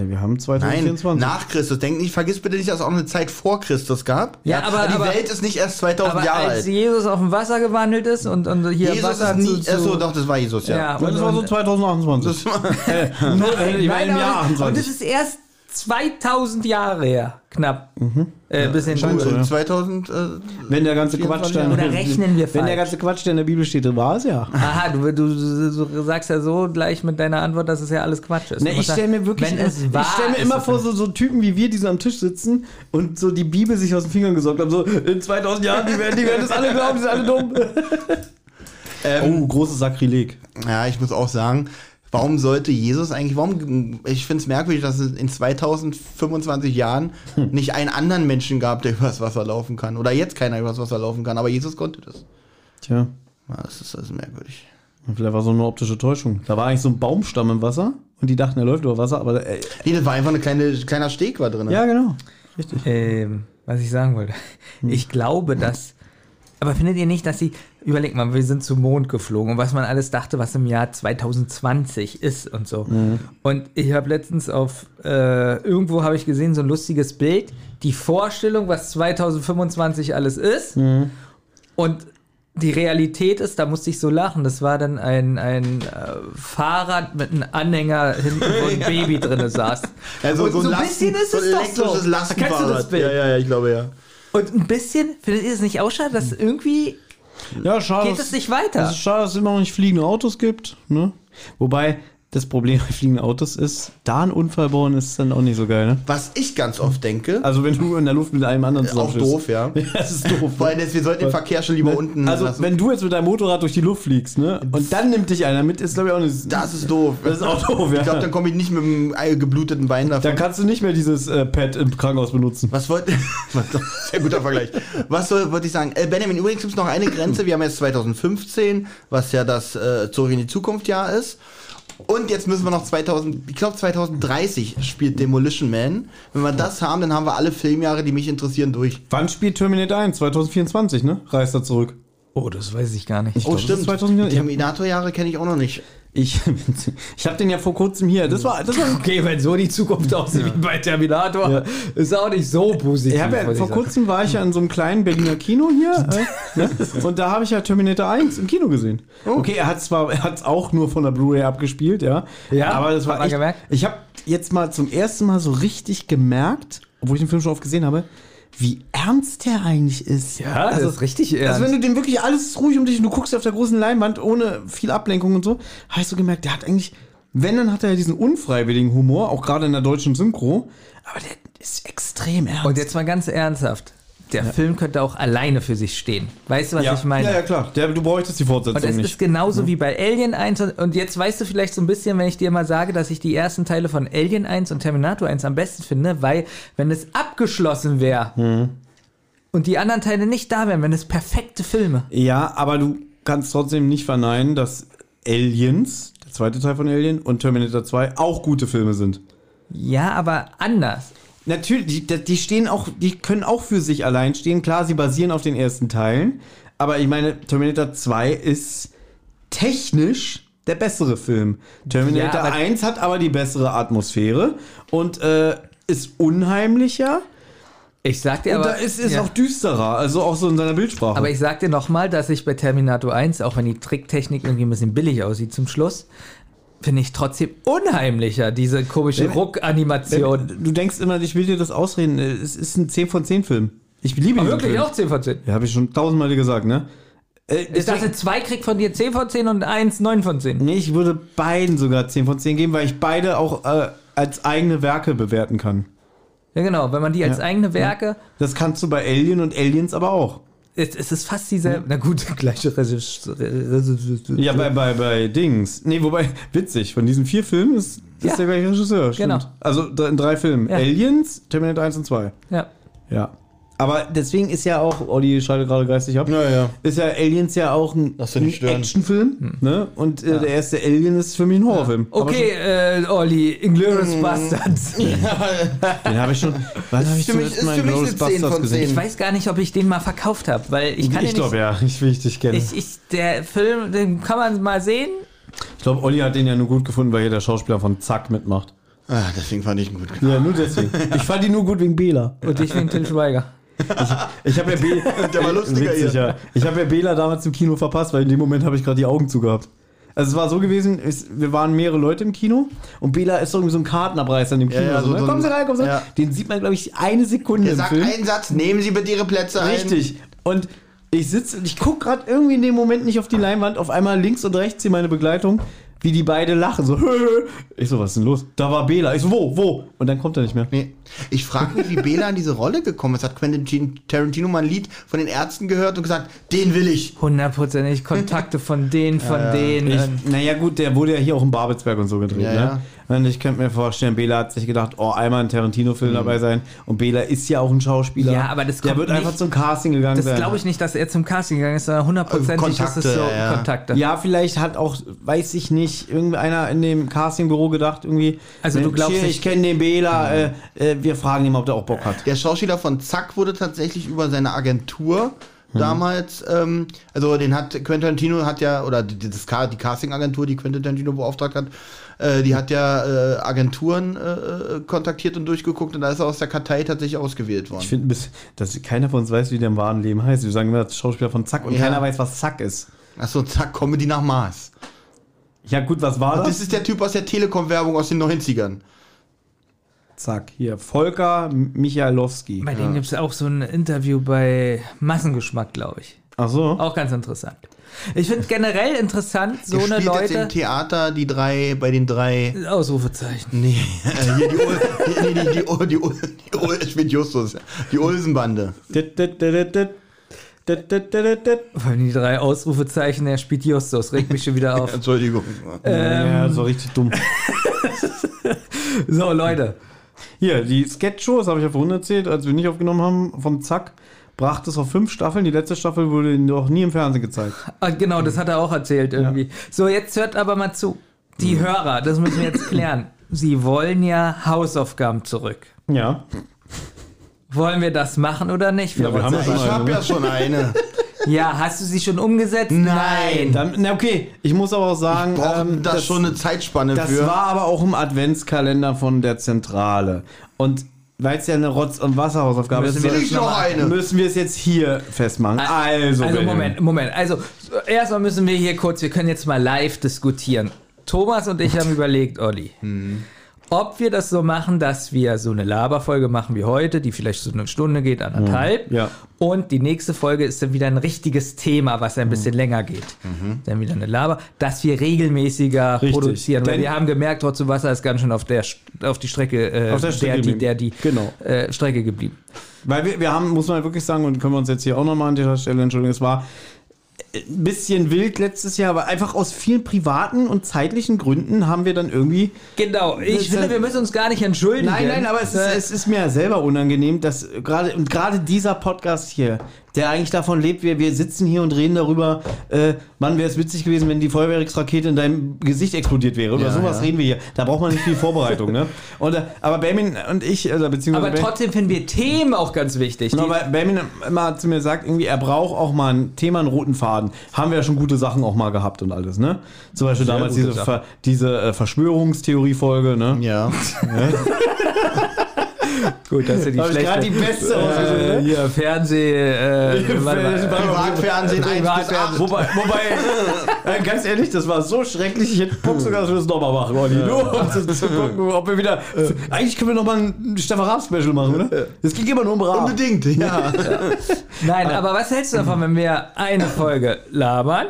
[SPEAKER 3] Ne, wir haben
[SPEAKER 1] Nein,
[SPEAKER 3] 2024.
[SPEAKER 1] nach Christus. Denk nicht, vergiss bitte nicht, dass es auch eine Zeit vor Christus gab.
[SPEAKER 2] Ja, aber-
[SPEAKER 1] die
[SPEAKER 2] aber-
[SPEAKER 1] Welt ist nicht erst 2000
[SPEAKER 2] Aber
[SPEAKER 1] Jahre
[SPEAKER 2] als
[SPEAKER 1] alt.
[SPEAKER 2] Jesus auf dem Wasser gewandelt ist und, und hier
[SPEAKER 1] Jesus
[SPEAKER 2] Wasser
[SPEAKER 1] ist nie.
[SPEAKER 2] zu, zu,
[SPEAKER 1] achso, doch, das war Jesus, ja.
[SPEAKER 2] ja,
[SPEAKER 3] das war so 2028.
[SPEAKER 2] (laughs)
[SPEAKER 3] Nein, ich war
[SPEAKER 2] Nein,
[SPEAKER 3] im
[SPEAKER 2] aber
[SPEAKER 3] Jahr
[SPEAKER 2] das- Und das
[SPEAKER 3] 28.
[SPEAKER 2] ist erst 2000 Jahre her, knapp.
[SPEAKER 3] Mhm.
[SPEAKER 2] Äh, bisschen
[SPEAKER 1] Scheint so,
[SPEAKER 2] Google.
[SPEAKER 1] ja. 2000. also Äh,
[SPEAKER 3] Wenn der ganze Quatsch dann.
[SPEAKER 2] Oder rechnen wir
[SPEAKER 3] Wenn
[SPEAKER 2] falsch.
[SPEAKER 3] der ganze Quatsch, der in der Bibel steht, drin war es ja.
[SPEAKER 2] Aha, du, du, du, du sagst ja so gleich mit deiner Antwort, dass es ja alles Quatsch ist. Du
[SPEAKER 3] Ne, ich
[SPEAKER 2] musst
[SPEAKER 3] stelle
[SPEAKER 2] sagen,
[SPEAKER 3] mir wirklich,
[SPEAKER 2] wenn es
[SPEAKER 3] ich
[SPEAKER 2] wahr
[SPEAKER 3] stell mir
[SPEAKER 2] ist,
[SPEAKER 3] immer
[SPEAKER 2] ist
[SPEAKER 3] vor,
[SPEAKER 2] es-
[SPEAKER 3] so, so Typen wie wir, die so am Tisch sitzen und so die Bibel sich aus den Fingern gesaugt haben, so in 2000 Jahren, die werden, die werden das alle glauben, die sind alle dumm. (laughs)
[SPEAKER 2] Ähm.
[SPEAKER 3] oh, großes Sakrileg.
[SPEAKER 1] Oh. ja, ich muss auch sagen. Warum sollte Jesus eigentlich, warum, ich finde es merkwürdig, dass es in 2025 Jahren
[SPEAKER 2] Hm.
[SPEAKER 1] nicht einen anderen Menschen gab, der (laughs) übers Wasser laufen kann. Oder jetzt keiner übers Wasser laufen kann, aber Jesus konnte das.
[SPEAKER 3] Tja,
[SPEAKER 1] Ja, das, ist, das ist merkwürdig.
[SPEAKER 3] vielleicht war so eine optische Täuschung. Da war eigentlich so ein Baumstamm im Wasser und die dachten, er läuft über Wasser, aber äh,
[SPEAKER 1] Nee, das war einfach ein kleine, kleiner Steg war drin.
[SPEAKER 3] ja, genau.
[SPEAKER 2] Ähm, was ich sagen wollte.
[SPEAKER 3] Hm.
[SPEAKER 2] Ich glaube, dass. Aber findet ihr nicht, dass sie. Überleg mal, wir sind zum Mond geflogen und was man alles dachte, was im Jahr 2020 ist und so.
[SPEAKER 1] Mhm.
[SPEAKER 2] Und ich habe letztens auf. Äh, irgendwo habe ich gesehen, so ein lustiges Bild. Die Vorstellung, was 2025 alles ist.
[SPEAKER 1] Mhm.
[SPEAKER 2] Und. Die Realität ist, da musste ich so lachen. Das war dann ein, ein äh, Fahrrad mit einem Anhänger hinten, wo
[SPEAKER 1] (laughs)
[SPEAKER 2] ein Baby drin saß.
[SPEAKER 1] Also
[SPEAKER 2] Und
[SPEAKER 1] so ein, Lasten,
[SPEAKER 2] bisschen ist
[SPEAKER 1] so
[SPEAKER 2] es
[SPEAKER 1] ein
[SPEAKER 2] doch so.
[SPEAKER 1] elektrisches Lastenfahrrad.
[SPEAKER 2] Kennst du das Bild?
[SPEAKER 1] Ja, ja, ja, ich glaube ja.
[SPEAKER 2] Und ein bisschen, findet ihr es nicht auch schade,
[SPEAKER 1] Mhm.
[SPEAKER 2] dass irgendwie
[SPEAKER 3] Ja, schade.
[SPEAKER 2] geht
[SPEAKER 3] dass-
[SPEAKER 2] es nicht
[SPEAKER 3] Es
[SPEAKER 2] weiter?
[SPEAKER 3] ist schade, dass es immer noch nicht fliegende Autos gibt. Ne? Wobei, das Problem (laughs) bei fliegenden Autos ist, da einen Unfall bauen ist dann auch nicht so geil. Ne?
[SPEAKER 1] Was ich ganz oft denke,
[SPEAKER 3] Also wenn du in der Luft mit einem anderen
[SPEAKER 1] Äh, auch
[SPEAKER 3] zusammenstehst.
[SPEAKER 1] doof,
[SPEAKER 3] (laughs)
[SPEAKER 1] ja.
[SPEAKER 3] Das ist
[SPEAKER 2] Also,
[SPEAKER 3] doof. ne?
[SPEAKER 1] Vor allem, jetzt, wir sollten den Verkehr schon lieber
[SPEAKER 2] ne,
[SPEAKER 1] unten
[SPEAKER 3] also
[SPEAKER 1] lassen.
[SPEAKER 3] wenn du jetzt mit deinem Motorrad durch die Luft fliegst, ne? Und dann nimmt dich einer mit, ist glaube ich auch nicht.
[SPEAKER 1] das ist doof.
[SPEAKER 3] Das ist auch doof, ja.
[SPEAKER 1] Ich glaube, dann komme ich nicht mit einem ei- gebluteten Bein davon.
[SPEAKER 3] dann kannst du nicht mehr dieses äh, Pad im Krankenhaus benutzen.
[SPEAKER 1] Was wollte. (laughs) Was- Sehr guter Vergleich. Was soll, wollte ich sagen? Äh, Benjamin, übrigens gibt es noch eine Grenze. Wir haben jetzt 2015, was ja das äh, Zurück in die Zukunft Jahr ist. Und jetzt müssen wir noch 2000, ich glaube 2030 spielt Demolition Man. Wenn wir das haben, dann haben wir alle Filmjahre, die mich interessieren, durch.
[SPEAKER 3] Wann spielt Terminator 1? 2024, ne? Reist er zurück.
[SPEAKER 2] Oh, das weiß ich gar nicht. Oh,
[SPEAKER 3] glaub, das ist 2000
[SPEAKER 1] Die Oh, Terminator-Jahre kenne ich auch noch nicht.
[SPEAKER 3] Ich, (laughs) ich habe den ja vor kurzem hier. Das war, das war
[SPEAKER 2] Okay, wenn so die Zukunft aussieht wie bei Terminator,
[SPEAKER 3] Ja.
[SPEAKER 2] ist auch nicht so positiv.
[SPEAKER 3] Ich hab ja,
[SPEAKER 2] muss ich
[SPEAKER 3] vor
[SPEAKER 2] sagen.
[SPEAKER 3] kurzem war ich ja in so einem kleinen Berliner Kino
[SPEAKER 2] (laughs)
[SPEAKER 3] hier. Äh, ne? Und da habe ich ja Terminator 1 im Kino gesehen.
[SPEAKER 2] Oh.
[SPEAKER 3] Okay, er hat zwar, er hat es auch nur von der Blu-ray abgespielt, ja.
[SPEAKER 2] Ja,
[SPEAKER 3] aber das
[SPEAKER 2] hat
[SPEAKER 3] war
[SPEAKER 2] man
[SPEAKER 3] echt,
[SPEAKER 2] gemerkt?
[SPEAKER 3] Ich habe jetzt mal zum ersten Mal so richtig gemerkt, obwohl ich den Film schon oft gesehen habe, wie ernst der eigentlich ist.
[SPEAKER 2] Ja, das ist richtig ernst.
[SPEAKER 3] Also wenn du dem wirklich alles ruhig um dich und du guckst auf der großen Leinwand ohne viel Ablenkung und so, hast du gemerkt, der hat eigentlich, wenn dann hat er ja diesen unfreiwilligen Humor, auch gerade in der deutschen Synchro, aber der ist extrem ernst.
[SPEAKER 2] Und jetzt mal ganz ernsthaft. Der Film könnte auch alleine für sich stehen. Weißt du, was
[SPEAKER 3] Ja,
[SPEAKER 2] ich meine?
[SPEAKER 3] ja, ja klar. Der, du bräuchtest die
[SPEAKER 2] Und es
[SPEAKER 3] Fortsetzung
[SPEAKER 2] ist
[SPEAKER 3] nicht. Mhm.
[SPEAKER 2] genauso wie bei Alien 1. Und, und jetzt weißt du vielleicht so ein bisschen, wenn ich dir mal sage, dass ich die ersten Teile von Alien 1 und Terminator 1 am besten finde, weil wenn es abgeschlossen
[SPEAKER 3] Mhm.
[SPEAKER 2] wäre und die anderen Teile nicht da wären, wären es perfekte Filme.
[SPEAKER 3] Ja, aber du kann es trotzdem nicht verneinen, dass Aliens, der zweite Teil von Alien und Terminator 2 auch gute Filme sind.
[SPEAKER 2] Ja, aber anders.
[SPEAKER 3] Natürlich, die, die stehen auch, die können auch für sich allein stehen. Klar, sie basieren auf den ersten Teilen, aber ich meine, Terminator 2 ist technisch der bessere Film. Terminator
[SPEAKER 2] Ja, aber-
[SPEAKER 3] 1 hat aber die bessere Atmosphäre und äh, ist unheimlicher
[SPEAKER 2] Ich sag dir
[SPEAKER 3] und
[SPEAKER 2] aber.
[SPEAKER 3] da ist es
[SPEAKER 2] ja.
[SPEAKER 3] auch düsterer, also auch so in seiner Bildsprache.
[SPEAKER 2] Aber ich sag dir nochmal, dass ich bei Terminator 1, auch wenn die Tricktechnik irgendwie ein bisschen billig aussieht zum Schluss, finde ich trotzdem unheimlicher, diese komische
[SPEAKER 3] Wenn-
[SPEAKER 2] Ruckanimation.
[SPEAKER 3] du denkst immer, ich will dir das ausreden. Es ist ein 10 von 10 Film. Ich liebe diesen
[SPEAKER 2] Wirklich
[SPEAKER 3] Film.
[SPEAKER 2] auch 10 von 10.
[SPEAKER 3] Ja, habe ich schon tausendmal dir gesagt, ne? Äh,
[SPEAKER 2] Ich
[SPEAKER 3] deswegen-
[SPEAKER 2] dachte, 2 kriegt von dir 10 von 10 und 1 9 von 10.
[SPEAKER 3] Nee, ich würde beiden sogar 10 von 10 geben, weil ich beide auch äh, als eigene Werke bewerten kann.
[SPEAKER 2] Ja, genau, wenn man die als
[SPEAKER 3] Ja.
[SPEAKER 2] eigene Werke,
[SPEAKER 3] Das kannst du bei Alien und Aliens aber auch.
[SPEAKER 2] es, es ist fast dieselbe, na gut, (laughs) gleiche Regisseur.
[SPEAKER 3] Ja, bei, bei, bei Dings. Nee, wobei, (laughs) witzig, von diesen vier Filmen ist, ist
[SPEAKER 2] Ja.
[SPEAKER 3] der gleiche Regisseur. Stimmt.
[SPEAKER 2] Genau.
[SPEAKER 3] Also dr- in drei Filmen.
[SPEAKER 2] Ja.
[SPEAKER 3] Aliens, Terminator 1 und 2.
[SPEAKER 2] Ja.
[SPEAKER 3] Ja. Aber deswegen ist ja auch, Olli schaltet gerade geistig ab,
[SPEAKER 1] Ja, ja.
[SPEAKER 3] ist ja Aliens ja auch ein,
[SPEAKER 1] Lass dir nicht
[SPEAKER 3] ein
[SPEAKER 1] stören.
[SPEAKER 3] Actionfilm. Ne? Und äh, der erste Alien ist für mich ein Horrorfilm.
[SPEAKER 2] Okay, äh, Olli,
[SPEAKER 3] Mm.
[SPEAKER 2] Inglourious
[SPEAKER 3] (laughs)
[SPEAKER 2] Bastards.
[SPEAKER 3] Aber Den habe ich schon. Wann habe ich
[SPEAKER 1] für mich-
[SPEAKER 3] zuletzt
[SPEAKER 1] ist
[SPEAKER 3] mal
[SPEAKER 1] für mich eine
[SPEAKER 3] Glorious
[SPEAKER 1] 10 von
[SPEAKER 3] Bastards gesehen?
[SPEAKER 1] 10.
[SPEAKER 2] Ich weiß gar nicht, ob ich den mal verkauft habe, weil ich kann
[SPEAKER 3] ich
[SPEAKER 2] den nicht.
[SPEAKER 3] glaube ja, (laughs) ich will dich gerne.
[SPEAKER 2] Ich, ich, der Film, den kann man mal sehen.
[SPEAKER 3] Ich glaube, Olli hat den ja nur gut gefunden, weil hier der Schauspieler von Zack mitmacht.
[SPEAKER 1] Ah, deswegen fand ich ihn gut.
[SPEAKER 3] Ja, nur deswegen. (laughs) Ich fand ihn nur gut wegen Bela.
[SPEAKER 2] Und ich wegen Till Schweiger.
[SPEAKER 3] Ich habe ja (laughs) Bela.
[SPEAKER 1] Der war lustiger
[SPEAKER 3] Witzig,
[SPEAKER 1] hier.
[SPEAKER 3] ja. Ich habe ja Bela damals im Kino verpasst, weil in dem Moment habe ich gerade die Augen zugehabt. Also es war so gewesen, es- wir waren mehrere Leute im Kino und Bela ist irgendwie so ein Kartenabreißer in dem Kino.
[SPEAKER 1] ja,
[SPEAKER 3] so,
[SPEAKER 1] so-
[SPEAKER 3] ne?
[SPEAKER 1] so ein-
[SPEAKER 3] kommen Sie rein, kommen Sie rein.
[SPEAKER 1] ja.
[SPEAKER 3] Den sieht man, glaube ich, eine Sekunde
[SPEAKER 1] Er
[SPEAKER 3] im
[SPEAKER 1] sagt
[SPEAKER 3] Film.
[SPEAKER 1] einen Satz, nehmen Sie bitte Ihre Plätze ein.
[SPEAKER 3] Richtig. Und ich sitze und ich gucke gerade irgendwie in dem Moment nicht auf die Leinwand. Auf einmal links und rechts hier meine Begleitung, wie die beide lachen. So, (laughs) ich so, was ist denn los? Da war Bela. Ich so, wo, wo? Und dann kommt er nicht mehr.
[SPEAKER 1] Nee. Ich frage mich, wie Bela in diese Rolle gekommen ist. Hat Quentin Gin- Tarantino mal ein Lied von den Ärzten gehört und gesagt, den will ich.
[SPEAKER 2] Hundertprozentig Kontakte von denen, von denen.
[SPEAKER 3] Ich, naja, gut, der wurde ja hier auch in Babelsberg und so gedreht.
[SPEAKER 1] Ja,
[SPEAKER 3] ne? Und ich könnte mir vorstellen, Bela hat sich gedacht, oh, einmal ein Tarantino-Film dabei sein. Und Bela ist ja auch ein Schauspieler.
[SPEAKER 2] Mhm. Ja, aber das
[SPEAKER 3] Der
[SPEAKER 2] kommt
[SPEAKER 3] wird
[SPEAKER 2] nicht-
[SPEAKER 3] einfach zum Casting gegangen
[SPEAKER 2] das
[SPEAKER 3] sein.
[SPEAKER 2] glaube ich nicht, dass er zum Casting gegangen ist, sondern hundertprozentig
[SPEAKER 1] Äh,
[SPEAKER 2] ist es
[SPEAKER 1] Kontakte,
[SPEAKER 2] so
[SPEAKER 1] ja, ja.
[SPEAKER 2] Kontakte.
[SPEAKER 3] Ja, vielleicht hat auch, weiß ich nicht, irgendeiner in dem Castingbüro gedacht, irgendwie.
[SPEAKER 2] Also du
[SPEAKER 3] Mensch,
[SPEAKER 2] glaubst
[SPEAKER 3] hier,
[SPEAKER 2] nicht-
[SPEAKER 3] Ich kenne den Bela, äh, äh, wir fragen ihn, mal, ob der auch Bock hat.
[SPEAKER 1] Der Schauspieler von Zack wurde tatsächlich über seine Agentur
[SPEAKER 3] Mhm.
[SPEAKER 1] damals, ähm, also den hat Quentin Tarantino hat ja, oder die, die- das, Ca- die Casting-Agentur, die Quentin Tarantino beauftragt hat, äh, die hat ja äh, Agenturen äh, äh, kontaktiert und durchgeguckt und da ist er aus der Kartei tatsächlich ausgewählt worden.
[SPEAKER 3] Ich finde ein bisschen, dass keiner von uns weiß, wie der im wahren Leben heißt. Wir sagen immer, das Schauspieler von Zack und
[SPEAKER 1] Ja.
[SPEAKER 3] keiner weiß, was Zack ist.
[SPEAKER 1] Achso, Zack, Comedy nach Mars.
[SPEAKER 3] Ja, gut, was war
[SPEAKER 1] Das
[SPEAKER 3] das?
[SPEAKER 1] ist der Typ aus der Telekom-Werbung aus den 90ern.
[SPEAKER 3] Zack, hier. Volker M- Michalowski.
[SPEAKER 2] Bei dem gibt es auch so ein Interview bei Massengeschmack, glaube ich.
[SPEAKER 3] Ach so.
[SPEAKER 2] Auch ganz interessant. Ich finde generell interessant, so
[SPEAKER 1] Der
[SPEAKER 2] eine
[SPEAKER 1] spielt jetzt im
[SPEAKER 2] Leute.
[SPEAKER 1] Theater die drei, bei den drei
[SPEAKER 2] Ausrufezeichen.
[SPEAKER 1] Nee, äh, hier die, Ul (laughs) die, nee, die, die, Ul- die, Ul- die, Ul- ich bin Justus. Die Ulsenbande.
[SPEAKER 3] Dit, dit, dit, dit, dit. Dit, dit, dit, dit, dit.
[SPEAKER 2] Vor allem die drei Ausrufezeichen, er spielt Justus, regt mich schon wieder
[SPEAKER 1] (laughs)
[SPEAKER 2] auf.
[SPEAKER 1] Entschuldigung.
[SPEAKER 3] Äh, Ja, das war richtig (laughs) dumm.
[SPEAKER 2] So, Leute.
[SPEAKER 3] Hier, die Sketch-Shows, habe ich ja vorhin erzählt, als wir nicht aufgenommen haben, von Zack, brachte es auf fünf Staffeln. Die letzte Staffel wurde noch nie im Fernsehen gezeigt.
[SPEAKER 2] Ah, genau, das hat er auch erzählt irgendwie. So, jetzt hört aber mal zu.
[SPEAKER 3] Mhm.
[SPEAKER 2] Die Hörer, das müssen wir jetzt klären. Sie wollen ja Hausaufgaben zurück.
[SPEAKER 3] Ja.
[SPEAKER 2] Wollen wir das machen oder nicht?
[SPEAKER 3] Ja, wir haben
[SPEAKER 1] Ich
[SPEAKER 3] schon mal
[SPEAKER 1] habe
[SPEAKER 3] eine.
[SPEAKER 1] ja schon eine.
[SPEAKER 2] Ja, hast du sie schon umgesetzt?
[SPEAKER 1] Nein.
[SPEAKER 3] Dann, na okay, ich muss aber auch sagen,
[SPEAKER 1] Brauchen da schon eine Zeitspanne
[SPEAKER 3] Ähm, das
[SPEAKER 1] für.
[SPEAKER 3] war aber auch im Adventskalender von der Zentrale. Und weil es ja eine Rotz- und Wasserhausaufgabe
[SPEAKER 2] Müssen
[SPEAKER 3] ist,
[SPEAKER 2] wir
[SPEAKER 1] Will ich noch eine?
[SPEAKER 3] müssen wir es jetzt hier festmachen.
[SPEAKER 2] Also,
[SPEAKER 3] Also, Wilhelm.
[SPEAKER 2] Moment, Moment. Also, erstmal müssen wir hier kurz, wir können jetzt mal live diskutieren. Thomas und ich haben überlegt, Olli,
[SPEAKER 3] Mhm.
[SPEAKER 2] ob wir das so machen, dass wir so eine Laberfolge machen wie heute, die vielleicht so eine Stunde geht, anderthalb.
[SPEAKER 3] Mhm. Ja.
[SPEAKER 2] Und die nächste Folge ist dann wieder ein richtiges Thema, was
[SPEAKER 3] Mhm.
[SPEAKER 2] ein bisschen länger geht. Dann wieder eine Laber, dass wir regelmäßiger
[SPEAKER 3] Richtig.
[SPEAKER 2] produzieren. Weil
[SPEAKER 3] Denn-
[SPEAKER 2] wir haben gemerkt, trotzdem Wasser ist ganz schön auf, der, St- auf die Strecke, äh,
[SPEAKER 3] Auf der Strecke
[SPEAKER 2] der, die,
[SPEAKER 3] geblieben.
[SPEAKER 2] der, die
[SPEAKER 3] Genau.
[SPEAKER 2] äh, Strecke geblieben.
[SPEAKER 3] Weil wir, wir haben, muss man wirklich sagen, und können wir uns jetzt hier auch nochmal an dieser Stelle entschuldigen, es war ein bisschen wild letztes Jahr, aber einfach aus vielen privaten und zeitlichen Gründen haben wir dann irgendwie.
[SPEAKER 2] Genau, ich
[SPEAKER 3] Das-
[SPEAKER 2] finde, wir müssen uns gar nicht entschuldigen.
[SPEAKER 3] Nein, nein, aber es ist, es ist mir ja selber unangenehm, dass gerade und gerade dieser Podcast hier, der eigentlich davon lebt, wir, wir sitzen hier und reden darüber, äh, Mann, wäre es witzig gewesen, wenn die Feuerwerksrakete in deinem Gesicht explodiert wäre. Über
[SPEAKER 1] Ja,
[SPEAKER 3] sowas
[SPEAKER 1] ja.
[SPEAKER 3] reden wir hier. Da braucht man nicht viel Vorbereitung, (laughs) ne? Und, äh, aber Benjamin und ich, also beziehungsweise.
[SPEAKER 2] aber
[SPEAKER 3] Ben-
[SPEAKER 2] trotzdem finden wir Themen auch ganz wichtig.
[SPEAKER 3] Genau,
[SPEAKER 2] Die-
[SPEAKER 3] weil Benjamin immer zu mir sagt, irgendwie, er braucht auch mal ein Thema, einen roten Faden. Haben wir ja schon gute Sachen auch mal gehabt und alles, ne? Zum Beispiel damals
[SPEAKER 1] gute
[SPEAKER 3] diese, Ver diese äh, Verschwörungstheorie-Folge, ne?
[SPEAKER 1] Ja.
[SPEAKER 2] Gut, das ist ja die
[SPEAKER 3] Hab ich grad
[SPEAKER 2] schlechte.
[SPEAKER 3] die beste ausgesucht,
[SPEAKER 2] äh,
[SPEAKER 3] ne?
[SPEAKER 2] hier, Fernseh.
[SPEAKER 3] (laughs)
[SPEAKER 2] Äh, warte mal.
[SPEAKER 1] Privatfernsehen eins bis
[SPEAKER 2] Privatfernsehen.
[SPEAKER 1] acht.
[SPEAKER 3] Wobei, wobei äh, ganz ehrlich, das war so schrecklich. Ich hätte Bock sogar, dass wir das nochmal machen, Olli. Nur um zu, zu gucken, ob wir wieder. Eigentlich können wir nochmal ein Staffarab-Special machen, oder? Das ging immer nur um Raab.
[SPEAKER 1] Unbedingt, ja.
[SPEAKER 2] Nein,
[SPEAKER 3] Ah.
[SPEAKER 2] aber was hältst du davon, wenn wir eine Folge labern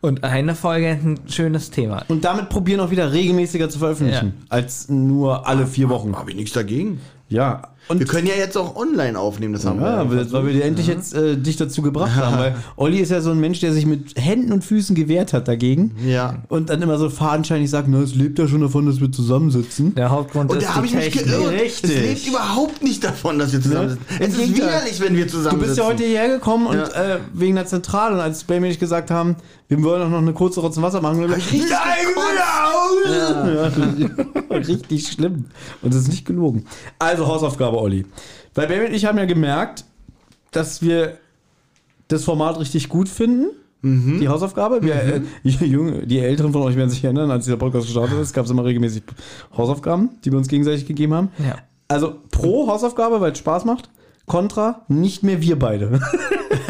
[SPEAKER 2] und eine Folge ein schönes Thema?
[SPEAKER 3] Und damit probieren auch wieder regelmäßiger zu veröffentlichen, als nur alle vier Wochen.
[SPEAKER 1] Habe ich nichts dagegen.
[SPEAKER 3] Ja. Und
[SPEAKER 1] Wir können ja jetzt auch online aufnehmen, das haben
[SPEAKER 3] Ja,
[SPEAKER 1] wir.
[SPEAKER 3] weil, weil wir dir endlich jetzt äh, dich dazu gebracht haben, weil Olli ist ja so ein Mensch, der sich mit Händen und Füßen gewehrt hat dagegen.
[SPEAKER 1] Ja.
[SPEAKER 3] Und dann immer so fadenscheinig sagt, na, es lebt ja schon davon, dass wir zusammensitzen.
[SPEAKER 2] Der Hauptgrund
[SPEAKER 1] Und
[SPEAKER 2] ist
[SPEAKER 1] da habe
[SPEAKER 2] die
[SPEAKER 1] ich mich
[SPEAKER 2] Technik.
[SPEAKER 1] geirrt.
[SPEAKER 3] Richtig. Ne?
[SPEAKER 1] Es lebt überhaupt nicht davon, dass wir zusammen sitzen.
[SPEAKER 3] Im
[SPEAKER 1] Es ist
[SPEAKER 3] Gegenteil.
[SPEAKER 1] widerlich, wenn wir zusammen
[SPEAKER 3] Du bist ja heute hierher gekommen und äh, wegen der Zentrale und als Spam nicht gesagt haben, wir wollen auch noch eine kurze Rotz und Wasser machen. Nein,
[SPEAKER 1] ich richtig
[SPEAKER 3] ja. (laughs) Richtig schlimm. Und das ist nicht gelogen. Also Hausaufgabe, Olli. Weil Bam und ich haben ja gemerkt, dass wir das Format richtig gut finden. Die Hausaufgabe. Wir, äh, die, Jungen- die Älteren von euch werden sich erinnern, als dieser Podcast gestartet ist, gab es immer regelmäßig Hausaufgaben, die wir uns gegenseitig gegeben haben.
[SPEAKER 2] Ja.
[SPEAKER 3] Also pro Hausaufgabe, weil es Spaß macht. Contra, nicht mehr wir beide. (laughs)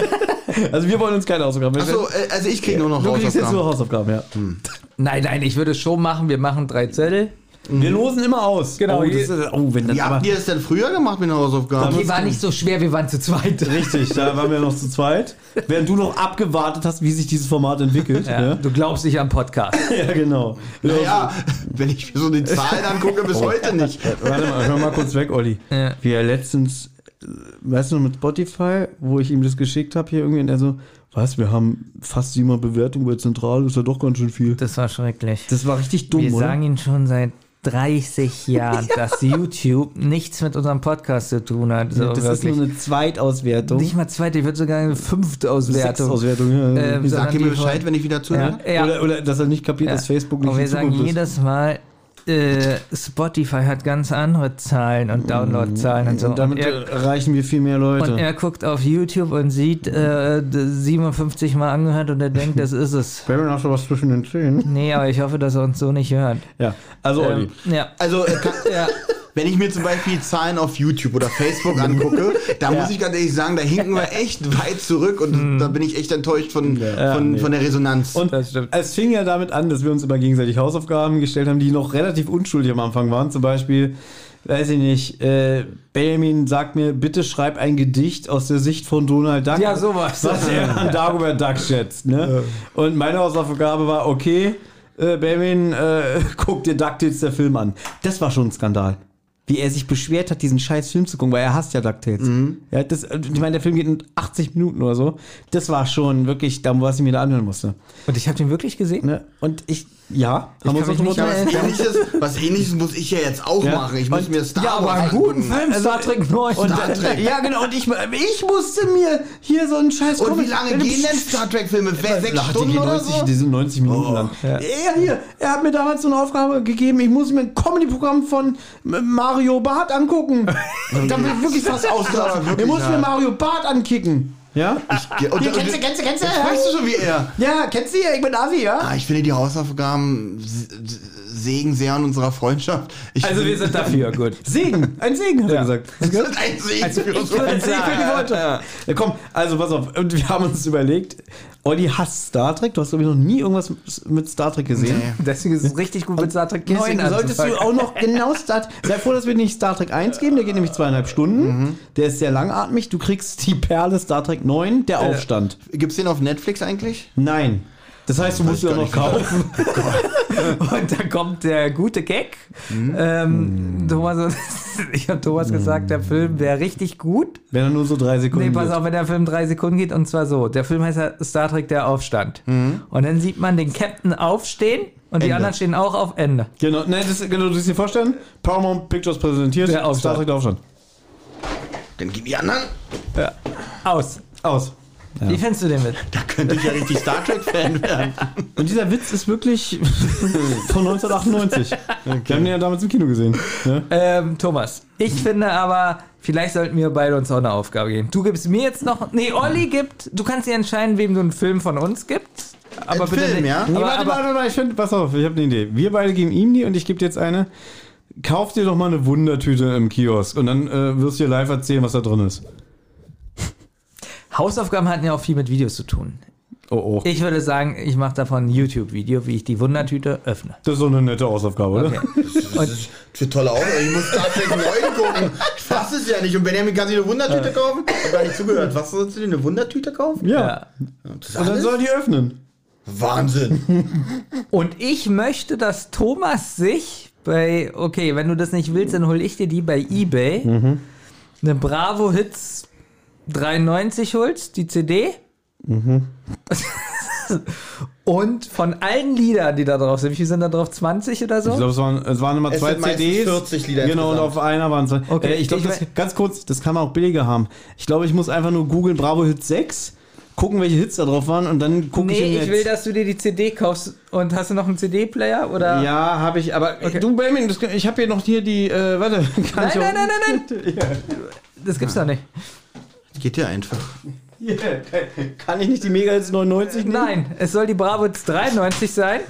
[SPEAKER 3] also wir wollen uns keine Hausaufgaben.
[SPEAKER 1] Achso, äh, also ich kriege nur noch
[SPEAKER 3] du kriegst jetzt nur
[SPEAKER 1] Hausaufgaben.
[SPEAKER 3] Hausaufgaben, ja.
[SPEAKER 2] Nein, nein, ich würde es schon machen. Wir machen drei Zettel.
[SPEAKER 3] Wir losen immer aus.
[SPEAKER 2] Genau,
[SPEAKER 3] Oh, das
[SPEAKER 2] je-
[SPEAKER 3] ist, oh wenn das
[SPEAKER 1] Wie
[SPEAKER 3] aber,
[SPEAKER 1] habt ihr das denn früher gemacht mit den Hausaufgaben?
[SPEAKER 2] Die waren nicht so schwer, wir waren zu zweit.
[SPEAKER 3] Richtig, da waren wir noch zu zweit. Während du noch abgewartet hast, wie sich dieses Format entwickelt. ne?
[SPEAKER 2] Ja,
[SPEAKER 3] Ja,
[SPEAKER 2] Du glaubst nicht am
[SPEAKER 3] (laughs)
[SPEAKER 2] Podcast.
[SPEAKER 3] ja genau.
[SPEAKER 1] Naja, (laughs) wenn ich mir so die Zahlen angucke,
[SPEAKER 3] (laughs)
[SPEAKER 1] bis heute nicht.
[SPEAKER 3] Warte mal, hör mal kurz weg, Olli.
[SPEAKER 2] Ja.
[SPEAKER 3] Wie er letztens, äh, weißt du noch, mit Spotify, wo ich ihm das geschickt habe, hier irgendwie, und er so, was, wir haben fast siebenmal Bewertung bei Zentral, ist ja doch ganz schön viel.
[SPEAKER 2] Das war schrecklich.
[SPEAKER 3] Das war richtig dumm,
[SPEAKER 2] wir
[SPEAKER 3] oder?
[SPEAKER 2] sagen Ihnen schon seit 30
[SPEAKER 3] (laughs)
[SPEAKER 2] Jahren, dass YouTube nichts mit unserem Podcast zu tun hat. So,
[SPEAKER 3] das ist
[SPEAKER 2] wirklich.
[SPEAKER 3] nur eine Zweitauswertung.
[SPEAKER 2] nicht mal zweite, ich würde sogar eine Fünftauswertung.
[SPEAKER 3] Sechstauswertung, ja.
[SPEAKER 2] Ähm,
[SPEAKER 3] Wie
[SPEAKER 1] Sag
[SPEAKER 2] sondern
[SPEAKER 1] ihr mir
[SPEAKER 2] die
[SPEAKER 1] Bescheid, wenn ich wieder zuhöre?
[SPEAKER 2] Ja.
[SPEAKER 3] Oder, oder dass er nicht kapiert, dass Facebook nicht
[SPEAKER 2] Und wir
[SPEAKER 3] die
[SPEAKER 2] sagen
[SPEAKER 3] Zukunft ist.
[SPEAKER 2] jedes Mal, äh, Spotify hat ganz andere Zahlen und Downloadzahlen und so.
[SPEAKER 3] Mm, Und damit äh,
[SPEAKER 2] und, er,
[SPEAKER 3] erreichen wir viel mehr Leute.
[SPEAKER 2] und er guckt auf YouTube und sieht äh, d- 57 Mal angehört und er denkt, das ist
[SPEAKER 3] (laughs)
[SPEAKER 2] es.
[SPEAKER 3] Baron hat schon was zwischen den Zähnen.
[SPEAKER 2] Nee, aber ich hoffe, dass er uns so nicht hört.
[SPEAKER 3] Ja, also
[SPEAKER 2] Ähm,
[SPEAKER 3] Olli.
[SPEAKER 2] ja.
[SPEAKER 3] (laughs)
[SPEAKER 1] Also, äh, kann,
[SPEAKER 2] Ja.
[SPEAKER 1] Wenn ich mir zum Beispiel die Zahlen auf YouTube oder Facebook angucke, da muss ich ganz ehrlich sagen, da hinken
[SPEAKER 3] (laughs)
[SPEAKER 1] wir echt weit zurück
[SPEAKER 3] Hm.
[SPEAKER 1] und da bin ich echt enttäuscht von, von, von der Resonanz.
[SPEAKER 3] Und
[SPEAKER 2] Das stimmt.
[SPEAKER 3] es fing ja damit an, dass wir uns immer gegenseitig Hausaufgaben gestellt haben, die noch relativ unschuldig am Anfang waren. Zum Beispiel, weiß ich nicht, äh, Benjamin sagt mir, bitte schreib ein Gedicht aus der Sicht von Donald Duck.
[SPEAKER 2] Ja, sowas.
[SPEAKER 3] Was er an Dagobert Duck schätzt. Ne? Und meine Hausaufgabe war, okay, äh, Benjamin, äh, (laughs) guck dir DuckTales der Film an. Das war schon ein Skandal. Wie er sich beschwert hat, diesen scheiß Film zu gucken, weil er hasst ja DuckTales.
[SPEAKER 1] Mhm.
[SPEAKER 3] Ja, das, äh, ich meine, der Film geht in 80 Minuten oder so. Das war schon wirklich, da was ich mir da anhören musste.
[SPEAKER 2] Und ich habe den wirklich gesehen.
[SPEAKER 3] Ne? Und ich, ja, haben wir
[SPEAKER 2] kann mich
[SPEAKER 3] noch
[SPEAKER 2] nicht
[SPEAKER 3] drüber-
[SPEAKER 1] was, ähnliches, was ähnliches muss ich ja jetzt auch
[SPEAKER 3] Ja.
[SPEAKER 1] machen. Ich muss
[SPEAKER 3] Und-
[SPEAKER 1] mir Star
[SPEAKER 2] Ja, aber
[SPEAKER 1] Wars
[SPEAKER 2] einen guten
[SPEAKER 1] angucken. Also,
[SPEAKER 2] Film, Star Trek 9.
[SPEAKER 3] und,
[SPEAKER 1] Star Trek.
[SPEAKER 3] Ja, genau, und ich, ich musste mir hier so einen scheiß
[SPEAKER 1] Und wie
[SPEAKER 3] Comic-
[SPEAKER 1] lange gehen denn Star Trek-Filme?
[SPEAKER 2] Äh,
[SPEAKER 1] We- Sechs
[SPEAKER 3] Ach, Äh, die
[SPEAKER 1] Stunden
[SPEAKER 3] gehen
[SPEAKER 1] oder
[SPEAKER 3] 90,
[SPEAKER 1] so?
[SPEAKER 3] Die sind 90 Minuten lang. Er, Oh. hier, er hat mir damals so eine Aufgabe gegeben, ich muss mir ein Comedy-Programm von Mario Barth (laughs) angucken. da bin ich wirklich fast ausgelassen.
[SPEAKER 1] Ja, wirklich,
[SPEAKER 3] ich muss
[SPEAKER 1] ja.
[SPEAKER 3] mir Mario Barth ankicken. Ja?
[SPEAKER 1] Ja, und-
[SPEAKER 3] hier,
[SPEAKER 1] und-
[SPEAKER 3] kennst du, kennst du, kennst du?
[SPEAKER 1] Jetzt weißt du schon, wie er.
[SPEAKER 3] Ja, kennst du hier? Ich bin Asi, ja?
[SPEAKER 1] Ah, ich finde die Hausaufgaben s- s- sägen sehr an unserer Freundschaft. Ich
[SPEAKER 2] Also,
[SPEAKER 1] finde-
[SPEAKER 2] dafür, gut.
[SPEAKER 3] (laughs) Segen, ein Segen, hat er gesagt.
[SPEAKER 1] Das ist ein
[SPEAKER 2] also,
[SPEAKER 1] Segen für uns.
[SPEAKER 3] Als (laughs) ich für die Worte. Ja, komm, also pass auf. Und wir haben uns überlegt, Olli hasst Star Trek. Du hast, glaube ich, noch nie irgendwas mit Star Trek gesehen.
[SPEAKER 1] Nee.
[SPEAKER 2] Deswegen ist es richtig gut mit Star Trek 9
[SPEAKER 3] Deswegen solltest du
[SPEAKER 2] anzufangen.
[SPEAKER 3] auch noch genau Star Sei froh, dass wir nicht Star Trek 1 geben, der geht nämlich zweieinhalb Stunden.
[SPEAKER 2] Mhm.
[SPEAKER 3] Der ist sehr langatmig.
[SPEAKER 2] Äh.
[SPEAKER 3] Du kriegst die Perle Star Trek 9, der Aufstand.
[SPEAKER 1] Gibt's den auf Netflix eigentlich?
[SPEAKER 3] Nein. Das heißt, du musst ja
[SPEAKER 1] gar
[SPEAKER 3] noch
[SPEAKER 1] nicht, wie
[SPEAKER 2] (laughs)
[SPEAKER 3] kaufen.
[SPEAKER 2] Und da kommt der gute Gag.
[SPEAKER 1] Mhm.
[SPEAKER 2] Ähm, Thomas, (laughs) und- ich habe Thomas gesagt, der Film wäre richtig gut.
[SPEAKER 3] Wenn er nur so drei Sekunden.
[SPEAKER 2] Nee, pass
[SPEAKER 3] geht.
[SPEAKER 2] auf, wenn der Film drei Sekunden geht. Und zwar so. Der Film heißt ja Star Trek der Aufstand. Und dann sieht man den Captain aufstehen und die
[SPEAKER 1] Mhm. Ende.
[SPEAKER 2] anderen stehen auch auf Ende.
[SPEAKER 3] Genau, nein, das, genau, das dir vorstellen. Paramount Pictures präsentiert
[SPEAKER 2] Der Aufstand.
[SPEAKER 3] Star Trek der Aufstand.
[SPEAKER 1] Dann gib die anderen.
[SPEAKER 2] Aus.
[SPEAKER 3] Aus.
[SPEAKER 2] Wie findest du den mit?
[SPEAKER 1] Da könnte ich ja richtig Star
[SPEAKER 2] (laughs)
[SPEAKER 1] Trek-Fan werden.
[SPEAKER 3] Und dieser Witz ist wirklich von
[SPEAKER 2] (laughs)
[SPEAKER 3] 1998. Wir haben den ja damals im Kino gesehen. Ne?
[SPEAKER 2] Ähm, Thomas, ich finde aber, vielleicht sollten wir beide uns auch eine Aufgabe geben. Du gibst mir jetzt noch. Nee, Olli gibt. Du kannst dir entscheiden, wem du einen Film von uns gibst. Aber
[SPEAKER 1] Ein
[SPEAKER 2] bitte
[SPEAKER 1] Film,
[SPEAKER 2] nicht.
[SPEAKER 1] ja?
[SPEAKER 2] Aber,
[SPEAKER 3] Nee, warte,
[SPEAKER 2] aber,
[SPEAKER 3] warte, warte, ich find, pass auf, ich habe eine Idee. Wir beide geben ihm die und ich gebe dir jetzt eine. Kauf dir doch mal eine Wundertüte im Kiosk und dann äh, wirst du dir live erzählen, was da drin ist.
[SPEAKER 2] Hausaufgaben hatten ja auch viel mit Videos zu tun.
[SPEAKER 3] Oh, oh.
[SPEAKER 2] Ich würde sagen, ich mache davon ein YouTube-Video, wie ich die Wundertüte öffne.
[SPEAKER 3] Das ist doch eine nette Hausaufgabe, oder?
[SPEAKER 2] Okay.
[SPEAKER 1] Das ist für tolle Augen. Ich muss Star Trek 9 gucken. Ich fass es ja nicht. Und Benjamin kann sich eine
[SPEAKER 2] Äh.
[SPEAKER 1] Wundertüte kaufen? Ich hab gar nicht zugehört. Was sollst du dir eine Wundertüte kaufen?
[SPEAKER 3] Ja.
[SPEAKER 2] Ja.
[SPEAKER 1] Das ist
[SPEAKER 3] Und dann
[SPEAKER 1] alles?
[SPEAKER 3] soll die öffnen.
[SPEAKER 1] Wahnsinn.
[SPEAKER 2] Und ich möchte, dass Thomas sich bei, okay, wenn du das nicht willst, dann hole ich dir die bei eBay,
[SPEAKER 3] Mhm.
[SPEAKER 2] eine Bravo Hits 93 holst, die CD.
[SPEAKER 3] Mhm.
[SPEAKER 2] (laughs) Und von allen Liedern, die da drauf sind, wie viel sind da drauf? 20 oder so?
[SPEAKER 3] Ich glaube, es waren, es waren immer
[SPEAKER 1] Es
[SPEAKER 3] zwei
[SPEAKER 1] sind meistens
[SPEAKER 3] CDs.
[SPEAKER 1] 40 Lieder
[SPEAKER 3] Genau, und
[SPEAKER 1] insgesamt.
[SPEAKER 3] auf einer waren zwei.
[SPEAKER 2] Okay,
[SPEAKER 3] Äh, ich glaube,
[SPEAKER 2] ich
[SPEAKER 3] das,
[SPEAKER 2] we-
[SPEAKER 3] ganz kurz, das kann man auch billiger haben. Ich glaube, ich muss einfach nur googeln Bravo Hit 6, gucken, welche Hits da drauf waren und dann gucke ich im
[SPEAKER 2] nee, ich
[SPEAKER 3] Netz.
[SPEAKER 2] will, dass du dir die CD kaufst. Und hast du noch einen CD-Player? Oder?
[SPEAKER 3] Ja, habe ich, aber
[SPEAKER 2] Okay.
[SPEAKER 3] du, Benjamin, das, ich habe hier noch hier die, äh, warte. (laughs) Kann
[SPEAKER 2] Nein,
[SPEAKER 3] ich
[SPEAKER 2] nein,
[SPEAKER 3] auch,
[SPEAKER 2] nein, nein, nein. (laughs) Das gibt's doch nicht.
[SPEAKER 1] (laughs) Geht ja einfach.
[SPEAKER 3] Yeah. Kann ich nicht die Mega Hits 99 nehmen?
[SPEAKER 2] Nein, Mhm. es soll die Bravo 93 sein.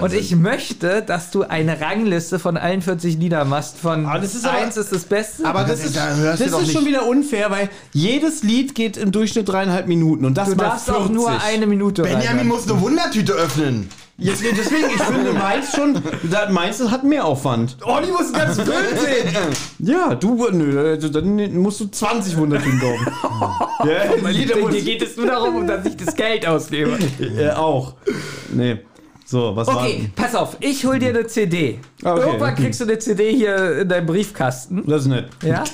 [SPEAKER 2] Und ich möchte, dass du eine Rangliste von allen 40 Lieder machst. Von
[SPEAKER 3] Aber das ist aber-
[SPEAKER 2] 1 ist Ah, das Beste.
[SPEAKER 3] Aber das
[SPEAKER 1] Da-
[SPEAKER 3] ist,
[SPEAKER 1] da hörst
[SPEAKER 3] das
[SPEAKER 1] du doch
[SPEAKER 3] ist schon
[SPEAKER 1] nicht.
[SPEAKER 3] wieder unfair, weil jedes Lied geht im Durchschnitt dreieinhalb Minuten und das
[SPEAKER 2] du
[SPEAKER 3] mal
[SPEAKER 2] darfst
[SPEAKER 3] 40.
[SPEAKER 2] auch nur eine Minute
[SPEAKER 1] Benjamin
[SPEAKER 2] reinmachen.
[SPEAKER 1] muss eine Wundertüte öffnen.
[SPEAKER 3] Jetzt, nee, deswegen,
[SPEAKER 2] (laughs)
[SPEAKER 3] ich finde meins schon, da- meins hat mehr Aufwand.
[SPEAKER 2] Oh, die muss ganz Film sehen.
[SPEAKER 3] (laughs)
[SPEAKER 2] (laughs)
[SPEAKER 3] Ja, du, nö, also dann musst du 20
[SPEAKER 2] (laughs)
[SPEAKER 3] Wundertüten kaufen. ja, jeder
[SPEAKER 2] Dir
[SPEAKER 3] muss,
[SPEAKER 2] geht es nur darum, dass ich das Geld ausgebe.
[SPEAKER 3] äh, auch. Nee. So, was
[SPEAKER 2] Okay, pass auf, ich hol dir eine CD.
[SPEAKER 3] Ah, okay.
[SPEAKER 2] Irgendwann kriegst du eine CD hier in deinem Briefkasten.
[SPEAKER 3] war? Das ist nett.
[SPEAKER 2] (laughs) Ja?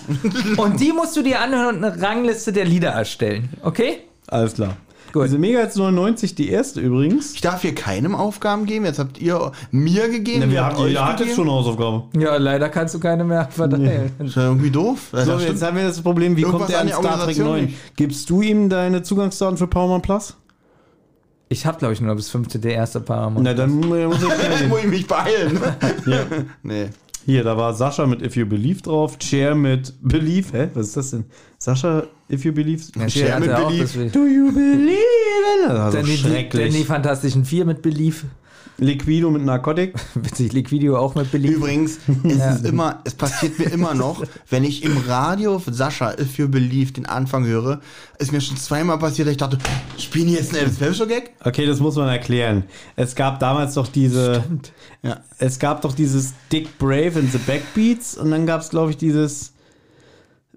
[SPEAKER 2] Und die musst du dir anhören und eine Rangliste der Lieder erstellen. Okay?
[SPEAKER 3] Alles klar.
[SPEAKER 2] Gut.
[SPEAKER 3] Diese Mega Hits 99, die erste übrigens.
[SPEAKER 1] Ich darf hier keinem Aufgaben geben. Jetzt habt ihr mir gegeben. ihr habt euch
[SPEAKER 3] ihr hattet
[SPEAKER 1] gegeben.
[SPEAKER 3] schon eine Hausaufgabe.
[SPEAKER 2] Ja, leider kannst du keine mehr verteilen.
[SPEAKER 1] Ist ja irgendwie doof. Ja,
[SPEAKER 3] So,
[SPEAKER 1] das
[SPEAKER 3] jetzt
[SPEAKER 1] stimmt.
[SPEAKER 3] haben wir das Problem, wie
[SPEAKER 1] Irgendwas
[SPEAKER 3] kommt der
[SPEAKER 1] an
[SPEAKER 3] an
[SPEAKER 1] der
[SPEAKER 3] Star Trek
[SPEAKER 1] Organisation
[SPEAKER 3] 9? Gibst du ihm deine Zugangsdaten für Paramount Plus?
[SPEAKER 2] Ich habe, glaube ich, nur noch bis 5. der erste Paramount.
[SPEAKER 3] Na, dann mu- muss
[SPEAKER 1] (laughs)
[SPEAKER 3] ich schnell
[SPEAKER 1] Jetzt
[SPEAKER 3] gehen.
[SPEAKER 1] muss ich mich beeilen.
[SPEAKER 3] (laughs) ja.
[SPEAKER 1] Nee.
[SPEAKER 3] Hier, da war Sascha mit If You Believe drauf, Chair mit Believe. Hä, was ist das denn? Sascha, If You Believe.
[SPEAKER 2] Ja,
[SPEAKER 1] Share
[SPEAKER 2] Share hat
[SPEAKER 1] mit
[SPEAKER 2] er auch
[SPEAKER 1] Belief.
[SPEAKER 2] deswegen.
[SPEAKER 3] Do you believe in? Also
[SPEAKER 2] Dann die-
[SPEAKER 3] schrecklich.
[SPEAKER 2] Dann die Fantastischen Vier mit Belief. (laughs)
[SPEAKER 3] Liquido mit Narkotik.
[SPEAKER 2] Witzig, Liquidio auch mit Belief.
[SPEAKER 1] Übrigens, es ist immer, es passiert mir immer noch, wenn ich im Radio von Sascha If You Believe den Anfang höre, ist mir schon zweimal passiert, dass ich dachte, spielen die jetzt einen Elvis Presley Gag?
[SPEAKER 3] Okay, das muss man erklären. Es gab damals doch diese. Ja, es gab doch dieses Dick Brave and the Backbeats und dann gab es, glaube ich, dieses.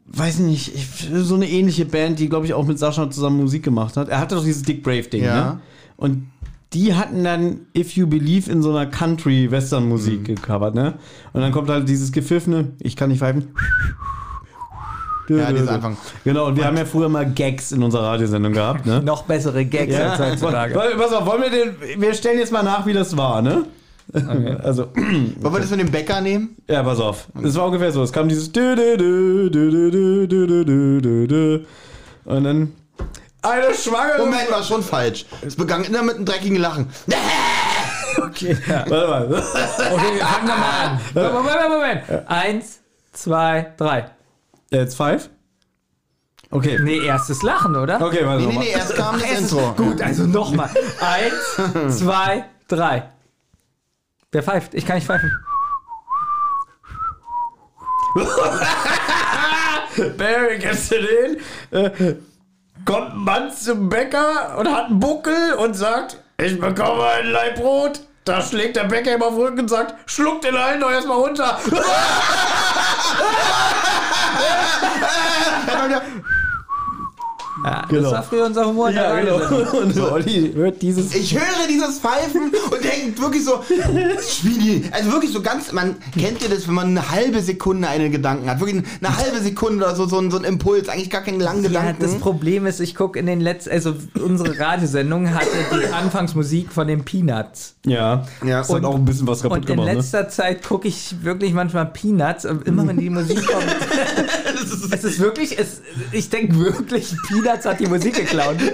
[SPEAKER 3] Weiß nicht, ich- so eine ähnliche Band, die, glaube ich, auch mit Sascha zusammen Musik gemacht hat. Er hatte doch dieses Dick Brave-Ding,
[SPEAKER 1] Ja.
[SPEAKER 3] ne? Und die hatten dann If You Believe in so einer Country-Western-Musik gecovert, ne? Und dann kommt halt dieses gepfiffene, ich kann nicht pfeifen.
[SPEAKER 1] Ja, dieses Anfang.
[SPEAKER 3] Genau, und wir haben ja früher mal Gags in unserer Radiosendung gehabt, ne?
[SPEAKER 2] Noch bessere Gags als heutzutage.
[SPEAKER 3] Warte, pass auf, wollen wir den. Wir stellen jetzt mal nach, wie das war, ne? (laughs) Also,
[SPEAKER 1] Wollen wir das mit dem Bäcker nehmen?
[SPEAKER 3] ja, pass auf. Es war ungefähr so. Es kam dieses. Dü, dü, dü, dü, dü, dü, dü, dü, dü, dü, dü. Und dann. Eine schwangere.
[SPEAKER 1] Moment, war schon falsch. Es begann immer mit einem dreckigen Lachen.
[SPEAKER 3] Okay. (laughs) Warte mal. (laughs)
[SPEAKER 2] Okay, wir fangen nochmal an. (laughs) Moment, Moment, Moment. Eins, zwei, drei.
[SPEAKER 3] Jetzt five? Okay.
[SPEAKER 2] Nee, erstes Lachen, oder?
[SPEAKER 3] Okay, warte
[SPEAKER 1] Nee, nee,
[SPEAKER 3] mal.
[SPEAKER 1] nee, erst kam das Intro.
[SPEAKER 2] Gut, Oh also nochmal. (laughs) Eins, zwei, drei. Wer pfeift? Ich kann nicht pfeifen.
[SPEAKER 3] Barry, kennst du den? Äh, Kommt ein Mann zum Bäcker und hat einen Buckel und sagt, ich bekomme ein Laib Brot. Da schlägt der Bäcker ihm auf den Rücken und sagt, schluck den allen doch erstmal runter.
[SPEAKER 2] Ja,
[SPEAKER 3] Genau.
[SPEAKER 2] Das war früher unser Humor. in der
[SPEAKER 1] genau. (laughs)
[SPEAKER 2] Radiosendung.
[SPEAKER 3] Und genau. Olli hört dieses.
[SPEAKER 1] Ich höre dieses Pfeifen und denke wirklich so, Schmiedi. Also wirklich so ganz, man kennt ihr das, wenn man eine halbe Sekunde einen Gedanken hat. Wirklich eine halbe Sekunde oder so, so, ein, so ein Impuls, eigentlich gar keinen langen
[SPEAKER 2] Ja,
[SPEAKER 1] Gedanken.
[SPEAKER 2] das Problem ist, ich gucke in den letzten, also unsere Radiosendung hatte die
[SPEAKER 1] (laughs)
[SPEAKER 2] Anfangsmusik von den Peanuts.
[SPEAKER 3] Ja.
[SPEAKER 1] Ja,
[SPEAKER 3] das hat auch ein bisschen was kaputt
[SPEAKER 2] Und in
[SPEAKER 3] gemacht. Ne?
[SPEAKER 2] letzter Zeit gucke ich wirklich manchmal Peanuts, aber immer wenn die Musik
[SPEAKER 1] (laughs)
[SPEAKER 2] kommt. es ist wirklich, es, ich denke wirklich, Peanuts hat die Musik
[SPEAKER 1] (laughs)
[SPEAKER 2] geklaut.
[SPEAKER 1] ne?
[SPEAKER 2] (laughs)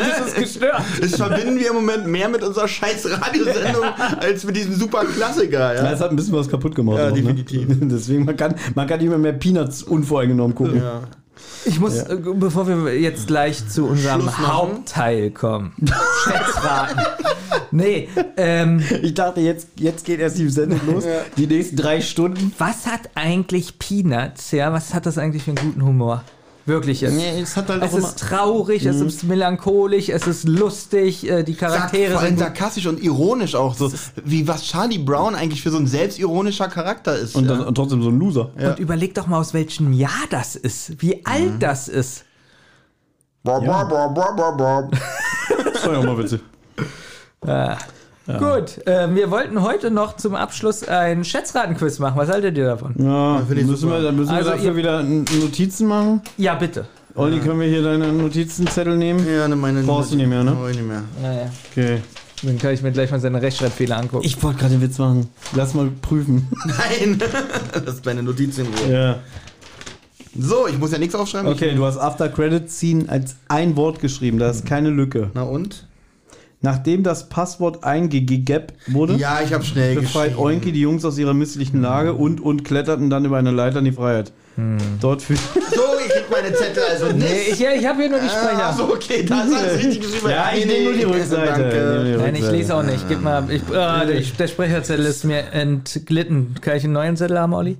[SPEAKER 2] Das ist gestört.
[SPEAKER 1] Das verbinden wir im Moment mehr mit unserer scheiß Radiosendung als mit diesem super Klassiker.
[SPEAKER 3] Ja,
[SPEAKER 1] Ja.
[SPEAKER 3] es hat ein bisschen was kaputt gemacht.
[SPEAKER 1] Ja,
[SPEAKER 3] auch,
[SPEAKER 1] definitiv.
[SPEAKER 3] Ne? (laughs) Deswegen, man kann, man kann immer mehr Peanuts unvoreingenommen gucken.
[SPEAKER 1] Ja.
[SPEAKER 2] Ich muss, äh, bevor wir jetzt gleich zu unserem
[SPEAKER 1] Schluss machen.
[SPEAKER 2] Hauptteil
[SPEAKER 1] (laughs)
[SPEAKER 2] kommen, Schätzraten. Nee, ähm,
[SPEAKER 3] Ich dachte, jetzt, jetzt geht erst die
[SPEAKER 1] (laughs)
[SPEAKER 3] Sendung los. Die nächsten drei Stunden.
[SPEAKER 2] was hat eigentlich Peanuts, ja, was hat das eigentlich für einen guten Humor? Wirklich jetzt.
[SPEAKER 3] es hat halt
[SPEAKER 2] Es ist traurig, es ist melancholisch, es ist lustig, äh, die
[SPEAKER 1] Sagt,
[SPEAKER 2] Charaktere
[SPEAKER 1] Mhm. vor allem
[SPEAKER 2] sind gut.
[SPEAKER 1] sarkastisch und ironisch auch so, wie was Charlie Brown eigentlich für so ein selbstironischer Charakter ist.
[SPEAKER 3] Und,
[SPEAKER 1] ja.
[SPEAKER 3] dann, und trotzdem so ein Loser.
[SPEAKER 2] Und überleg doch mal, aus welchem Jahr das ist, wie alt
[SPEAKER 1] Mhm.
[SPEAKER 2] das ist.
[SPEAKER 1] Boah, boah, boah, boah, boah, boah.
[SPEAKER 3] (laughs) Das war ja auch mal witzig.
[SPEAKER 2] Ah. Gut, äh, wir wollten heute noch zum Abschluss ein Schätzratenquiz machen. Was haltet ihr davon?
[SPEAKER 3] Ja,
[SPEAKER 1] finde ich
[SPEAKER 3] müssen
[SPEAKER 1] super.
[SPEAKER 3] wir, dann müssen
[SPEAKER 2] Also
[SPEAKER 3] wir dafür
[SPEAKER 2] ihr-
[SPEAKER 3] wieder N- Notizen machen.
[SPEAKER 2] Ja, bitte.
[SPEAKER 3] Olli, können wir hier deine Notizenzettel nehmen?
[SPEAKER 1] Ja, ne, meine
[SPEAKER 3] Brauchst du nicht mehr, ne?
[SPEAKER 1] Brauch ich nicht mehr.
[SPEAKER 2] Naja.
[SPEAKER 3] Okay.
[SPEAKER 2] Dann kann ich mir gleich mal seine Rechtschreibfehler angucken.
[SPEAKER 3] Ich wollte gerade den Witz machen. Lass mal prüfen.
[SPEAKER 1] Nein, (laughs) das ist meine Notiz in Ruhe.
[SPEAKER 3] Ja.
[SPEAKER 1] So, ich muss ja nichts aufschreiben.
[SPEAKER 3] (laughs) Okay, du hast After Credit Scene als ein Wort geschrieben. Da
[SPEAKER 1] Mhm.
[SPEAKER 3] ist keine Lücke.
[SPEAKER 1] Na und?
[SPEAKER 3] Nachdem das Passwort eingegeben wurde,
[SPEAKER 1] Ja, ich habe schnell
[SPEAKER 3] befreit
[SPEAKER 1] geschrieben.
[SPEAKER 3] Oinki die Jungs aus ihrer misslichen Lage und und kletterten dann über eine Leiter in die Freiheit.
[SPEAKER 2] Hm.
[SPEAKER 1] (laughs)
[SPEAKER 3] Dort führt
[SPEAKER 1] So, ich krieg meine Zettel also nicht.
[SPEAKER 2] nee, ich, ja, ich habe hier nur die Sprecher.
[SPEAKER 1] Ah, so, okay, da ist alles richtig
[SPEAKER 3] (laughs)
[SPEAKER 1] geschrieben.
[SPEAKER 3] Ja, ich nehme nur die Rückseite. Nehm
[SPEAKER 1] Danke.
[SPEAKER 3] die
[SPEAKER 2] Nein, ich
[SPEAKER 3] Rückseite.
[SPEAKER 2] lese auch nicht. Gib mal, ich, ah, der, der Sprecherzettel ist mir entglitten. Kann ich einen neuen Zettel haben, Olli?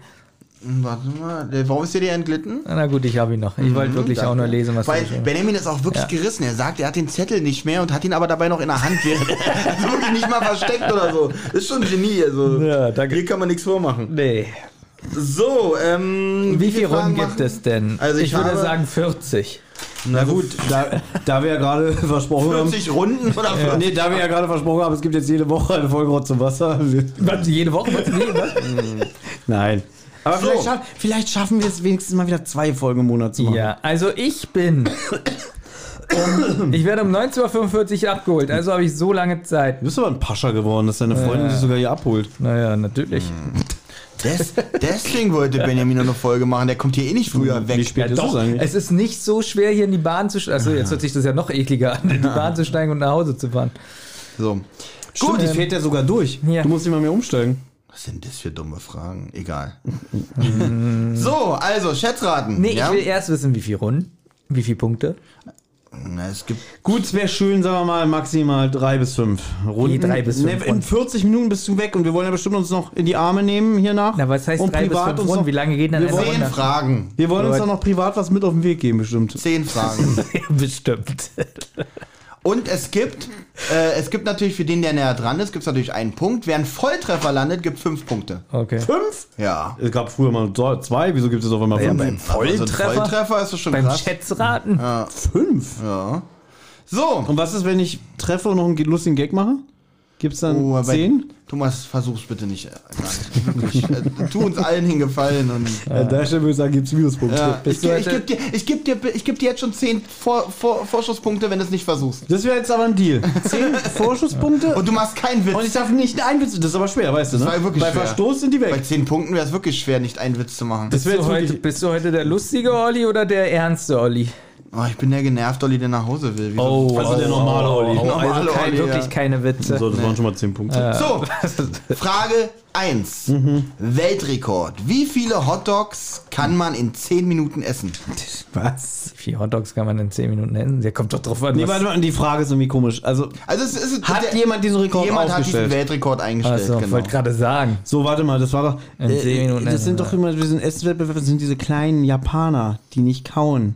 [SPEAKER 1] Hm, Warte mal, der- warum ist dir der entglitten?
[SPEAKER 2] Na gut, ich habe ihn noch. Ich wollte wirklich
[SPEAKER 1] Mhm, Danke.
[SPEAKER 2] auch nur lesen, was du
[SPEAKER 1] Weil
[SPEAKER 2] geschrieben hast.
[SPEAKER 1] Benjamin ist auch wirklich
[SPEAKER 2] Ja.
[SPEAKER 1] gerissen. Er sagt, er hat den Zettel nicht mehr und hat ihn aber dabei noch in der Hand. (laughs) während er- also wirklich nicht mal versteckt oder so. Ist schon ein Genie. Also
[SPEAKER 2] Ja, danke.
[SPEAKER 1] Hier kann man nichts vormachen.
[SPEAKER 2] Nee.
[SPEAKER 1] So, ähm.
[SPEAKER 2] Wie viele
[SPEAKER 1] Fragen
[SPEAKER 2] Runden
[SPEAKER 1] machen?
[SPEAKER 2] gibt es denn?
[SPEAKER 1] Also ich
[SPEAKER 2] würde
[SPEAKER 1] habe-
[SPEAKER 2] sagen 40.
[SPEAKER 1] (laughs)
[SPEAKER 3] Na gut, da, da wir ja gerade (laughs) versprochen haben.
[SPEAKER 1] 40 Runden oder 40?
[SPEAKER 3] Nee, da wir ja gerade versprochen haben, es gibt jetzt jede Woche eine Folge Rotz zum Wasser. (laughs)
[SPEAKER 2] Was, jede Woche? Was, nee, was?
[SPEAKER 3] Nein. Aber
[SPEAKER 1] So.
[SPEAKER 3] vielleicht, scha vielleicht schaffen wir es wenigstens mal wieder zwei Folgen im Monat zu machen.
[SPEAKER 2] (laughs) Ja, also ich bin. um, ich werde um 19.45 Uhr abgeholt, also habe ich so lange Zeit.
[SPEAKER 3] Du bist aber ein Pascha geworden, dass deine Freundin dich sogar hier abholt.
[SPEAKER 2] Naja, natürlich.
[SPEAKER 1] Des, deswegen wollte Benjamin noch eine Folge machen. Der kommt hier eh nicht früher
[SPEAKER 3] Wie
[SPEAKER 1] weg.
[SPEAKER 3] spät ist es eigentlich?
[SPEAKER 2] Es ist nicht so schwer, hier in die Bahn zu steigen. Also jetzt hört sich das ja noch ekliger an, in die Bahn zu steigen und nach Hause zu fahren.
[SPEAKER 1] So.
[SPEAKER 3] Stimmt,
[SPEAKER 2] Gut.
[SPEAKER 3] die fährt ja sogar durch.
[SPEAKER 2] Ja.
[SPEAKER 3] Du musst nicht mal mehr umsteigen.
[SPEAKER 1] Was sind das für dumme Fragen? Egal. so, also, Schätzraten.
[SPEAKER 2] Nee,
[SPEAKER 1] ja?
[SPEAKER 2] ich will erst wissen, wie viele Runden, wie viele Punkte.
[SPEAKER 1] Na, es gibt.
[SPEAKER 3] Gut, es wäre schön, sagen wir mal, maximal drei bis fünf
[SPEAKER 2] Nee,
[SPEAKER 3] Runden.
[SPEAKER 2] drei bis fünf
[SPEAKER 3] Ne, In
[SPEAKER 2] Runden.
[SPEAKER 3] 40 Minuten bist du weg und wir wollen ja bestimmt uns noch in die Arme nehmen hier nach.
[SPEAKER 2] Na, was heißt
[SPEAKER 3] und
[SPEAKER 2] drei bis
[SPEAKER 3] privat
[SPEAKER 2] fünf
[SPEAKER 3] uns
[SPEAKER 2] Runden?
[SPEAKER 3] Noch,
[SPEAKER 2] Wie lange geht denn
[SPEAKER 3] wir
[SPEAKER 2] eine
[SPEAKER 3] wollen-
[SPEAKER 1] Zehn
[SPEAKER 2] Runde?
[SPEAKER 1] Fragen.
[SPEAKER 3] wir wollen uns
[SPEAKER 2] Leute.
[SPEAKER 3] dann noch privat was mit auf den Weg geben, bestimmt.
[SPEAKER 1] Zehn Fragen.
[SPEAKER 2] (laughs) Bestimmt.
[SPEAKER 1] Und es gibt, äh, es gibt natürlich für den, der näher dran ist, gibt es natürlich einen Punkt. Wer einen Volltreffer landet, gibt fünf Punkte.
[SPEAKER 2] Okay.
[SPEAKER 3] Fünf?
[SPEAKER 1] Ja.
[SPEAKER 3] Es gab früher mal so- zwei, wieso gibt es auf einmal
[SPEAKER 2] Ja,
[SPEAKER 3] fünf?
[SPEAKER 2] beim
[SPEAKER 1] Also ein
[SPEAKER 2] Volltreffer?
[SPEAKER 1] Volltreffer ist das schon
[SPEAKER 2] Beim
[SPEAKER 1] krass.
[SPEAKER 2] Schätzraten?
[SPEAKER 3] fünf?
[SPEAKER 1] Ja. So.
[SPEAKER 3] Und was ist, wenn ich treffe und noch einen lustigen Gag mache? Gibt es dann
[SPEAKER 1] Oh, aber
[SPEAKER 3] zehn?
[SPEAKER 1] Thomas, versuch's bitte nicht. äh, Gar nicht. Ich, (laughs) äh, tu uns allen hingefallen und.
[SPEAKER 3] An der Stelle würde ich sagen, gibt es Minuspunkte.
[SPEAKER 1] Ja, ich,
[SPEAKER 3] Bist
[SPEAKER 1] ge-
[SPEAKER 3] du
[SPEAKER 1] ich
[SPEAKER 3] heute-
[SPEAKER 1] gebe dir, ich geb dir, ich geb dir jetzt schon 10 Vor, Vor, Vorschusspunkte, wenn du es nicht versuchst.
[SPEAKER 3] das wäre jetzt aber ein Deal. Zehn Vorschusspunkte
[SPEAKER 1] Und du machst keinen Witz.
[SPEAKER 3] Und ich darf nicht einen Witz, das ist aber schwer, weißt du, ne?
[SPEAKER 1] Das war wirklich
[SPEAKER 3] Bei
[SPEAKER 1] schwer.
[SPEAKER 3] Verstoß sind die
[SPEAKER 1] Bei
[SPEAKER 3] weg.
[SPEAKER 1] 10 Punkten wäre es wirklich schwer, nicht einen Witz zu machen.
[SPEAKER 3] Das
[SPEAKER 2] bist,
[SPEAKER 3] wäre
[SPEAKER 2] du
[SPEAKER 3] jetzt
[SPEAKER 2] heute,
[SPEAKER 3] wirklich...
[SPEAKER 2] bist du heute der lustige Olli oder der ernste Olli?
[SPEAKER 1] Oh, ich bin der genervt, Olli, der nach Hause will. Wieso?
[SPEAKER 3] Also der normale Olli.
[SPEAKER 2] Oh, also
[SPEAKER 1] Normale
[SPEAKER 2] kein,
[SPEAKER 1] Olli,
[SPEAKER 2] wirklich
[SPEAKER 1] ja.
[SPEAKER 2] keine Witze.
[SPEAKER 3] So, das waren schon mal 10 Punkte. (laughs)
[SPEAKER 1] So, Frage 1.
[SPEAKER 3] Mhm.
[SPEAKER 1] Weltrekord. Wie viele Hotdogs kann man in 10 Minuten essen?
[SPEAKER 3] Äh, Was?
[SPEAKER 2] Wie viele Hotdogs kann man in 10 Minuten essen? Der kommt doch drauf an.
[SPEAKER 3] Nee,
[SPEAKER 2] was-
[SPEAKER 3] warte mal, die Frage ist irgendwie komisch. Also,
[SPEAKER 1] Also es, es,
[SPEAKER 3] hat
[SPEAKER 1] der-
[SPEAKER 3] jemand diesen Rekord
[SPEAKER 1] jemand hat diesen
[SPEAKER 3] aufgestellt?
[SPEAKER 1] Weltrekord eingestellt,
[SPEAKER 2] also,
[SPEAKER 1] genau.
[SPEAKER 2] wollte gerade sagen.
[SPEAKER 3] so, warte mal, das war doch... äh,
[SPEAKER 2] In zehn Minuten
[SPEAKER 3] das
[SPEAKER 2] essen,
[SPEAKER 3] sind doch
[SPEAKER 2] ja.
[SPEAKER 3] immer, wir sind Essenswettbewerb, das sind diese kleinen Japaner, die nicht kauen.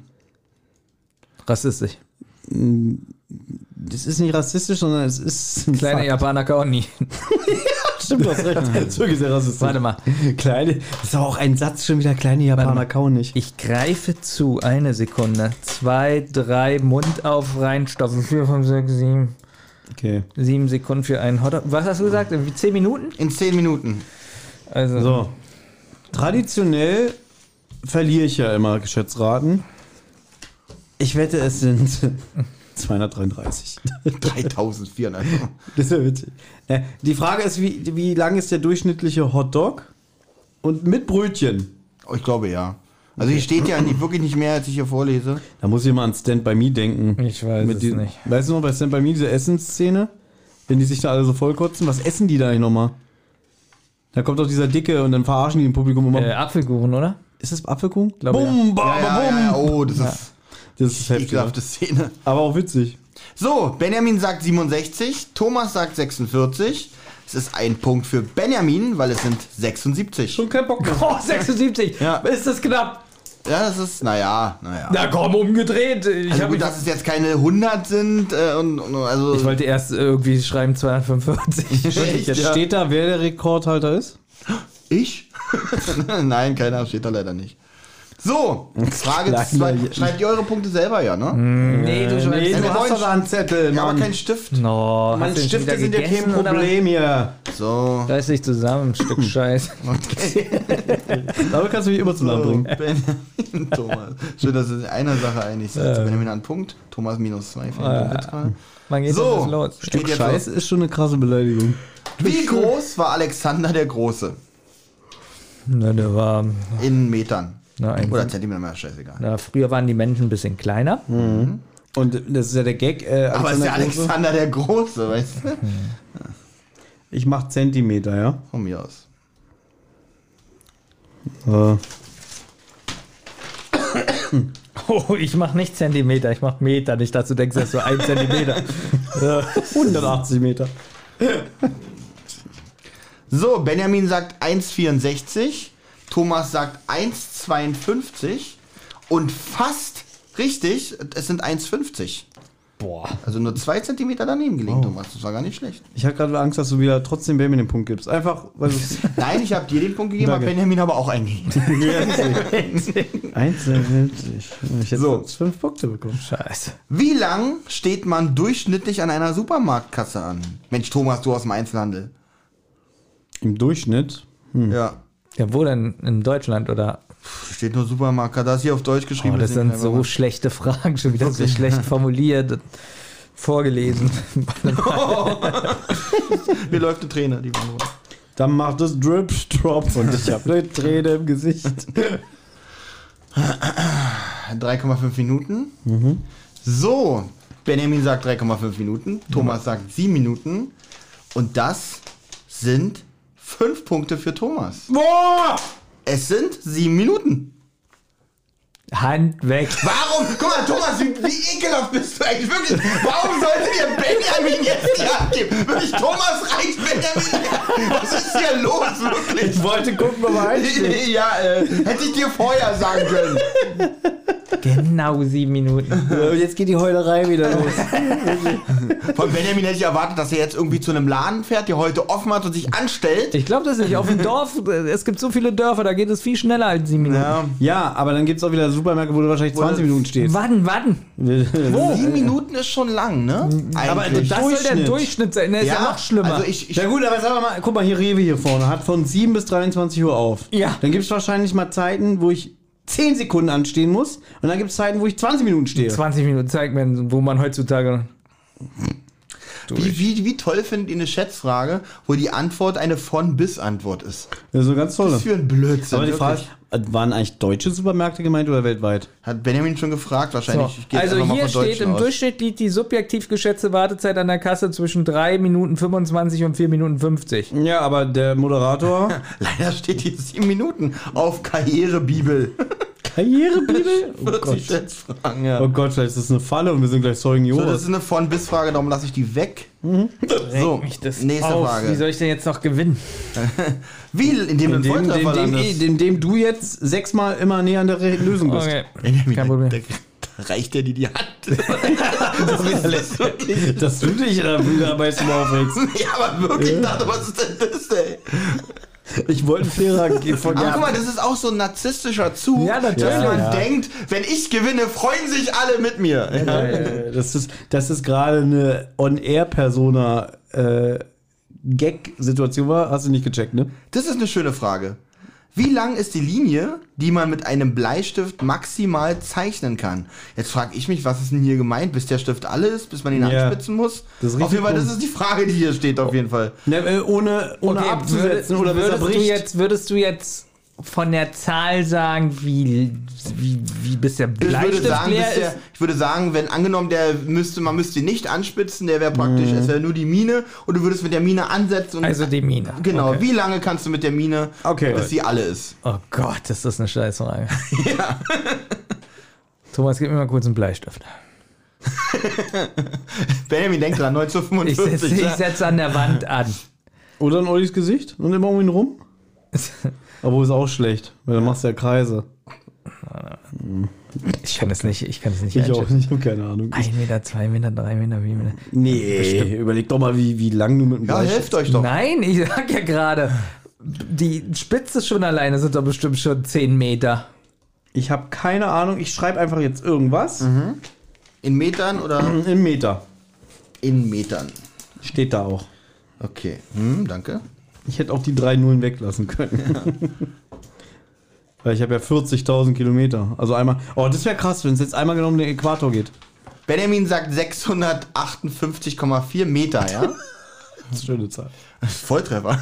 [SPEAKER 2] Rassistisch.
[SPEAKER 3] Das ist nicht rassistisch, sondern es ist ein
[SPEAKER 2] Kleine
[SPEAKER 3] Fakt.
[SPEAKER 2] Japaner kauen nie.
[SPEAKER 3] Stimmt, du
[SPEAKER 2] (laughs)
[SPEAKER 3] hast recht. Zurück ist ja rassistisch.
[SPEAKER 2] Warte mal.
[SPEAKER 3] Kleine, das ist aber auch ein Satz schon wieder, kleine Japaner
[SPEAKER 2] mal.
[SPEAKER 3] kauen nicht.
[SPEAKER 2] Ich greife zu, eine Sekunde. Zwei, drei, Mund auf, reinstopfen. Vier, fünf, sechs, sieben.
[SPEAKER 3] Okay.
[SPEAKER 2] Sieben Sekunden für einen Hotdog. Was hast du gesagt? Irgendwie zehn Minuten?
[SPEAKER 1] In zehn Minuten. (laughs)
[SPEAKER 2] Also,
[SPEAKER 3] So. Traditionell verliere ich ja immer Geschätzraten. Ich wette, es sind (laughs) 233.
[SPEAKER 1] 3400.
[SPEAKER 3] Das wäre witzig. Äh, Die Frage ist, wie, wie lang ist der durchschnittliche Hotdog? Und mit Brötchen.
[SPEAKER 1] Oh, ich glaube ja. Also hier steht ja nicht, wirklich nicht mehr, als ich hier vorlese.
[SPEAKER 3] Da muss ich immer an Stand by Me denken.
[SPEAKER 2] Ich weiß
[SPEAKER 3] Mit
[SPEAKER 2] es
[SPEAKER 3] diesen-
[SPEAKER 2] nicht.
[SPEAKER 3] Weißt du noch, bei Stand by Me, diese Essensszene? Wenn die sich da alle so vollkotzen, was essen die da eigentlich nochmal? Da kommt doch dieser Dicke und dann verarschen die im Publikum immer.
[SPEAKER 2] äh, Apfelkuchen, oder?
[SPEAKER 3] Ist das Apfelkuchen?
[SPEAKER 2] Glaube ja.
[SPEAKER 3] bum, ba,
[SPEAKER 1] Ja,
[SPEAKER 3] ba,
[SPEAKER 1] ja,
[SPEAKER 3] bum.
[SPEAKER 1] ja, ja. Oh, das ist
[SPEAKER 3] Das ist
[SPEAKER 2] ne?
[SPEAKER 3] heftig. ne?
[SPEAKER 1] ekelhafte Szene.
[SPEAKER 3] Aber auch witzig.
[SPEAKER 1] So, Benjamin sagt 67, Thomas sagt 46. Es ist ein Punkt für Benjamin, weil es sind 76. Ja,
[SPEAKER 3] kein Bock
[SPEAKER 2] Oh, 76.
[SPEAKER 1] Ja.
[SPEAKER 2] Ist das knapp?
[SPEAKER 1] das ist, naja, naja.
[SPEAKER 2] Na komm, umgedreht. Ich,
[SPEAKER 1] Also
[SPEAKER 2] hab
[SPEAKER 1] gut,
[SPEAKER 2] mich-
[SPEAKER 1] dass es jetzt keine 100 sind äh, und, und also
[SPEAKER 2] ich wollte erst irgendwie schreiben 245.
[SPEAKER 1] Echt,
[SPEAKER 3] Jetzt
[SPEAKER 1] ja.
[SPEAKER 3] steht da, wer der Rekordhalter ist.
[SPEAKER 1] ich? (laughs) Nein, keiner steht da leider nicht.
[SPEAKER 2] (laughs)
[SPEAKER 1] So, Frage
[SPEAKER 3] Kleiner
[SPEAKER 1] 2.
[SPEAKER 3] Jens.
[SPEAKER 1] Schreibt ihr eure Punkte selber ja, ne?
[SPEAKER 2] nee, du schreibst.
[SPEAKER 1] du hast doch da
[SPEAKER 3] einen Zettel,
[SPEAKER 1] Ja, aber kein Stift.
[SPEAKER 2] No,
[SPEAKER 3] Meine
[SPEAKER 2] hast du den schon
[SPEAKER 3] Stifte
[SPEAKER 2] wieder
[SPEAKER 3] sind ja
[SPEAKER 2] gegessen,
[SPEAKER 3] kein
[SPEAKER 2] oder was?
[SPEAKER 3] Problem hier.
[SPEAKER 1] So.
[SPEAKER 2] Reiß dich zusammen, ein Stück Scheiß.
[SPEAKER 3] Damit kannst du mich immer zum Lachen
[SPEAKER 1] so
[SPEAKER 3] bringen.
[SPEAKER 1] Oh, Benjamin, (laughs) Thomas. Schön, dass ihr in einer Sache einig seid. Benjamin hat einen Punkt. Thomas minus 2 für den Punktzahl.
[SPEAKER 2] Man geht
[SPEAKER 1] So.
[SPEAKER 2] so. los.
[SPEAKER 1] Steht jetzt
[SPEAKER 3] Scheiß ist schon eine krasse Beleidigung.
[SPEAKER 1] Wie groß war Alexander der Große?
[SPEAKER 2] Na, der war.
[SPEAKER 1] In Metern.
[SPEAKER 2] Na, ein-
[SPEAKER 1] Oder Zentimeter, na, scheißegal.
[SPEAKER 2] Na, früher waren die Menschen ein bisschen kleiner.
[SPEAKER 3] Und das ist ja der Gag. Äh,
[SPEAKER 1] Aber es ist ja
[SPEAKER 3] Alexander
[SPEAKER 1] Alexander
[SPEAKER 3] Große.
[SPEAKER 1] der Große, weißt du?
[SPEAKER 3] Ich mach Zentimeter, ja.
[SPEAKER 1] Von mir aus.
[SPEAKER 3] Äh,
[SPEAKER 2] Oh, ich mach nicht Zentimeter, ich mach Meter. Nicht, dass du denkst, das ist so ein Zentimeter.
[SPEAKER 3] 180 Meter.
[SPEAKER 1] So, Benjamin sagt 1,64, Thomas sagt 1,52 und fast richtig, es sind 1,50.
[SPEAKER 2] Boah.
[SPEAKER 1] Also nur 2 cm daneben gelegen, Thomas. Das war gar nicht schlecht.
[SPEAKER 3] Ich hatte gerade Angst, dass du wieder trotzdem Benjamin den Punkt gibst. Einfach, weil du
[SPEAKER 1] (laughs) Nein, ich habe dir den Punkt gegeben,
[SPEAKER 3] Danke.
[SPEAKER 1] aber Benjamin aber auch eingegeben.
[SPEAKER 3] 1,70. Ich hätte
[SPEAKER 1] So.
[SPEAKER 3] so. 5 Punkte bekommen.
[SPEAKER 2] Scheiße.
[SPEAKER 1] Wie lang steht man durchschnittlich an einer Supermarktkasse an? Mensch, Thomas, du aus dem Einzelhandel.
[SPEAKER 3] Im Durchschnitt.
[SPEAKER 2] Hm.
[SPEAKER 1] Ja.
[SPEAKER 2] Ja, wo denn? In Deutschland oder?
[SPEAKER 1] Steht nur Supermarktkasse. Das ist hier auf Deutsch geschrieben.
[SPEAKER 2] Oh, das
[SPEAKER 1] deswegen
[SPEAKER 2] sind so schlechte Fragen, schon wieder so schlecht formuliert und vorgelesen.
[SPEAKER 1] (laughs) Mir läuft eine Träne, die Wohnung.
[SPEAKER 3] Dann macht es Drip Drop und ich habe eine Träne im Gesicht.
[SPEAKER 1] 3,5 Minuten.
[SPEAKER 2] Mhm.
[SPEAKER 1] So, Benjamin sagt 3,5 Minuten, Thomas sagt 7 Minuten. Und das sind 5 Punkte für Thomas.
[SPEAKER 3] Boah!
[SPEAKER 1] Es sind 7 Minuten.
[SPEAKER 2] Hand weg.
[SPEAKER 1] Warum? Guck mal, Thomas, wie, wie ekelhaft bist du eigentlich wirklich? Warum sollte dir Benjamin jetzt die Hand geben? Wirklich, Thomas reicht Benjamin. Was ist hier los, wirklich?
[SPEAKER 3] (laughs) Ich wollte gucken, ob er einsteht.
[SPEAKER 1] Ja, äh, hätte ich dir vorher sagen können.
[SPEAKER 2] Genau sieben Minuten.
[SPEAKER 3] Äh, Jetzt geht die Heulerei wieder los.
[SPEAKER 1] Von Benjamin hätte ich erwartet, dass er jetzt irgendwie zu einem Laden fährt, der heute offen hat und sich anstellt.
[SPEAKER 2] Ich glaube das
[SPEAKER 1] (laughs)
[SPEAKER 2] nicht. Auf dem Dorf, äh, es gibt so viele Dörfer, da geht es viel schneller als sieben Minuten.
[SPEAKER 1] Ja.
[SPEAKER 3] (laughs) Ja, aber dann gibt es auch wieder Supermärkte, wo du wahrscheinlich 20 Minuten stehst.
[SPEAKER 2] Wann, wann?
[SPEAKER 1] Sieben Minuten ist schon lang, ne?
[SPEAKER 3] Aber
[SPEAKER 1] Eigentlich.
[SPEAKER 2] Das soll der
[SPEAKER 3] Durchschnitt.
[SPEAKER 2] Durchschnitt sein. Der ist ja, noch schlimmer.
[SPEAKER 1] Also ich, ich,
[SPEAKER 3] Ja gut, aber sag mal, guck mal, hier Rewe hier vorne hat von 7 bis 23 Uhr auf.
[SPEAKER 2] Ja.
[SPEAKER 3] Dann gibt es wahrscheinlich mal Zeiten, wo ich 10 Sekunden anstehen muss und dann gibt es Zeiten, wo ich 20 Minuten stehe.
[SPEAKER 2] 20 Minuten zeigt mir, wo man heutzutage.
[SPEAKER 1] wie, wie, wie toll findet ihr eine Schätzfrage, wo die Antwort eine von-bis-Antwort ist?
[SPEAKER 3] Das ist so ganz toll.
[SPEAKER 1] Was für ein Blödsinn.
[SPEAKER 3] Aber die Frage
[SPEAKER 1] wirklich.
[SPEAKER 3] ist, äh, waren eigentlich deutsche Supermärkte gemeint oder weltweit?
[SPEAKER 1] Hat Benjamin schon gefragt,
[SPEAKER 2] So.
[SPEAKER 1] wahrscheinlich. Ich geh jetzt
[SPEAKER 2] Also
[SPEAKER 1] einfach mal
[SPEAKER 2] hier
[SPEAKER 1] von
[SPEAKER 2] steht,
[SPEAKER 1] Deutschen
[SPEAKER 2] im
[SPEAKER 1] aus.
[SPEAKER 2] Durchschnitt liegt die subjektiv geschätzte Wartezeit an der Kasse zwischen 3 Minuten 25 und 4 Minuten 50.
[SPEAKER 3] Ja, aber der (laughs) Moderator.
[SPEAKER 1] Leider steht hier sieben Minuten auf Karrierebibel.
[SPEAKER 3] (laughs) Karrierebibel? Oh
[SPEAKER 1] Das sind
[SPEAKER 3] Gott.
[SPEAKER 1] Schätzfragen, ja.
[SPEAKER 3] Oh Gott, vielleicht ist das eine Falle und wir sind gleich Zeugen
[SPEAKER 1] So, das
[SPEAKER 3] Jehovas.
[SPEAKER 1] ist eine von-bis-Frage, darum lasse ich die weg. So, nächste
[SPEAKER 2] Wie
[SPEAKER 1] Frage.
[SPEAKER 2] soll ich denn jetzt noch gewinnen?
[SPEAKER 1] Wie, indem du
[SPEAKER 3] In
[SPEAKER 1] in
[SPEAKER 3] dem,
[SPEAKER 1] Volltreffer
[SPEAKER 3] dem,
[SPEAKER 1] landest.
[SPEAKER 3] dem, dem, dem du jetzt sechsmal immer näher an der Re- Lösung bist.
[SPEAKER 2] Okay.
[SPEAKER 1] Benjamin,
[SPEAKER 2] Kein Problem.
[SPEAKER 1] der- der- reicht er dir die Hand.
[SPEAKER 3] Dass du dich in der Bügelarbeit zum Aufregst.
[SPEAKER 1] ja, aber wirklich, ich dachte, was ist denn das, ey?
[SPEAKER 3] Ich wollte einen fairer Ge-
[SPEAKER 1] Aber guck
[SPEAKER 3] Vergabe.
[SPEAKER 1] mal, das ist auch so ein narzisstischer Zug,
[SPEAKER 2] Ja, natürlich.
[SPEAKER 1] dass man
[SPEAKER 3] Ja.
[SPEAKER 1] denkt, wenn ich gewinne, freuen sich alle mit mir. Ja.
[SPEAKER 3] Äh, Das ist, das ist gerade eine On-Air-Persona-Gag-Situation war. Hast du nicht gecheckt, ne?
[SPEAKER 1] Das ist eine schöne Frage. Wie lang ist die Linie, die man mit einem Bleistift maximal zeichnen kann? Jetzt frage ich mich, was ist denn hier gemeint? Bis der Stift alle ist, bis man ihn
[SPEAKER 3] Ja.
[SPEAKER 1] anspitzen muss?
[SPEAKER 3] Das ist
[SPEAKER 1] auf jeden
[SPEAKER 3] richtig
[SPEAKER 1] Fall, das
[SPEAKER 3] dumm.
[SPEAKER 1] ist die Frage, die hier steht, auf jeden Fall.
[SPEAKER 3] Ne, äh, ohne ohne
[SPEAKER 2] Okay,
[SPEAKER 3] abzusetzen
[SPEAKER 2] würd-
[SPEAKER 3] oder bis er
[SPEAKER 2] würdest du,
[SPEAKER 3] bricht.
[SPEAKER 2] jetzt, würdest du jetzt von der Zahl sagen, wie, wie, wie bis der
[SPEAKER 1] Ich
[SPEAKER 2] Bleistift
[SPEAKER 1] würde, sagen,
[SPEAKER 2] leer
[SPEAKER 1] bis der,
[SPEAKER 2] ist?
[SPEAKER 1] ich würde sagen, wenn angenommen, der müsste, man müsste ihn nicht anspitzen, der wäre
[SPEAKER 2] Mhm.
[SPEAKER 1] praktisch, es wäre nur die Mine und du würdest mit der Mine ansetzen und
[SPEAKER 2] Also die Mine.
[SPEAKER 1] Genau,
[SPEAKER 2] Okay.
[SPEAKER 1] wie lange kannst du mit der Mine,
[SPEAKER 3] Okay.
[SPEAKER 1] bis sie alle ist?
[SPEAKER 2] Oh Gott, ist das eine Scheißfrage. ja. (laughs) Thomas, gib mir mal kurz einen Bleistift.
[SPEAKER 1] Benjamin, denk dran, 9 zu
[SPEAKER 2] Ich
[SPEAKER 1] 45.
[SPEAKER 2] setze ich
[SPEAKER 1] ja.
[SPEAKER 2] setz an der Wand an. (laughs)
[SPEAKER 3] Oder in Ollis Gesicht und immer um ihn rum. Aber ist auch schlecht, weil dann machst du ja Kreise.
[SPEAKER 2] Ich kann es nicht, ich kann es nicht
[SPEAKER 3] Ich auch nicht, ich habe keine Ahnung. Ich,
[SPEAKER 2] Ein Meter, zwei Meter, drei Meter, vier Meter.
[SPEAKER 3] nee, überleg doch mal, wie, wie lang du mit dem
[SPEAKER 1] ja,
[SPEAKER 3] Bleistift-
[SPEAKER 1] helft euch doch.
[SPEAKER 2] Nein, ich sag ja gerade, die Spitze schon alleine sind doch bestimmt schon zehn Meter.
[SPEAKER 3] Ich habe keine Ahnung, ich schreibe einfach jetzt irgendwas.
[SPEAKER 1] In Metern oder
[SPEAKER 3] In Meter.
[SPEAKER 1] in Metern?
[SPEAKER 3] Steht da auch.
[SPEAKER 1] Okay, hm, danke.
[SPEAKER 3] Ich hätte auch die drei Nullen weglassen können. (laughs) Weil ich habe ja 40.000 Kilometer. Also einmal. Oh, das wäre krass, wenn es jetzt einmal genau um den Äquator geht.
[SPEAKER 1] Benjamin sagt 658,4 Meter,
[SPEAKER 3] (laughs)
[SPEAKER 1] ja?
[SPEAKER 3] Das ist eine schöne Zahl.
[SPEAKER 1] Volltreffer.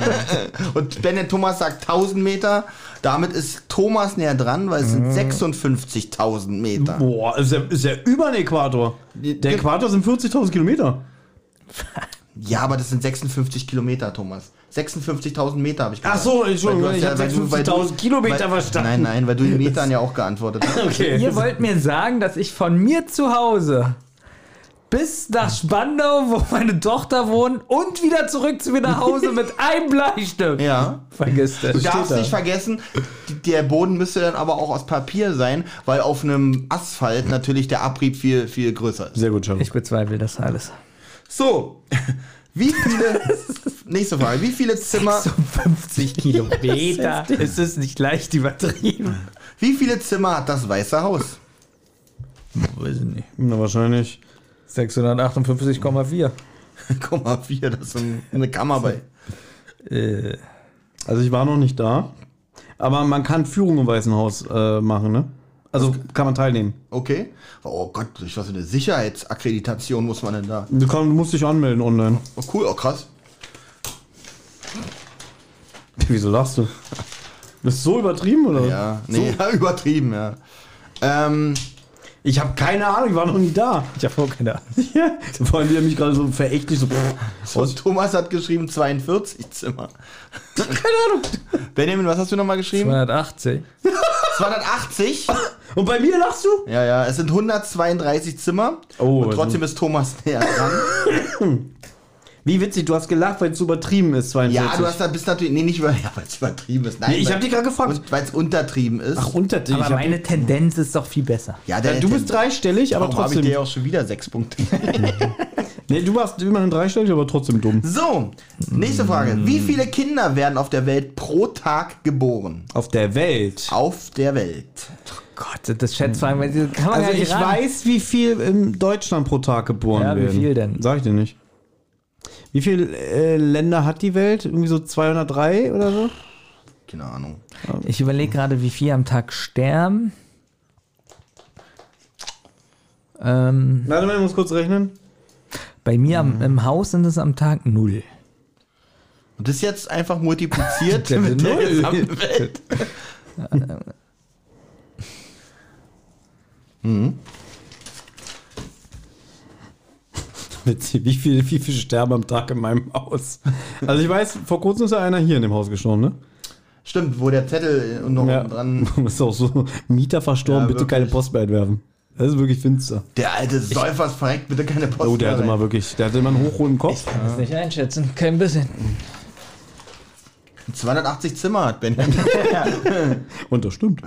[SPEAKER 1] (laughs) Und wenn der Thomas sagt 1000 Meter, damit ist Thomas näher dran, weil es
[SPEAKER 3] Mhm.
[SPEAKER 1] sind 56.000 Meter.
[SPEAKER 3] Boah, ist ja, ist ja über den Äquator. Der Äquator sind 40.000 Kilometer.
[SPEAKER 1] Ja, aber das sind 56 Kilometer, Thomas. 56.000 Meter habe ich gesagt.
[SPEAKER 3] Ach so, Entschuldigung,
[SPEAKER 1] Weil du
[SPEAKER 3] ich
[SPEAKER 1] hast
[SPEAKER 3] habe
[SPEAKER 1] weil du- weil du-
[SPEAKER 3] 56.000 Kilometer
[SPEAKER 1] weil-
[SPEAKER 3] verstanden.
[SPEAKER 1] Nein, nein,
[SPEAKER 3] (laughs)
[SPEAKER 1] weil du in Metern ja auch geantwortet hast.
[SPEAKER 3] Okay.
[SPEAKER 2] Ihr wollt mir sagen, dass ich von mir zu Hause bis nach Spandau, wo meine Tochter wohnt, und wieder zurück zu mir nach Hause mit einem Bleistift.
[SPEAKER 1] Ja.
[SPEAKER 2] Vergiss
[SPEAKER 1] Du
[SPEAKER 2] das.
[SPEAKER 1] darfst
[SPEAKER 3] da.
[SPEAKER 1] nicht vergessen, d- der Boden müsste dann aber auch aus Papier sein, weil auf einem Asphalt natürlich der Abrieb viel, viel größer ist.
[SPEAKER 3] Sehr gut, Charlotte.
[SPEAKER 2] Ich bezweifle das alles.
[SPEAKER 1] So, (laughs) wie viele,
[SPEAKER 3] (laughs)
[SPEAKER 1] nächste Frage, wie viele Zimmer,
[SPEAKER 2] (laughs) 50 Kilometer. Es ist nicht leicht übertrieben.
[SPEAKER 1] wie viele Zimmer hat das Weiße Haus? (laughs)
[SPEAKER 2] Weiß ich nicht.
[SPEAKER 3] Na, wahrscheinlich.
[SPEAKER 2] 658,4.
[SPEAKER 1] Guck mal, vier, das ist ein- eine Kammer bei.
[SPEAKER 2] Äh,
[SPEAKER 3] Also ich war noch nicht da. Aber man kann Führung im Weißen Haus äh, machen, ne? Also kann man teilnehmen.
[SPEAKER 1] Okay. Oh Gott, durch was für eine Sicherheitsakkreditation muss man denn da?
[SPEAKER 3] Du, kann, du musst dich anmelden online. (laughs)
[SPEAKER 1] Oh, cool, oh krass.
[SPEAKER 3] Wieso lachst du? Das ist so übertrieben, oder?
[SPEAKER 1] Ja, nee, (laughs) ja, übertrieben, ja. Ähm,
[SPEAKER 3] Ich habe keine Ahnung, ich war noch nie da.
[SPEAKER 2] ich habe auch keine Ahnung.
[SPEAKER 3] (laughs) Ja. Vor allem, wie er mich gerade so verächtlich so.
[SPEAKER 1] und Thomas hat geschrieben 42 Zimmer.
[SPEAKER 3] (laughs) Keine Ahnung.
[SPEAKER 1] Benjamin, was hast du nochmal geschrieben?
[SPEAKER 2] 280.
[SPEAKER 1] 280?
[SPEAKER 3] Und bei mir lachst du?
[SPEAKER 1] Ja, ja, es sind 132 Zimmer.
[SPEAKER 3] Oh,
[SPEAKER 1] und trotzdem ist Thomas näher dran.
[SPEAKER 3] (laughs) Wie witzig, du hast gelacht, weil es so übertrieben ist, 42.
[SPEAKER 1] ja, du hast da bist natürlich. Nee, nicht über, ja, weil es übertrieben ist. Nein,
[SPEAKER 3] Nee, ich hab dich gerade gefragt.
[SPEAKER 1] Weil es untertrieben ist.
[SPEAKER 3] Ach, unter dich.
[SPEAKER 2] Aber
[SPEAKER 3] Ich hab- Ah,
[SPEAKER 2] meine Tendenz ist doch viel besser.
[SPEAKER 1] ja,
[SPEAKER 3] Ja, du bist dreistellig, aber
[SPEAKER 1] Warum habe ich
[SPEAKER 3] trotzdem.
[SPEAKER 1] dir ja auch schon wieder sechs Punkte?
[SPEAKER 3] Nee, du warst immerhin dreistellig, aber trotzdem dumm.
[SPEAKER 1] (laughs) so, nächste Frage.
[SPEAKER 3] Mm.
[SPEAKER 1] Wie viele Kinder werden auf der Welt pro Tag geboren?
[SPEAKER 3] Auf der Welt.
[SPEAKER 1] Auf der Welt.
[SPEAKER 2] Gott, sind das Schätzfragen, weil die kann man
[SPEAKER 3] Also
[SPEAKER 2] ja nicht
[SPEAKER 3] ich
[SPEAKER 2] ran.
[SPEAKER 3] weiß, wie viel in Deutschland pro Tag geboren
[SPEAKER 2] Ja, wie
[SPEAKER 3] werden.
[SPEAKER 2] viel denn?
[SPEAKER 3] Sag ich dir nicht. Wie viele äh, Länder hat die Welt? Irgendwie so 203 oder so?
[SPEAKER 1] Keine Ahnung.
[SPEAKER 2] Ich überlege gerade, wie viele am Tag sterben. Ähm,
[SPEAKER 3] Warte mal, ich muss kurz rechnen.
[SPEAKER 2] bei mir
[SPEAKER 3] Mhm.
[SPEAKER 2] am, im Haus sind es am Tag null.
[SPEAKER 1] Und das jetzt einfach
[SPEAKER 3] (laughs)
[SPEAKER 1] multipliziert
[SPEAKER 2] Der
[SPEAKER 1] mit der
[SPEAKER 2] Null.
[SPEAKER 1] gesamten Welt.
[SPEAKER 3] Witzig, (laughs) wie viele wie viel sterben am Tag in meinem Haus? Also ich weiß, vor kurzem ist ja einer hier in dem Haus gestorben, ne?
[SPEAKER 1] Stimmt, wo der Zettel noch
[SPEAKER 3] Ja.
[SPEAKER 1] oben
[SPEAKER 3] (laughs)
[SPEAKER 1] dran.
[SPEAKER 3] Ist auch so, Mieter verstorben,
[SPEAKER 1] Ja,
[SPEAKER 3] bitte
[SPEAKER 1] wirklich.
[SPEAKER 3] keine Post mehr entwerfen. Das ist wirklich finster.
[SPEAKER 1] Der alte Säufer ist verreckt, bitte keine Post.
[SPEAKER 3] Oh, der hatte
[SPEAKER 1] mehr
[SPEAKER 3] mal
[SPEAKER 1] rein.
[SPEAKER 3] wirklich, der hatte immer einen hochroten Kopf.
[SPEAKER 2] Kann es nicht einschätzen, kein bisschen.
[SPEAKER 1] 280 Zimmer hat Benjamin. (laughs)
[SPEAKER 3] Und das stimmt.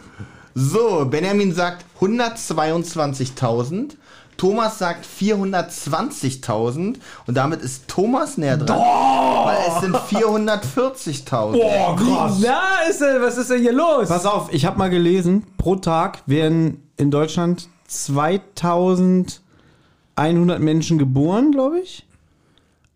[SPEAKER 1] So, Benjamin sagt 122.000. Thomas sagt 420.000 und damit ist Thomas näher dran, weil es sind 440.000.
[SPEAKER 3] Oh, krass.
[SPEAKER 2] Na, ist denn, was ist denn hier los?
[SPEAKER 3] Pass auf, ich habe mal gelesen, pro Tag werden in Deutschland 2100 Menschen geboren, glaube ich.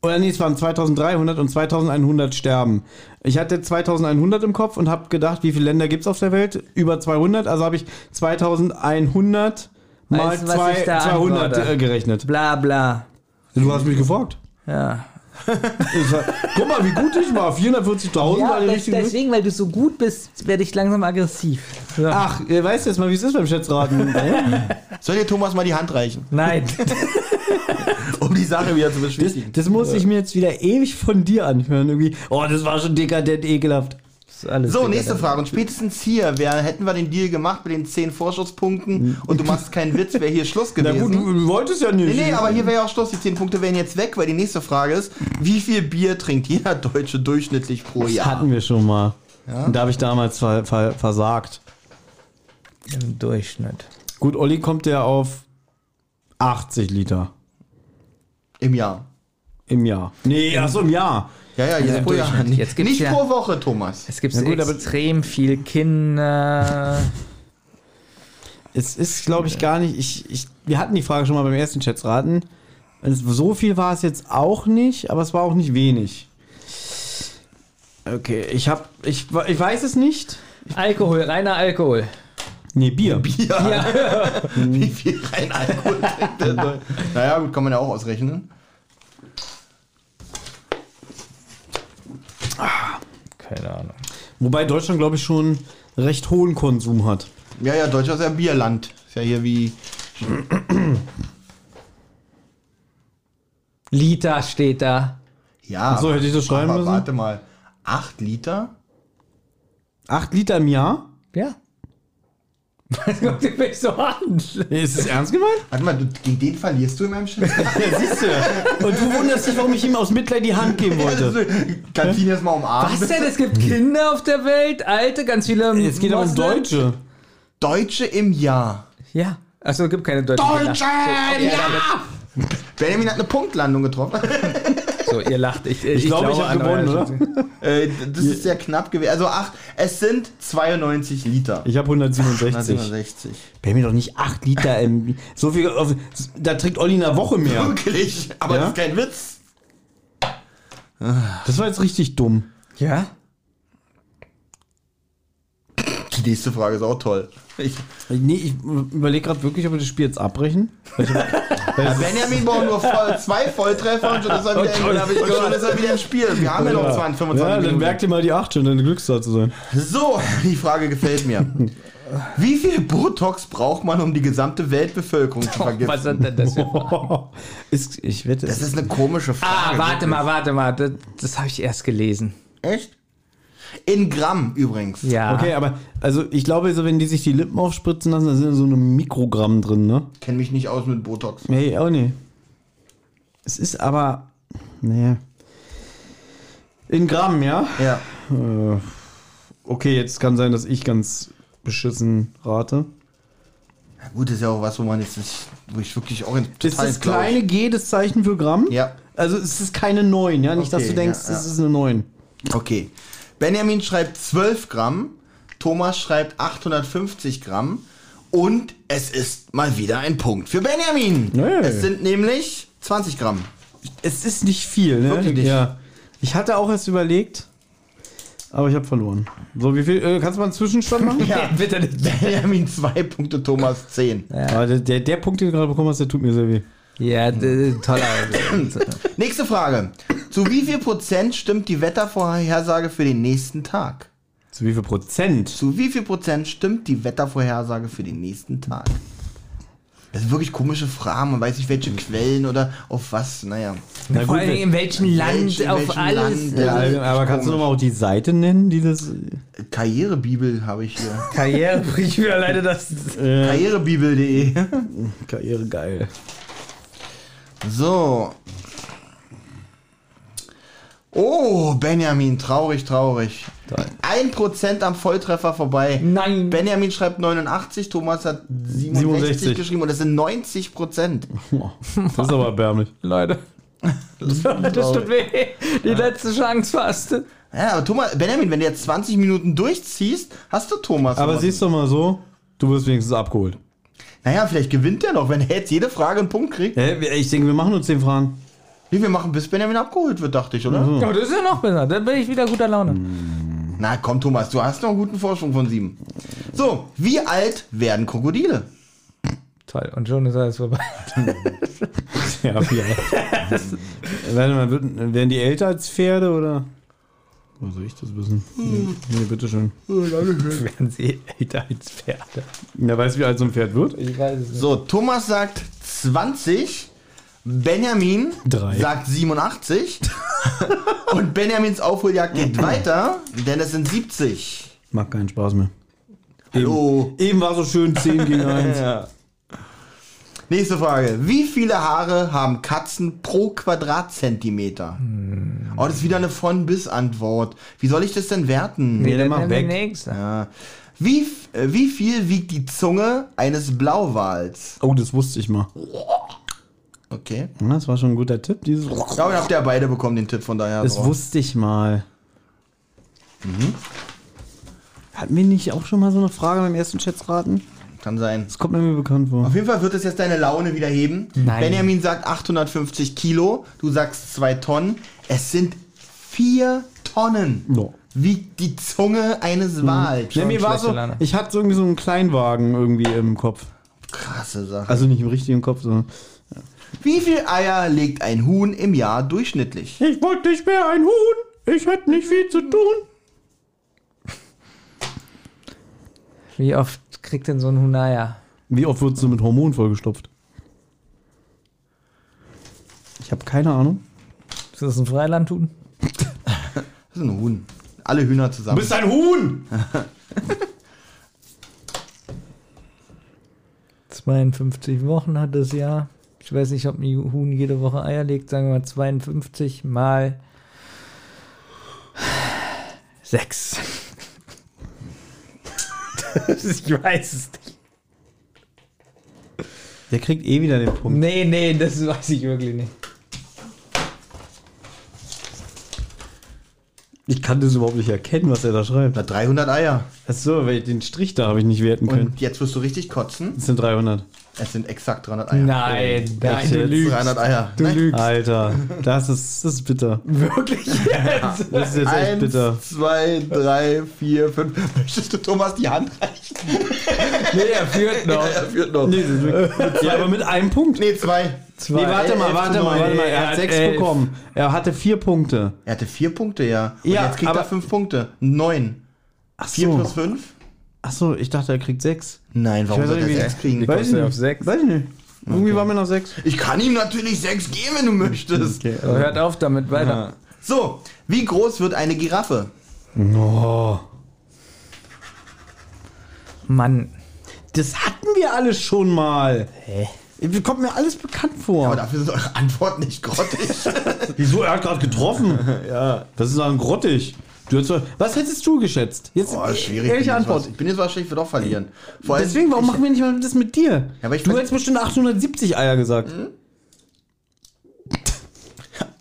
[SPEAKER 3] Oder nee, es waren 2300 und 2100 sterben. Ich hatte 2100 im Kopf und habe gedacht, wie viele Länder gibt es auf der Welt? Über 200, also habe ich 2100 mal
[SPEAKER 2] Weißt du, was
[SPEAKER 3] zwei,
[SPEAKER 2] ich da
[SPEAKER 3] 200
[SPEAKER 2] antworte?
[SPEAKER 3] äh, gerechnet.
[SPEAKER 2] Bla bla.
[SPEAKER 3] Du hast mich gefragt.
[SPEAKER 2] Ja.
[SPEAKER 3] Ich sag, Guck mal, wie gut ich war. 440.000 war die richtige Lösung.
[SPEAKER 2] deswegen, weil du so gut bist, werde ich langsam aggressiv. Ah.
[SPEAKER 3] Ach, ihr weißt jetzt mal, wie es ist
[SPEAKER 2] (laughs)
[SPEAKER 3] beim Schätzraten. ne?
[SPEAKER 1] Soll dir Thomas mal die Hand reichen,
[SPEAKER 2] Nein.
[SPEAKER 1] um die Sache wieder zu
[SPEAKER 3] Das,
[SPEAKER 1] beschwichtigen?
[SPEAKER 3] das muss ich mir jetzt wieder ewig von dir anhören. Irgendwie, oh, das war schon dekadent ekelhaft.
[SPEAKER 2] Ist alles
[SPEAKER 1] So,
[SPEAKER 2] egal.
[SPEAKER 1] nächste Frage. Und spätestens hier wer, hätten wir den Deal gemacht mit den 10 Vorschusspunkten und du machst keinen Witz, wäre hier (laughs) Schluss
[SPEAKER 3] Na
[SPEAKER 1] gewesen.
[SPEAKER 3] gut, du, du wolltest ja nicht.
[SPEAKER 1] Nee, nee, aber hier wäre ja auch Schluss. Die 10 Punkte wären jetzt weg, weil die nächste Frage ist, wie viel Bier trinkt jeder Deutsche durchschnittlich pro
[SPEAKER 3] das
[SPEAKER 1] Jahr?
[SPEAKER 3] hatten wir schon mal. Und Da habe ich damals ver, ver, versagt.
[SPEAKER 2] Im Durchschnitt.
[SPEAKER 3] Gut, Olli kommt ja auf 80 Liter
[SPEAKER 1] Im Jahr.
[SPEAKER 3] im Jahr. Nee, achso, im Jahr.
[SPEAKER 1] Ja, ja, jetzt pro Jahr.
[SPEAKER 2] Durchschnitt. Jetzt gibt's
[SPEAKER 1] Nicht
[SPEAKER 2] ja-
[SPEAKER 1] pro Woche, Thomas. (laughs)
[SPEAKER 2] Es gibt
[SPEAKER 3] Na gut, aber-
[SPEAKER 2] extrem viel Kinder.
[SPEAKER 3] Es ist, glaube ich, gar nicht. Ich, ich, wir hatten die Frage schon mal beim ersten Schätzraten. Es, so viel war es jetzt auch nicht, aber es war auch nicht wenig. Okay, ich hab. Ich, ich weiß es nicht.
[SPEAKER 2] (laughs) Alkohol, reiner Alkohol.
[SPEAKER 3] Nee, Bier. Bier.
[SPEAKER 1] (laughs) Wie viel rein Alkohol trinkt der Deutsche? Naja, gut, kann man ja auch ausrechnen.
[SPEAKER 2] Keine Ahnung.
[SPEAKER 3] Wobei Deutschland, glaube ich, schon recht hohen Konsum hat.
[SPEAKER 1] Ja, ja, Deutschland ist ja Bierland. Ist ja hier wie.
[SPEAKER 2] Liter steht da.
[SPEAKER 1] Ja.
[SPEAKER 3] so, hätte ich das schreiben
[SPEAKER 1] aber
[SPEAKER 3] müssen?
[SPEAKER 1] Warte mal. 8 Liter?
[SPEAKER 3] Acht Liter im Jahr?
[SPEAKER 2] Ja. Was guckt ihr mich so an?
[SPEAKER 3] Ist es ernst gemeint?
[SPEAKER 1] Warte mal, du, gegen den verlierst du in meinem Schiff?
[SPEAKER 3] Ja, siehst du. (laughs) Und du wunderst dich, warum ich ihm aus Mitleid die Hand geben wollte.
[SPEAKER 1] Kannst ihn jetzt mal um umarmen?
[SPEAKER 2] Was denn? Es gibt Kinder auf der Welt, alte, ganz viele.
[SPEAKER 3] Es geht aber um
[SPEAKER 2] Moslem.
[SPEAKER 3] Deutsche.
[SPEAKER 1] Deutsche im Jahr.
[SPEAKER 2] Ja. Achso, es gibt keine deutschen Kinder.
[SPEAKER 1] Benjamin hat eine Punktlandung getroffen.
[SPEAKER 2] So, ihr lacht. Ich, ich,
[SPEAKER 3] glaube, ich hab
[SPEAKER 2] an euer
[SPEAKER 3] gewonnen,
[SPEAKER 2] Schützen.
[SPEAKER 1] Äh, das ist sehr knapp gewesen. Also acht, es sind 92 Liter.
[SPEAKER 3] Ich habe 167.
[SPEAKER 1] 167.
[SPEAKER 3] Bei mir doch nicht 8 Liter im. So viel. Auf, da trinkt Olli in einer Woche mehr.
[SPEAKER 1] Wirklich, aber
[SPEAKER 3] Ja?
[SPEAKER 1] das ist kein Witz.
[SPEAKER 3] Das war jetzt richtig dumm.
[SPEAKER 2] Ja?
[SPEAKER 1] Die nächste Frage ist auch toll. Ich,
[SPEAKER 3] Nee, ich überlege gerade wirklich, ob wir das Spiel jetzt (laughs) abbrechen. Weil ich hab- weil es ist-
[SPEAKER 1] Benjamin braucht nur voll, zwei Volltreffer und schon ist er wieder,
[SPEAKER 3] schon-
[SPEAKER 1] und schon ist er wieder im Spiel. Wir haben ja noch 20, 25
[SPEAKER 3] ja, dann
[SPEAKER 1] Minuten.
[SPEAKER 3] merkt ihr mal die 8 schon, deine Glückszahl zu sein.
[SPEAKER 1] So, die Frage gefällt mir. Wie viel Botox braucht man, um die gesamte Weltbevölkerung zu
[SPEAKER 2] Was
[SPEAKER 1] vergiften?
[SPEAKER 2] sind denn das für
[SPEAKER 3] (laughs) Ist, ich wette,
[SPEAKER 1] Das ist eine komische Frage.
[SPEAKER 2] Ah, warte mal, warte mal. Das, das habe ich erst gelesen.
[SPEAKER 1] Echt? In Gramm übrigens.
[SPEAKER 2] Ja. (laughs)
[SPEAKER 3] Okay, aber also ich glaube, so, wenn die sich die Lippen aufspritzen lassen, da sind so eine Mikrogramm drin, ne?
[SPEAKER 1] Kenne mich nicht aus mit Botox.
[SPEAKER 3] Nee, auch nicht. Es ist aber. Nee. In Gramm, ja?
[SPEAKER 1] Ja.
[SPEAKER 3] Äh, okay, jetzt kann sein, dass ich ganz beschissen rate.
[SPEAKER 1] Na gut, ist ja auch was, wo man jetzt nicht, wo ich wirklich auch in total
[SPEAKER 3] Ist das
[SPEAKER 1] ins Blaue-
[SPEAKER 3] kleine G das Zeichen für Gramm?
[SPEAKER 1] Ja.
[SPEAKER 3] Also es ist keine 9, ja? Nicht, dass
[SPEAKER 1] Okay,
[SPEAKER 3] du denkst,
[SPEAKER 1] ja, ja.
[SPEAKER 3] es ist eine 9.
[SPEAKER 1] Okay. Benjamin schreibt 12 Gramm, Thomas schreibt 850 Gramm und es ist mal wieder ein Punkt für Benjamin.
[SPEAKER 3] Nee.
[SPEAKER 1] Es sind nämlich 20 Gramm.
[SPEAKER 3] Es ist nicht viel, ne?
[SPEAKER 1] Wirklich nicht.
[SPEAKER 3] Ja. Ich hatte auch erst überlegt, aber ich habe verloren. So, wie viel? Äh, kannst du mal einen Zwischenstand (laughs) machen?
[SPEAKER 1] Ja,
[SPEAKER 2] bitte nicht.
[SPEAKER 1] (laughs) Benjamin 2 Punkte, Thomas 10.
[SPEAKER 3] Aber der, der, der Punkt, den du gerade bekommen hast, der tut mir sehr weh.
[SPEAKER 2] Ja, d- toller.
[SPEAKER 1] Nächste Frage. Zu wie viel Prozent stimmt die Wettervorhersage für den nächsten Tag?
[SPEAKER 3] Zu wie viel Prozent?
[SPEAKER 1] Zu wie viel Prozent stimmt die Wettervorhersage für den nächsten Tag? Das sind wirklich komische Fragen. Man weiß nicht, welche Quellen oder auf was. Naja.
[SPEAKER 3] Na
[SPEAKER 2] Vor
[SPEAKER 3] gut,
[SPEAKER 2] allen Dingen
[SPEAKER 3] wenn-
[SPEAKER 2] in welchem Land,
[SPEAKER 1] Welchen-
[SPEAKER 2] auf
[SPEAKER 1] welchen
[SPEAKER 2] alles.
[SPEAKER 1] Land, ja.
[SPEAKER 3] ja, also aber kannst du nochmal auch die Seite nennen, die das.
[SPEAKER 1] Karrierebibel habe ich hier.
[SPEAKER 2] Karriere bricht mir leider das.
[SPEAKER 3] Äh,
[SPEAKER 1] Karrierebibel.de.
[SPEAKER 3] Karriere geil.
[SPEAKER 1] So. Oh, Benjamin, traurig, traurig. Ein Prozent am Volltreffer vorbei.
[SPEAKER 2] (laughs) Nein.
[SPEAKER 1] Benjamin schreibt 89, Thomas hat 67,
[SPEAKER 3] 67.
[SPEAKER 1] geschrieben und das sind 90 Prozent.
[SPEAKER 3] Oh, Das ist aber erbärmlich.
[SPEAKER 2] Leute. Das tut weh. Die letzte Chance fast.
[SPEAKER 1] Ja, aber Thomas, Benjamin, wenn du jetzt 20 Minuten durchziehst, hast du Thomas.
[SPEAKER 3] Aber
[SPEAKER 1] noch.
[SPEAKER 3] siehst du mal so, du wirst wenigstens abgeholt.
[SPEAKER 1] Naja, vielleicht gewinnt er noch, wenn er jetzt jede Frage einen Punkt kriegt.
[SPEAKER 3] ich denke, wir machen nur 10 Fragen.
[SPEAKER 1] Nee, wir machen, bis Benjamin abgeholt wird, dachte ich, oder?
[SPEAKER 3] Mhm.
[SPEAKER 2] Ja, das ist ja noch besser. Dann bin ich wieder guter Laune.
[SPEAKER 1] Na komm, Thomas, du hast noch einen guten Vorsprung von sieben. So, wie alt werden Krokodile?
[SPEAKER 2] Toll. Und schon ist alles (laughs) vorbei.
[SPEAKER 3] (laughs) Ja, (laughs) vier. Warte mal, wird- werden die älter als Pferde oder? Wo soll ich das wissen? Nee, bitteschön.
[SPEAKER 2] (laughs) Werden sie älter als Pferde.
[SPEAKER 3] Ja, weißt du, wie alt so ein Pferd wird?
[SPEAKER 2] Ich weiß es nicht.
[SPEAKER 1] So, Thomas sagt 20, Benjamin
[SPEAKER 3] Drei.
[SPEAKER 1] sagt
[SPEAKER 3] (laughs)
[SPEAKER 1] 87 und Benjamins Aufholjagd
[SPEAKER 3] (clears throat)
[SPEAKER 1] geht weiter, denn es sind 70.
[SPEAKER 3] Macht keinen Spaß mehr.
[SPEAKER 1] Hallo.
[SPEAKER 3] Eben war so schön 10 gegen (laughs) 1.
[SPEAKER 1] Nächste Frage. Wie viele Haare haben Katzen pro Quadratzentimeter?
[SPEAKER 3] Hm.
[SPEAKER 1] Oh, das ist wieder eine von bis Antwort. Wie soll ich das denn werten?
[SPEAKER 3] Nee, der macht
[SPEAKER 2] nehmen wir
[SPEAKER 3] weg.
[SPEAKER 2] den nächsten.
[SPEAKER 1] Ja. Wie, f- äh, wie viel wiegt die Zunge eines Blauwals?
[SPEAKER 3] Oh, das wusste ich mal.
[SPEAKER 1] Okay.
[SPEAKER 3] Ja, Das war schon ein guter Tipp. Dieses (laughs)
[SPEAKER 1] Ich glaube, ihr habt ja beide bekommen den Tipp, von daher.
[SPEAKER 3] das
[SPEAKER 1] so.
[SPEAKER 3] wusste ich mal. Hatten wir nicht auch schon mal so eine Frage beim ersten Schätzraten?
[SPEAKER 1] Kann sein.
[SPEAKER 3] Das kommt mir irgendwie bekannt vor.
[SPEAKER 1] Auf jeden Fall wird es jetzt deine Laune wieder heben.
[SPEAKER 2] Nein.
[SPEAKER 1] Benjamin sagt 850 Kilo, du sagst 2 Tonnen. Es sind 4 Tonnen.
[SPEAKER 3] Ja.
[SPEAKER 1] Wiegt die Zunge
[SPEAKER 2] Hm.
[SPEAKER 1] eines Wals.
[SPEAKER 3] Nee, mir war
[SPEAKER 2] schlechte
[SPEAKER 3] so,
[SPEAKER 2] Laune.
[SPEAKER 3] ich hatte so irgendwie so einen Kleinwagen irgendwie im Kopf.
[SPEAKER 1] Krasse Sache.
[SPEAKER 3] Also nicht im richtigen Kopf, sondern.
[SPEAKER 1] Wie viel Eier legt ein Huhn im Jahr durchschnittlich?
[SPEAKER 3] Ich wollte nicht mehr ein Huhn. Ich hätte nicht viel zu tun.
[SPEAKER 2] Wie oft kriegt denn so ein Hunaya?
[SPEAKER 3] Wie oft wurdest du mit Hormonen vollgestopft? Ich habe keine Ahnung.
[SPEAKER 2] Ist das ein Freiland tun?
[SPEAKER 1] Das ist ein Huhn. Alle Hühner zusammen.
[SPEAKER 3] ein Huhn!
[SPEAKER 2] 52 Wochen hat das Jahr. Ich weiß nicht, ob ein Huhn jede Woche Eier legt. Sagen wir mal 52 mal 6. (laughs) ich weiß es nicht.
[SPEAKER 3] Der kriegt eh wieder den Punkt.
[SPEAKER 2] Nee, nee, das weiß ich wirklich nicht.
[SPEAKER 3] Ich kann das überhaupt nicht erkennen, was er da schreibt.
[SPEAKER 1] Na, 300 Eier.
[SPEAKER 3] Achso, weil ich den Strich da habe ich nicht werten können.
[SPEAKER 1] Und jetzt wirst du richtig kotzen.
[SPEAKER 3] das sind 300.
[SPEAKER 1] Es sind exakt 300 Eier.
[SPEAKER 2] Nein, nein, du
[SPEAKER 3] jetzt?
[SPEAKER 2] lügst.
[SPEAKER 1] 300 Eier.
[SPEAKER 2] Du lügst.
[SPEAKER 3] Ne? Alter, das ist, das ist bitter.
[SPEAKER 2] (laughs) Wirklich jetzt?
[SPEAKER 3] Das ist jetzt echt
[SPEAKER 1] Eins,
[SPEAKER 3] bitter.
[SPEAKER 1] zwei, drei, vier, fünf. (laughs) Möchtest du Thomas die Hand reichen?
[SPEAKER 2] Nee, er führt (laughs)
[SPEAKER 1] (laughs)
[SPEAKER 2] noch.
[SPEAKER 1] Er führt noch.
[SPEAKER 3] Nee, das ist wirklich- ja, aber mit einem Punkt.
[SPEAKER 1] Nee, zwei.
[SPEAKER 2] Zwei.
[SPEAKER 3] Nee, warte mal,
[SPEAKER 1] elf
[SPEAKER 3] warte
[SPEAKER 1] zu
[SPEAKER 3] mal,
[SPEAKER 1] neun.
[SPEAKER 3] warte mal.
[SPEAKER 2] Er
[SPEAKER 3] Er
[SPEAKER 2] hat
[SPEAKER 3] hat sechs
[SPEAKER 2] elf.
[SPEAKER 3] bekommen. Er hatte vier Punkte.
[SPEAKER 1] Er hatte vier Punkte, ja. Und
[SPEAKER 3] Ja,
[SPEAKER 1] jetzt kriegt er
[SPEAKER 3] aber-
[SPEAKER 1] fünf Punkte. Neun.
[SPEAKER 3] Ach
[SPEAKER 1] Vier
[SPEAKER 3] so.
[SPEAKER 1] plus fünf?
[SPEAKER 3] Ach so, ich dachte, er kriegt sechs.
[SPEAKER 1] Nein, warum
[SPEAKER 3] Ich weiß
[SPEAKER 1] soll er
[SPEAKER 3] nicht, wie-
[SPEAKER 1] sechs kriegen?
[SPEAKER 3] Weiß ich
[SPEAKER 2] er
[SPEAKER 3] nicht.
[SPEAKER 2] auf sechs?
[SPEAKER 3] Weiß ich nicht. Irgendwie war mir noch sechs. Oh.
[SPEAKER 1] Ich kann ihm natürlich sechs geben, wenn du möchtest.
[SPEAKER 2] So, hört auf damit, weiter.
[SPEAKER 1] So, wie groß wird eine Giraffe?
[SPEAKER 3] Oh.
[SPEAKER 2] Mann.
[SPEAKER 3] Das hatten wir alles schon mal. Hä? Kommt mir alles bekannt
[SPEAKER 1] Aber
[SPEAKER 3] vor.
[SPEAKER 1] dafür sind eure Antworten nicht
[SPEAKER 3] (laughs)
[SPEAKER 1] grottig.
[SPEAKER 3] Wieso? Er hat gerade
[SPEAKER 1] (laughs)
[SPEAKER 3] getroffen. ja. Das ist ein grottig. Du hättest, was hättest du geschätzt? Jetzt e-
[SPEAKER 1] Boah, schwierig. bin jetzt
[SPEAKER 3] ehrliche
[SPEAKER 1] Was.
[SPEAKER 3] Antwort.
[SPEAKER 1] Ich bin jetzt wahrscheinlich, ich würde auch verlieren. Vor allem,
[SPEAKER 3] Deswegen, warum machen wir nicht mal das mit dir?
[SPEAKER 1] Ja, aber ich
[SPEAKER 3] du
[SPEAKER 1] weiß-
[SPEAKER 3] hättest bestimmt 870 Eier gesagt.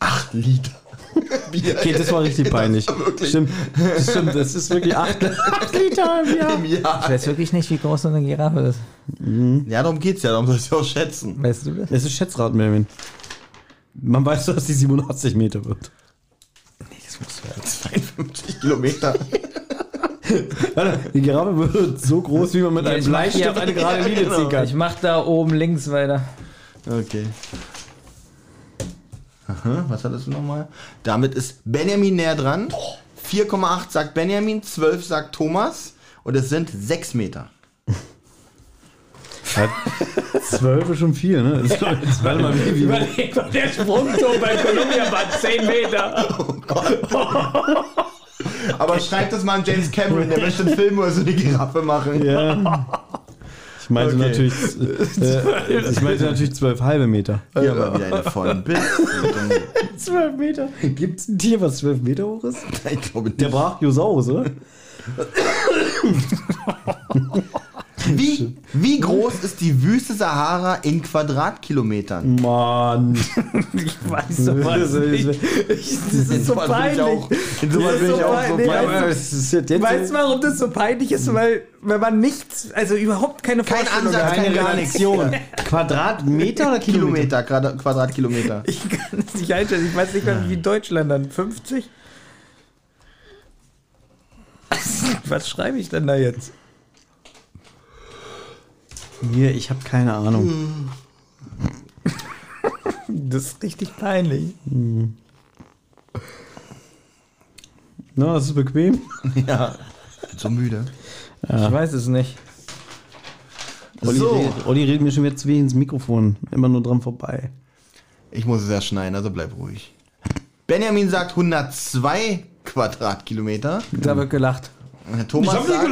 [SPEAKER 1] Acht
[SPEAKER 3] (laughs)
[SPEAKER 1] Liter. Bier.
[SPEAKER 3] Okay, das war richtig peinlich.
[SPEAKER 1] wirklich.
[SPEAKER 3] Stimmt, das stimmt, das ist wirklich 8, Liter im Jahr.
[SPEAKER 1] Im Jahr.
[SPEAKER 2] Ich weiß wirklich nicht, wie groß so eine Giraffe ist.
[SPEAKER 1] Ja, darum geht's ja, darum sollst du auch schätzen.
[SPEAKER 2] Weißt du das?
[SPEAKER 3] Es ist Schätzraten, Melvin. Man weiß, dass die 87 Meter wird.
[SPEAKER 1] 52 Kilometer.
[SPEAKER 3] Warte, die Giraffe wird so groß, wie man mit
[SPEAKER 2] (laughs) Ja, genau. ich mach
[SPEAKER 3] einem Bleistift
[SPEAKER 2] hier-
[SPEAKER 3] eine gerade Linie ziehen kann.
[SPEAKER 2] Ich mach da oben links weiter.
[SPEAKER 1] Okay. Aha, was hattest du nochmal? Damit ist Benjamin näher dran. 4,8 sagt Benjamin, 12 sagt Thomas und es sind 6 Meter.
[SPEAKER 3] Zwölf ist schon viel, ne? Das ist, warte mal, wie, wie,
[SPEAKER 2] Überleg mal, der Sprungturm bei Columbia war 10 Meter.
[SPEAKER 1] Aber schreib das mal an James Cameron, der möchte einen Film über so eine Giraffe machen.
[SPEAKER 3] ja. (laughs) Ich meinte
[SPEAKER 1] Okay.
[SPEAKER 3] natürlich, äh, ich meinte natürlich zwölf halbe Meter.
[SPEAKER 1] Hier war wieder eine von bis.
[SPEAKER 3] Zwölf Meter? Gibt es ein Tier, was zwölf Meter hoch ist?
[SPEAKER 1] Ich glaube nicht.
[SPEAKER 3] Der Brachiosaurus, oder?
[SPEAKER 1] Wie, wie groß ist die Wüste Sahara in Quadratkilometern?
[SPEAKER 3] (laughs) Mann.
[SPEAKER 2] Ich weiß sowas nicht. Ich, das ist so
[SPEAKER 1] sowas bin ich
[SPEAKER 2] peinlich.
[SPEAKER 1] auch- in sowas
[SPEAKER 2] Das
[SPEAKER 1] bin
[SPEAKER 2] ist
[SPEAKER 1] ich auch so
[SPEAKER 2] peinlich.
[SPEAKER 1] peinlich.
[SPEAKER 2] Weißt du, Weißt du, warum das so peinlich ist? Weil, weil man nichts, also überhaupt keine
[SPEAKER 1] Kein
[SPEAKER 2] Vorstellung
[SPEAKER 1] Ansatz,
[SPEAKER 2] hat. (laughs)
[SPEAKER 1] keine gar nichts.
[SPEAKER 3] Relation. (laughs) Quadratmeter oder Kilometer?
[SPEAKER 1] Kilometer, Quadra- Quadratkilometer.
[SPEAKER 2] Ich kann es nicht einschätzen. Ich weiß nicht mehr, wie Deutschland dann. 50? (laughs) Was schreibe ich denn da jetzt?
[SPEAKER 3] Hier, ich habe keine Ahnung.
[SPEAKER 2] Das ist richtig peinlich.
[SPEAKER 3] Na, das ist bequem.
[SPEAKER 1] Ja. Ich bin so müde.
[SPEAKER 2] Ich weiß es nicht.
[SPEAKER 3] Olli,
[SPEAKER 1] So.
[SPEAKER 3] redet, Olli redet mir schon wieder zu wenig ins Mikrofon. Immer nur dran vorbei.
[SPEAKER 1] Ich muss es ja schneiden, also bleib ruhig. Benjamin sagt 102 Quadratkilometer.
[SPEAKER 2] Da wird gelacht.
[SPEAKER 1] Thomas sagt,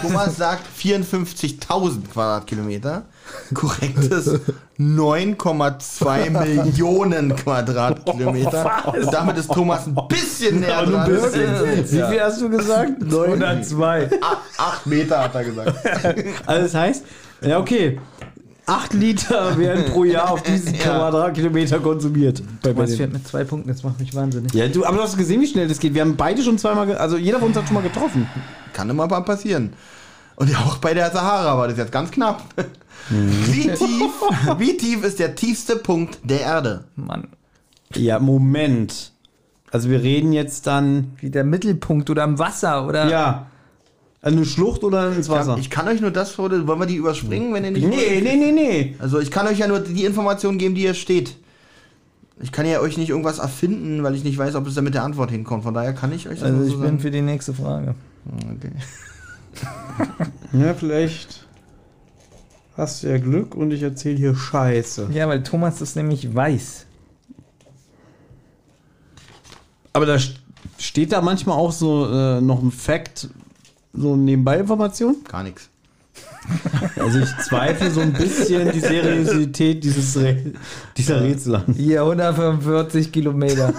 [SPEAKER 1] Thomas sagt 54.000 Quadratkilometer. Korrektes 9,2 Millionen
[SPEAKER 3] (laughs)
[SPEAKER 1] Quadratkilometer. Und damit ist Thomas ein bisschen näher
[SPEAKER 3] Aber nur ein
[SPEAKER 1] dran.
[SPEAKER 3] bisschen. Wie viel hast du gesagt? Neun.
[SPEAKER 2] 102.
[SPEAKER 1] Ah, Acht Meter hat er gesagt.
[SPEAKER 3] Also das heißt, ja okay, 8 Liter werden pro Jahr auf diesen Quadratkilometer konsumiert. Bei
[SPEAKER 2] Was
[SPEAKER 3] Berlin.
[SPEAKER 2] fährt mit zwei Punkten? Das macht mich wahnsinnig.
[SPEAKER 3] ja, du, aber du hast gesehen, wie schnell das geht. Wir haben beide schon zweimal, ge- also jeder von uns hat schon mal getroffen.
[SPEAKER 1] Kann immer mal passieren. Und auch bei der Sahara war das jetzt ganz knapp.
[SPEAKER 3] Mhm.
[SPEAKER 1] Wie, tief, wie tief ist der tiefste Punkt der Erde?
[SPEAKER 2] Mann.
[SPEAKER 3] Ja, Moment. Also wir reden jetzt dann,
[SPEAKER 2] Wie der Mittelpunkt oder am Wasser oder.
[SPEAKER 3] ja, eine Schlucht oder ins Wasser?
[SPEAKER 1] Ich kann euch nur das, wollen wir die überspringen, wenn ihr nicht
[SPEAKER 3] nee, nee, nee, nee.
[SPEAKER 1] Also ich kann euch ja nur die Informationen geben, die hier steht. Ich kann ja euch nicht irgendwas erfinden, weil ich nicht weiß, ob es da mit der Antwort hinkommt. Von daher kann ich euch das
[SPEAKER 2] Also
[SPEAKER 1] nur
[SPEAKER 2] ich
[SPEAKER 1] so
[SPEAKER 2] bin
[SPEAKER 1] sagen.
[SPEAKER 2] für die nächste Frage.
[SPEAKER 1] Okay. (laughs)
[SPEAKER 3] Ja, vielleicht hast du ja Glück und ich erzähle hier Scheiße.
[SPEAKER 2] Ja, weil Thomas das nämlich weiß.
[SPEAKER 3] Aber da st- steht da manchmal auch so äh, noch ein Fact, so Nebenbei-Information?
[SPEAKER 1] Gar
[SPEAKER 2] (laughs)
[SPEAKER 1] nichts.
[SPEAKER 3] Also ich zweifle so ein bisschen die Seriosität dieses Re dieser Rätsel an.
[SPEAKER 2] Hier 145 Kilometer.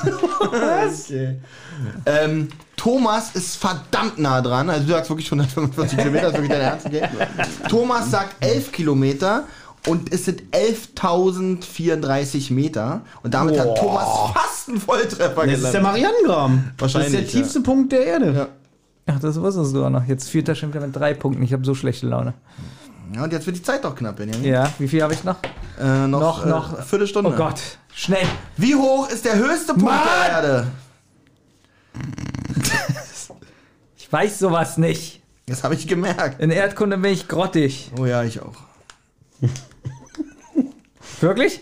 [SPEAKER 1] Ähm, Thomas ist verdammt nah dran. Also du sagst wirklich 145 Kilometer, das ist wirklich dein Ernst.
[SPEAKER 2] (laughs)
[SPEAKER 1] Okay? Thomas sagt 11 Kilometer und es sind 11.034 Meter. Und damit hat Thomas fast einen Volltreffer
[SPEAKER 3] Das ist der
[SPEAKER 1] gelandet.
[SPEAKER 3] Marianengraben.
[SPEAKER 1] Wahrscheinlich,
[SPEAKER 3] Das ist der
[SPEAKER 1] ja.
[SPEAKER 3] tiefste Punkt der Erde.
[SPEAKER 1] Ja.
[SPEAKER 2] Ach, das wusstest du auch noch. Jetzt führt er schon wieder mit drei Punkten. Ich habe so schlechte Laune.
[SPEAKER 1] Ja, und jetzt wird die Zeit doch knapp, Benjamin.
[SPEAKER 2] Ja, wie viel habe ich noch?
[SPEAKER 1] Äh, noch,
[SPEAKER 2] Noch,
[SPEAKER 1] äh,
[SPEAKER 2] noch.
[SPEAKER 1] Viertelstunde.
[SPEAKER 2] Oh Gott, schnell.
[SPEAKER 1] Wie hoch ist der höchste Punkt der Erde?
[SPEAKER 2] Ich weiß sowas nicht.
[SPEAKER 1] Das habe ich gemerkt.
[SPEAKER 2] In Erdkunde bin ich grottig.
[SPEAKER 1] Oh ja, ich auch.
[SPEAKER 2] Wirklich?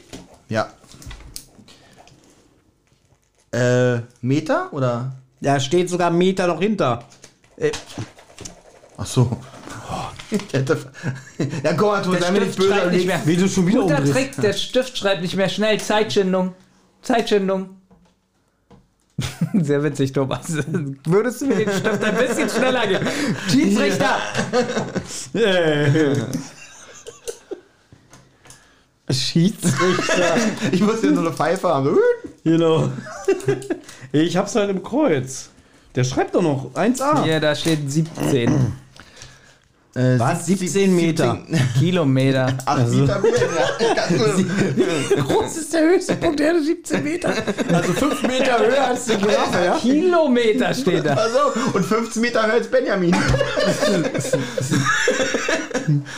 [SPEAKER 1] Ja. Äh, Meter oder?
[SPEAKER 3] Da steht sogar ein Meter noch hinter.
[SPEAKER 1] Ach so. (laughs) Oh, ich hätte. (laughs) Ja, komm mal, Thomas, sei mir nicht böse. aber leg-
[SPEAKER 2] mehr.
[SPEAKER 3] Wie du schon wieder
[SPEAKER 2] Guter
[SPEAKER 3] umdrehst.
[SPEAKER 2] Trick, der Stift schreibt nicht mehr. Schnell, Zeitschindung. Zeitschindung. (laughs) Sehr witzig, Thomas. Würdest du mir den Stift ein bisschen schneller geben? Schiedsrichter!
[SPEAKER 3] Äh.
[SPEAKER 1] (laughs)
[SPEAKER 3] (laughs) Schiedsrichter.
[SPEAKER 1] Ich muss hier so eine Pfeife haben.
[SPEAKER 3] Genau. Ich hab's halt im Kreuz. Der schreibt doch noch 1a.
[SPEAKER 2] Hier, da steht 17
[SPEAKER 1] Äh,
[SPEAKER 3] Was?
[SPEAKER 1] sieb-
[SPEAKER 3] 17 Meter.
[SPEAKER 1] 17
[SPEAKER 2] (laughs) Kilometer.
[SPEAKER 1] Ach, Liter Bier, ja. Ganz gut.
[SPEAKER 2] groß ist der höchste Punkt der Erde? 17 Meter.
[SPEAKER 3] Also 5 Meter höher als die Giraffe, ja?
[SPEAKER 2] Kilometer steht da.
[SPEAKER 1] Also, und 15 Meter höher als Benjamin.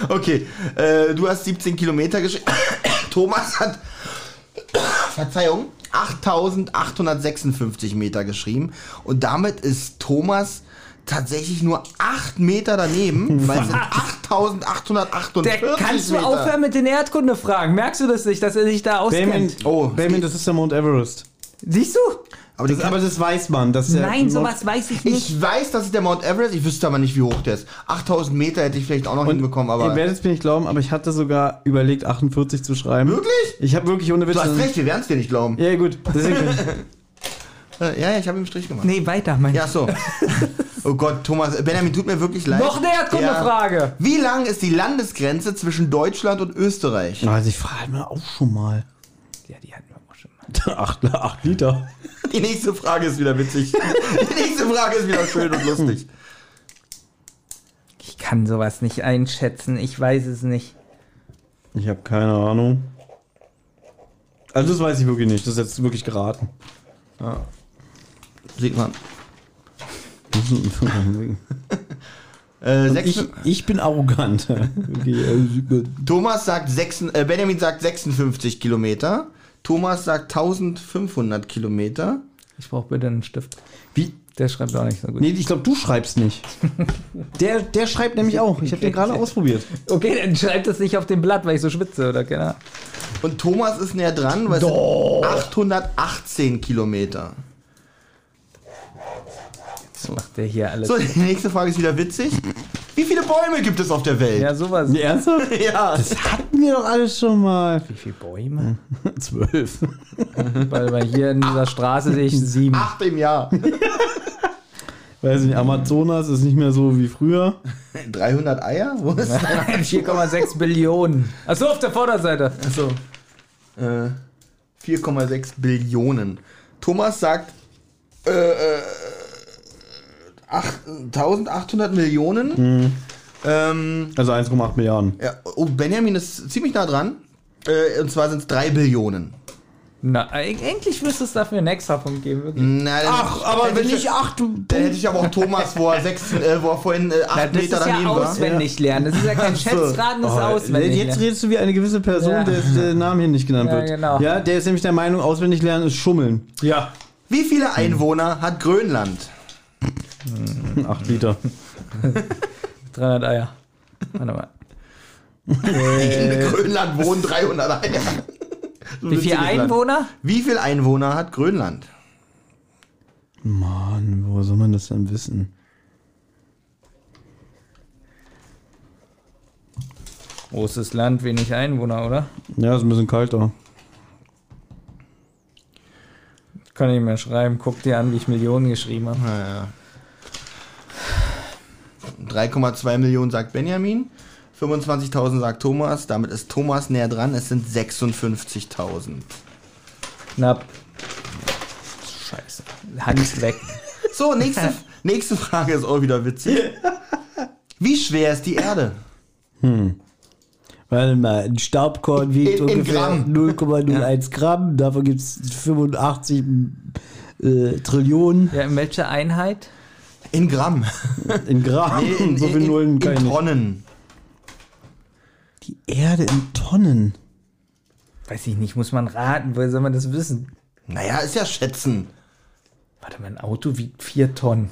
[SPEAKER 1] okay, äh, du hast 17 Kilometer geschrieben. (coughs) Thomas hat, (coughs) Verzeihung, 8856 Meter geschrieben. Und damit ist Thomas tatsächlich nur 8 Meter
[SPEAKER 2] (laughs)
[SPEAKER 1] daneben, weil es sind 8848
[SPEAKER 2] Der,
[SPEAKER 1] Meter.
[SPEAKER 2] kannst du aufhören mit den Erdkundefragen? Merkst du das nicht, dass er sich da
[SPEAKER 3] Benjamin,
[SPEAKER 2] auskennt?
[SPEAKER 1] Oh,
[SPEAKER 3] oh, Benjamin, das ist der Mount Everest.
[SPEAKER 2] Siehst du?
[SPEAKER 1] Aber die
[SPEAKER 3] Das, aber das weiß man. Das ist ja
[SPEAKER 2] Nein,
[SPEAKER 3] Mount-
[SPEAKER 2] sowas weiß ich nicht.
[SPEAKER 1] ich weiß, das ist der Mount Everest, ich wüsste aber nicht, wie hoch der ist. 8000 Meter hätte ich vielleicht auch noch hinbekommen, aber...
[SPEAKER 3] Ihr werdet es mir nicht glauben, aber ich hatte sogar überlegt, 48 zu schreiben.
[SPEAKER 1] Wirklich?
[SPEAKER 3] Ich habe wirklich ohne Witz.
[SPEAKER 1] Du
[SPEAKER 2] Also-
[SPEAKER 1] hast recht, wir werden es dir nicht glauben. (laughs)
[SPEAKER 3] Ja, gut. Deswegen,
[SPEAKER 1] Äh, Ja, ja, ich habe ihm einen Strich gemacht. (laughs)
[SPEAKER 2] Nee, weiter, mein.
[SPEAKER 1] Ja, so. Oh Gott, Thomas, Benjamin, tut mir wirklich leid.
[SPEAKER 2] Noch näher kommt eine Frage.
[SPEAKER 1] Wie lang ist die Landesgrenze zwischen Deutschland und Österreich?
[SPEAKER 3] Also ich frage mir auch schon mal.
[SPEAKER 2] Ja, die hatten wir auch schon mal.
[SPEAKER 3] (laughs) Acht, acht Liter.
[SPEAKER 1] (laughs) Die nächste Frage ist wieder witzig. (laughs) Die nächste Frage ist wieder schön und (laughs) lustig.
[SPEAKER 2] Ich kann sowas nicht einschätzen. Ich weiß es nicht.
[SPEAKER 3] Ich habe keine Ahnung. Also das weiß ich wirklich nicht. Das ist jetzt wirklich (laughs) geraten.
[SPEAKER 1] Sieht man. Äh, sechs,
[SPEAKER 3] ich, ich bin arrogant. (laughs) Okay, äh, super.
[SPEAKER 1] Thomas sagt sechs, äh, Benjamin sagt 56 Kilometer. Thomas sagt 1500 Kilometer.
[SPEAKER 2] Ich brauche bitte einen Stift.
[SPEAKER 3] Wie?
[SPEAKER 2] Der schreibt auch nicht so gut.
[SPEAKER 3] Nee, ich glaube, du schreibst nicht. (laughs) Der, der schreibt nämlich auch. Ich habe den gerade ausprobiert.
[SPEAKER 2] Okay, dann schreibt das nicht auf dem Blatt, weil ich so schwitze oder keine Ahnung.
[SPEAKER 1] Und Thomas ist näher dran, weil es sind 818 Kilometer.
[SPEAKER 2] Was macht der hier alles?
[SPEAKER 1] So, die nächste Frage ist wieder witzig. Wie viele Bäume gibt es auf der Welt?
[SPEAKER 2] Ja, sowas.
[SPEAKER 3] (laughs) Ernsthaft?
[SPEAKER 1] Ja.
[SPEAKER 3] Das hatten wir doch alles schon mal.
[SPEAKER 2] Wie viele Bäume?
[SPEAKER 3] (laughs) Zwölf.
[SPEAKER 2] Weil, weil hier in dieser Straße sehe ich sieben.
[SPEAKER 1] Acht im (laughs) Jahr.
[SPEAKER 3] Weiß nicht, Amazonas ist nicht mehr so wie früher.
[SPEAKER 1] 300 Eier? Wo ist das?
[SPEAKER 2] (laughs) 4,6 Billionen. Achso, auf der Vorderseite.
[SPEAKER 1] Achso. Also, Äh, 4,6 Billionen. Thomas sagt äh, äh, ach- 1800 Millionen.
[SPEAKER 2] Hm.
[SPEAKER 1] Ähm,
[SPEAKER 3] Also 1,8 Milliarden.
[SPEAKER 1] ja, oh, Benjamin ist ziemlich nah dran. Äh, und zwar sind es 3 Billionen.
[SPEAKER 2] Na, eig- eigentlich müsste es dafür einen Extrapunkt geben, wirklich.
[SPEAKER 1] Na, dann- dann hätte ich-
[SPEAKER 3] 8.
[SPEAKER 1] Dann hätte ich aber auch Thomas, wo er, sechs, äh, wo er vorhin 8
[SPEAKER 2] das
[SPEAKER 1] Meter
[SPEAKER 2] ist ja
[SPEAKER 1] daneben war.
[SPEAKER 2] auswendig lernen. Das ist ja kein Schätzraten,
[SPEAKER 3] Oh,
[SPEAKER 2] das ist auswendig
[SPEAKER 3] Jetzt
[SPEAKER 2] lernen.
[SPEAKER 3] redest du wie eine gewisse Person,
[SPEAKER 2] Ja.
[SPEAKER 3] der der Name hier nicht genannt
[SPEAKER 2] Ja,
[SPEAKER 3] wird.
[SPEAKER 2] genau.
[SPEAKER 3] Ja, der ist nämlich der Meinung, auswendig lernen ist (laughs) Schummeln.
[SPEAKER 2] Ja.
[SPEAKER 1] Wie viele Einwohner hat Grönland?
[SPEAKER 3] 8 Liter.
[SPEAKER 2] 300 Eier. Warte mal.
[SPEAKER 1] In Grönland wohnen 300 Eier. Äh. (laughs) So
[SPEAKER 2] Wie
[SPEAKER 1] witzig
[SPEAKER 2] viele
[SPEAKER 1] ist Land.
[SPEAKER 2] Einwohner?
[SPEAKER 1] Wie viele Einwohner hat Grönland?
[SPEAKER 3] Mann, wo soll man das denn wissen?
[SPEAKER 2] Großes Land, wenig Einwohner, oder?
[SPEAKER 3] Ja, ist ein bisschen kalt da.
[SPEAKER 2] Kann ich nicht mehr schreiben. Guck dir an, wie ich Millionen geschrieben habe.
[SPEAKER 1] Naja. 3,2 Millionen sagt Benjamin. 25.000 sagt Thomas. Damit ist Thomas näher dran. Es sind 56.000.
[SPEAKER 2] Knapp. Scheiße. Hand weg.
[SPEAKER 1] So, (laughs) nächste, nächste Frage ist auch wieder witzig. (laughs) Wie schwer ist die Erde?
[SPEAKER 3] Warte mal, ein Staubkorn wiegt
[SPEAKER 1] In- in
[SPEAKER 3] ungefähr
[SPEAKER 1] Gramm.
[SPEAKER 3] 0,01 Gramm. Davon gibt es 85 äh, Trillionen
[SPEAKER 2] Ja, in welcher Einheit?
[SPEAKER 1] In (laughs) Gramm.
[SPEAKER 3] in Gramm.
[SPEAKER 1] In,
[SPEAKER 3] so
[SPEAKER 1] in,
[SPEAKER 3] viel
[SPEAKER 1] in,
[SPEAKER 3] Nullen
[SPEAKER 1] in
[SPEAKER 3] kann ich nicht.
[SPEAKER 1] Tonnen.
[SPEAKER 3] Die Erde in Tonnen.
[SPEAKER 2] Weiß ich nicht, muss man raten. Woher soll man das wissen?
[SPEAKER 1] Naja, ist ja schätzen.
[SPEAKER 2] Warte, mein Auto wiegt 4 Tonnen.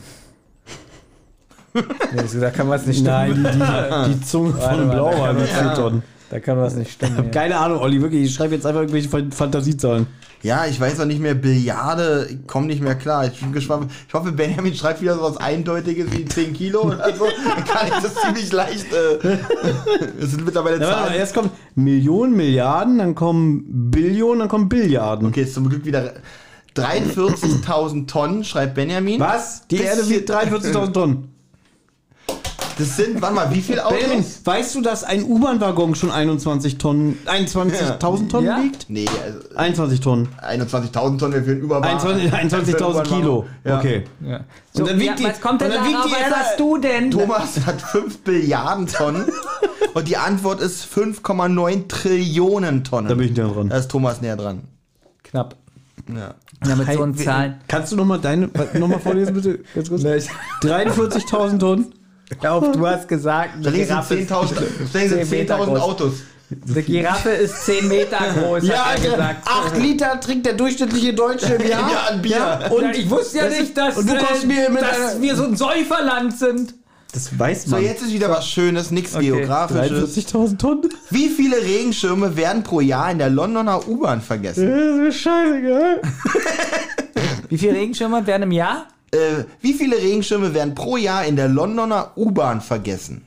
[SPEAKER 2] nee, so, da kann was nicht
[SPEAKER 3] Nein,
[SPEAKER 2] stimmen.
[SPEAKER 3] die, (laughs) die, die Zunge
[SPEAKER 2] Warte
[SPEAKER 3] von
[SPEAKER 2] mal,
[SPEAKER 3] Blauer
[SPEAKER 2] da
[SPEAKER 3] mit 4 Tonnen.
[SPEAKER 2] Da kann was nicht stimmen. Ja.
[SPEAKER 3] Keine Ahnung, Olli, wirklich. Ich schreibe jetzt einfach irgendwelche Fan- Fantasiezahlen.
[SPEAKER 1] Ja, ich weiß auch nicht mehr, Billiarde, ich komme nicht mehr klar. Ich bin gespannt. Ich hoffe, Benjamin schreibt wieder so was Eindeutiges wie 10 Kilo oder so. Dann kann ich das ziemlich leicht. äh, Es sind mittlerweile
[SPEAKER 3] Ja, warte mal,
[SPEAKER 1] Zahlen.
[SPEAKER 3] erst kommt Millionen, Milliarden, dann kommen Billionen, dann kommen Billiarden.
[SPEAKER 1] Okay, ist zum Glück wieder 43.000 Tonnen, schreibt Benjamin.
[SPEAKER 3] Was? Die Erde wiegt 43.000 Tonnen.
[SPEAKER 1] Das sind, warte mal, wie viel
[SPEAKER 3] Benjamin,
[SPEAKER 1] Autos?
[SPEAKER 3] weißt du, dass ein U-Bahn-Waggon schon 21 Tonnen, 21.000 Tonnen
[SPEAKER 2] Ja.
[SPEAKER 3] wiegt?
[SPEAKER 1] Nee, also
[SPEAKER 3] 21 Tonnen.
[SPEAKER 1] 21.000 Tonnen wäre für einen Überbahn. (laughs)
[SPEAKER 3] 21 21.000 Kilo.
[SPEAKER 1] Ja.
[SPEAKER 3] Okay.
[SPEAKER 2] Ja. So,
[SPEAKER 3] dann wiegt
[SPEAKER 2] ja,
[SPEAKER 3] die-
[SPEAKER 2] was kommt denn
[SPEAKER 3] und dann
[SPEAKER 2] da
[SPEAKER 3] wiegt
[SPEAKER 2] raus?
[SPEAKER 3] die
[SPEAKER 2] Was
[SPEAKER 3] Erde-
[SPEAKER 2] hast du denn?
[SPEAKER 1] Thomas hat 5 Billiarden Tonnen und die Antwort ist 5,9 Trillionen Tonnen.
[SPEAKER 3] Da bin ich näher dran.
[SPEAKER 1] Da ist Thomas näher dran.
[SPEAKER 2] Knapp.
[SPEAKER 1] Ja.
[SPEAKER 2] Ja, mit so
[SPEAKER 3] Hey,
[SPEAKER 2] einen
[SPEAKER 3] wie-
[SPEAKER 2] Zahlen.
[SPEAKER 3] Kannst du nochmal deine, nochmal vorlesen, bitte? Ganz kurz. 43.000 Tonnen.
[SPEAKER 2] Hör auf, du hast gesagt,
[SPEAKER 1] Da
[SPEAKER 2] eine
[SPEAKER 1] liegen
[SPEAKER 2] Giraffe, ist, (laughs)
[SPEAKER 1] 10.000 da liegen
[SPEAKER 2] Zehn
[SPEAKER 1] sind
[SPEAKER 2] Meter
[SPEAKER 1] 10.000
[SPEAKER 2] groß.
[SPEAKER 1] Autos. genau.
[SPEAKER 2] eine Giraffe ist 10 Meter groß, hat er gesagt.
[SPEAKER 3] 8 Liter trinkt der durchschnittliche
[SPEAKER 2] (laughs)
[SPEAKER 3] Deutsche im Jahr.
[SPEAKER 1] Ja, ein Bier.
[SPEAKER 3] und
[SPEAKER 2] ja, ich wusste ja
[SPEAKER 3] das
[SPEAKER 2] nicht,
[SPEAKER 3] ist-
[SPEAKER 2] dass, äh,
[SPEAKER 3] Und du kommst mir mit
[SPEAKER 2] dass
[SPEAKER 3] einer-
[SPEAKER 2] wir so ein Säuferland sind.
[SPEAKER 3] Das weiß
[SPEAKER 1] So,
[SPEAKER 3] man.
[SPEAKER 1] jetzt ist wieder was Schönes, nichts Geografisches.
[SPEAKER 3] 43.000 Tonnen.
[SPEAKER 1] Wie viele Regenschirme werden pro Jahr in der Londoner U-Bahn vergessen?
[SPEAKER 3] Das ist mir scheißegal.
[SPEAKER 2] Wie viele Regenschirme werden im Jahr?
[SPEAKER 1] Äh, wie viele Regenschirme werden pro Jahr in der Londoner U-Bahn vergessen?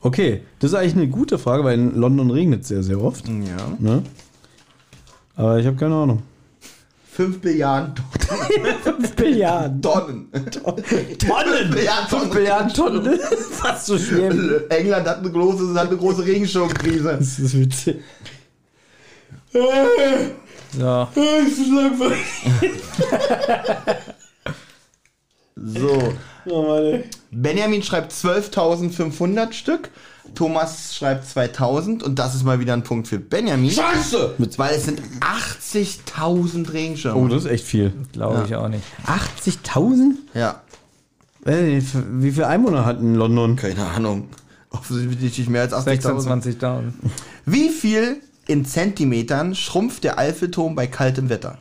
[SPEAKER 3] Okay, das ist eigentlich eine gute Frage, weil in London regnet es sehr, sehr oft.
[SPEAKER 1] Ja.
[SPEAKER 3] (laughs) Ne? Aber ich habe keine Ahnung.
[SPEAKER 1] 5 Milliarden
[SPEAKER 3] Billiarden. (laughs)
[SPEAKER 1] Tonnen. Tonnen? Milliarden
[SPEAKER 2] Fünf
[SPEAKER 1] Tonnen.
[SPEAKER 2] Milliarden Tonnen. (laughs) Fast so schwer.
[SPEAKER 1] (laughs) England hat eine große, hat eine große Regenschirmkrise.
[SPEAKER 3] (laughs) Das ist witzig.
[SPEAKER 2] So.
[SPEAKER 3] Das Äh, ist langweilig.
[SPEAKER 1] (laughs) So.
[SPEAKER 3] Oh, Mann, ey.
[SPEAKER 1] Benjamin schreibt 12.500 Stück. Thomas schreibt 2000 und das ist mal wieder ein Punkt für Benjamin. Scheiße! Weil es sind 80.000
[SPEAKER 3] oh,
[SPEAKER 1] Regenschirme.
[SPEAKER 3] das ist echt viel.
[SPEAKER 2] Glaube ich auch nicht.
[SPEAKER 3] 80.000?
[SPEAKER 1] Ja.
[SPEAKER 3] Ey, Äh, f- Wie viele Einwohner hat denn London?
[SPEAKER 1] Keine Ahnung. Offensichtlich mehr als 80.000.
[SPEAKER 2] 26.000.
[SPEAKER 1] Wie viel in Zentimetern schrumpft der Eiffelturm bei kaltem Wetter?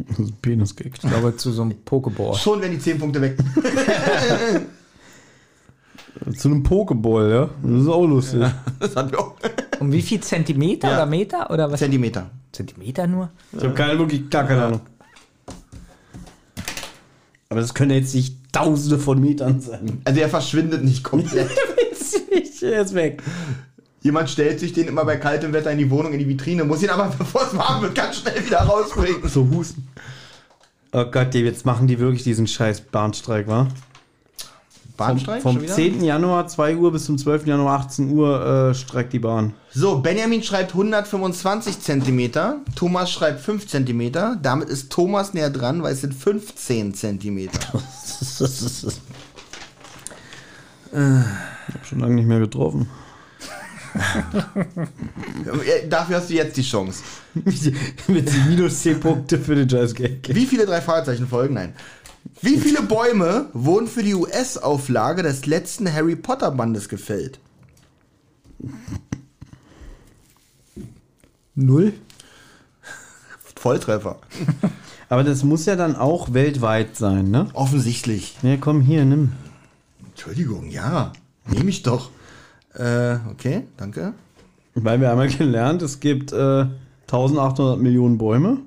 [SPEAKER 3] Das ist ein Penis-Gag.
[SPEAKER 2] Ich glaube, zu so einem Pokeball.
[SPEAKER 1] Schon wenn die 10 Punkte weg.
[SPEAKER 3] (laughs) Zu einem Pokeball, ja? Das ist auch lustig.
[SPEAKER 1] Das hat wir auch.
[SPEAKER 2] Um wie viel Zentimeter
[SPEAKER 1] Ja.
[SPEAKER 2] oder Meter? Oder was?
[SPEAKER 1] Zentimeter.
[SPEAKER 2] Zentimeter nur?
[SPEAKER 3] Ich habe keine wirklich gar keine Ahnung. Aber das können jetzt nicht Tausende von Metern (laughs) sein.
[SPEAKER 1] Also er verschwindet nicht komplett.
[SPEAKER 3] er ist weg.
[SPEAKER 1] Jemand stellt sich den immer bei kaltem Wetter in die Wohnung, in die Vitrine, muss ihn aber, (laughs) bevor es warm wird, ganz schnell wieder rausbringen.
[SPEAKER 3] So husten. Oh Gott, die- jetzt machen die wirklich diesen scheiß Bahnstreik, wa?
[SPEAKER 1] Bahnstreik
[SPEAKER 3] Vom
[SPEAKER 1] schon wieder?
[SPEAKER 3] 10. Januar 2 Uhr bis zum 12. Januar 18 Uhr äh, streikt die Bahn.
[SPEAKER 1] So, Benjamin schreibt 125 Zentimeter, Thomas schreibt 5 Zentimeter. Damit ist Thomas näher dran, weil es sind 15 Zentimeter.
[SPEAKER 3] Hab schon lange nicht mehr getroffen. (laughs)
[SPEAKER 1] Äh, Dafür hast du jetzt die Chance.
[SPEAKER 3] Mit minus 10 Punkte für den scheiß Gag.
[SPEAKER 1] Wie viele drei Fragezeichen folgen? Nein. Wie viele Bäume wurden für die US-Auflage des letzten Harry Potter-Bandes gefällt?
[SPEAKER 3] Null?
[SPEAKER 1] Volltreffer.
[SPEAKER 3] Aber das muss ja dann auch weltweit sein, ne?
[SPEAKER 1] Offensichtlich.
[SPEAKER 3] Ja, komm hier, nimm.
[SPEAKER 1] Entschuldigung, ja. Nehme ich doch. Äh, okay, danke.
[SPEAKER 3] Weil wir einmal gelernt, es gibt äh, 1800 Millionen Bäume.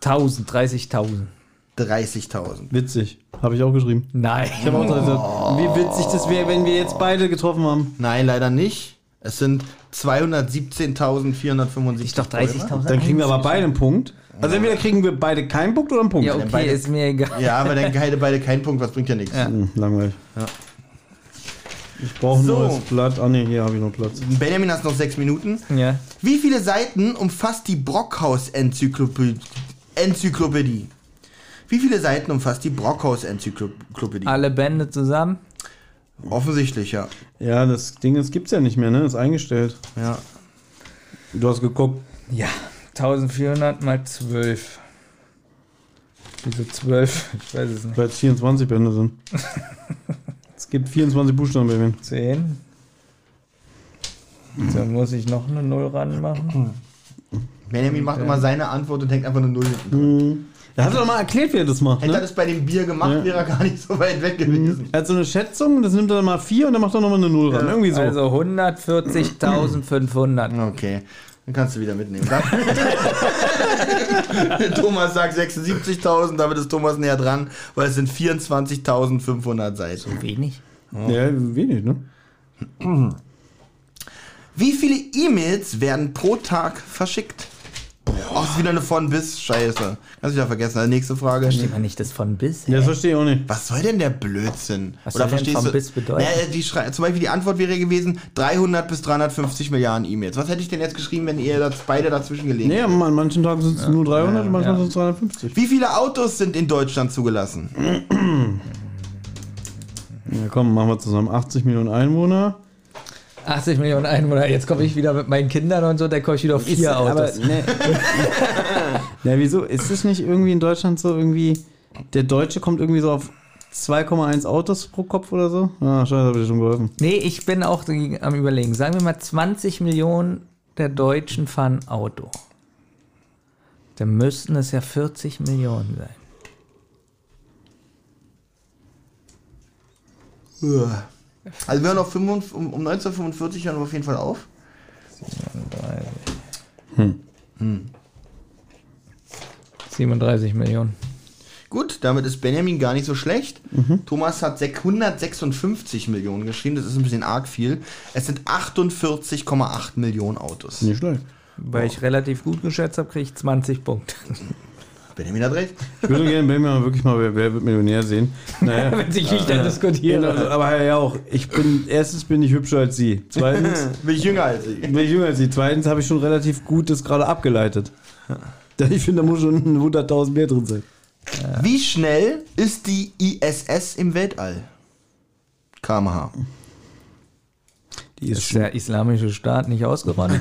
[SPEAKER 2] Tausend, 30.000.
[SPEAKER 1] 30.000.
[SPEAKER 3] Witzig. Habe ich auch geschrieben. Ich
[SPEAKER 2] Nein.
[SPEAKER 3] habe auch gesagt, wie witzig das wäre, wenn wir jetzt beide getroffen haben.
[SPEAKER 1] Nein, leider nicht. Es sind 217.475.
[SPEAKER 2] Ich doch
[SPEAKER 1] Bäume.
[SPEAKER 2] 30.000.
[SPEAKER 3] Dann kriegen wir aber beide einen Punkt. Also entweder kriegen wir beide keinen Punkt oder einen Punkt.
[SPEAKER 2] Ja,
[SPEAKER 3] Ja,
[SPEAKER 2] okay, ist mir egal.
[SPEAKER 1] Ja, aber dann hätte beide keinen Punkt, was bringt ja nichts.
[SPEAKER 3] Hm, Langweilig. Ich brauche ein
[SPEAKER 1] So.
[SPEAKER 3] neues Blatt. Ah ne, hier habe ich noch Platz.
[SPEAKER 1] Benjamin, hast noch sechs Minuten.
[SPEAKER 2] Ja.
[SPEAKER 1] Wie viele Seiten umfasst die Brockhaus-Enzyklopädie? Enzyklopädie. Wie viele Seiten umfasst die Brockhaus-Enzyklopädie?
[SPEAKER 2] Alle Bände zusammen.
[SPEAKER 1] Offensichtlich, ja.
[SPEAKER 3] Ja, das Ding, das gibt's ja nicht mehr, ne? Ist eingestellt.
[SPEAKER 1] ja.
[SPEAKER 3] Du hast geguckt.
[SPEAKER 2] Ja. 1400 mal 12. Wieso 12? Ich weiß es nicht.
[SPEAKER 3] Weil es 24 Bände sind. (laughs) es gibt 24 Buchstaben bei mir.
[SPEAKER 2] 10.
[SPEAKER 3] Mhm.
[SPEAKER 2] Dann muss ich noch eine Null ranmachen.
[SPEAKER 1] Benjamin macht immer seine Antwort und hängt einfach eine Null hinten. dran.
[SPEAKER 3] Da hast du doch mal erklärt, wie er das macht.
[SPEAKER 1] Hätte er
[SPEAKER 3] Ne?
[SPEAKER 1] das bei dem Bier gemacht,
[SPEAKER 3] Ja.
[SPEAKER 1] wäre er gar nicht so weit weg gewesen.
[SPEAKER 3] Er hat so eine Schätzung, das nimmt er dann mal 4 und dann macht er nochmal eine 0 ran. Irgendwie so.
[SPEAKER 2] Also 140.500.
[SPEAKER 1] Okay, dann kannst du wieder mitnehmen. Dann- (laughs) Thomas sagt 76.000, damit ist Thomas näher dran, weil es sind 24.500 Seiten.
[SPEAKER 2] Wenig.
[SPEAKER 3] Ja, wenig, ne?
[SPEAKER 1] Wie viele E-Mails werden pro Tag verschickt? Ach, ist wieder eine von bis Scheiße. Kannst du ja vergessen. Also nächste Frage.
[SPEAKER 2] Versteht man nicht das von bis?
[SPEAKER 3] Ja, das verstehe ich auch nicht.
[SPEAKER 1] Was soll denn der Blödsinn?
[SPEAKER 2] Was soll denn von bis bedeuten?
[SPEAKER 1] Naja, die schrei- zum Beispiel die Antwort wäre gewesen 300 bis 350 Milliarden E-Mails. Was hätte ich denn jetzt geschrieben, wenn ihr das beide dazwischen gelegen
[SPEAKER 3] Nee, an manchen Tagen sind es nur 300, und manchmal
[SPEAKER 2] ja.
[SPEAKER 3] sind es 350.
[SPEAKER 1] Wie viele Autos sind in Deutschland zugelassen?
[SPEAKER 3] Ja, komm, machen wir zusammen. 80 Millionen Einwohner.
[SPEAKER 2] 80 Millionen Einwohner. Jetzt komme ich wieder mit meinen Kindern und so, da kaufe ich wieder vier Autos.
[SPEAKER 3] (laughs) ne. Na, wieso? Ist es nicht irgendwie in Deutschland so irgendwie, der Deutsche kommt irgendwie so auf 2,1 Autos pro Kopf oder so? Ah, scheiße, hab ich dir schon geholfen.
[SPEAKER 2] Nee, ich bin auch dagegen am überlegen. Sagen wir mal, 20 Millionen der Deutschen fahren Auto. Dann müssten es ja 40 Millionen sein.
[SPEAKER 1] Also wir hören auf 55 um, um 1945 hören wir auf jeden Fall auf.
[SPEAKER 2] Drei- Hm. 37 Millionen.
[SPEAKER 1] Gut, damit ist Benjamin gar nicht so schlecht. Thomas hat 656 Millionen geschrieben, das ist ein bisschen arg viel. Es sind 48,8 Millionen Autos.
[SPEAKER 3] Nicht schlecht.
[SPEAKER 2] Weil ich relativ gut geschätzt habe, kriege ich 20 Punkte.
[SPEAKER 1] Benjamin hat recht.
[SPEAKER 3] Ich würde gerne Benjamin wirklich mal wer, wer wird Millionär sehen. Naja.
[SPEAKER 2] (laughs) Wenn sich nicht dann diskutieren.
[SPEAKER 3] Genau, aber ja auch, ich bin erstens bin ich hübscher als sie. Zweitens (laughs)
[SPEAKER 1] Bin ich jünger als ich.
[SPEAKER 3] bin ich jünger als sie. Zweitens habe ich schon relativ gut das gerade abgeleitet. (laughs) Ich finde, da muss schon 100.000 mehr drin sein.
[SPEAKER 1] Wie schnell ist die ISS im Weltall? KMH.
[SPEAKER 3] Die
[SPEAKER 2] Ist der islamische Staat nicht (laughs) ausgerannt?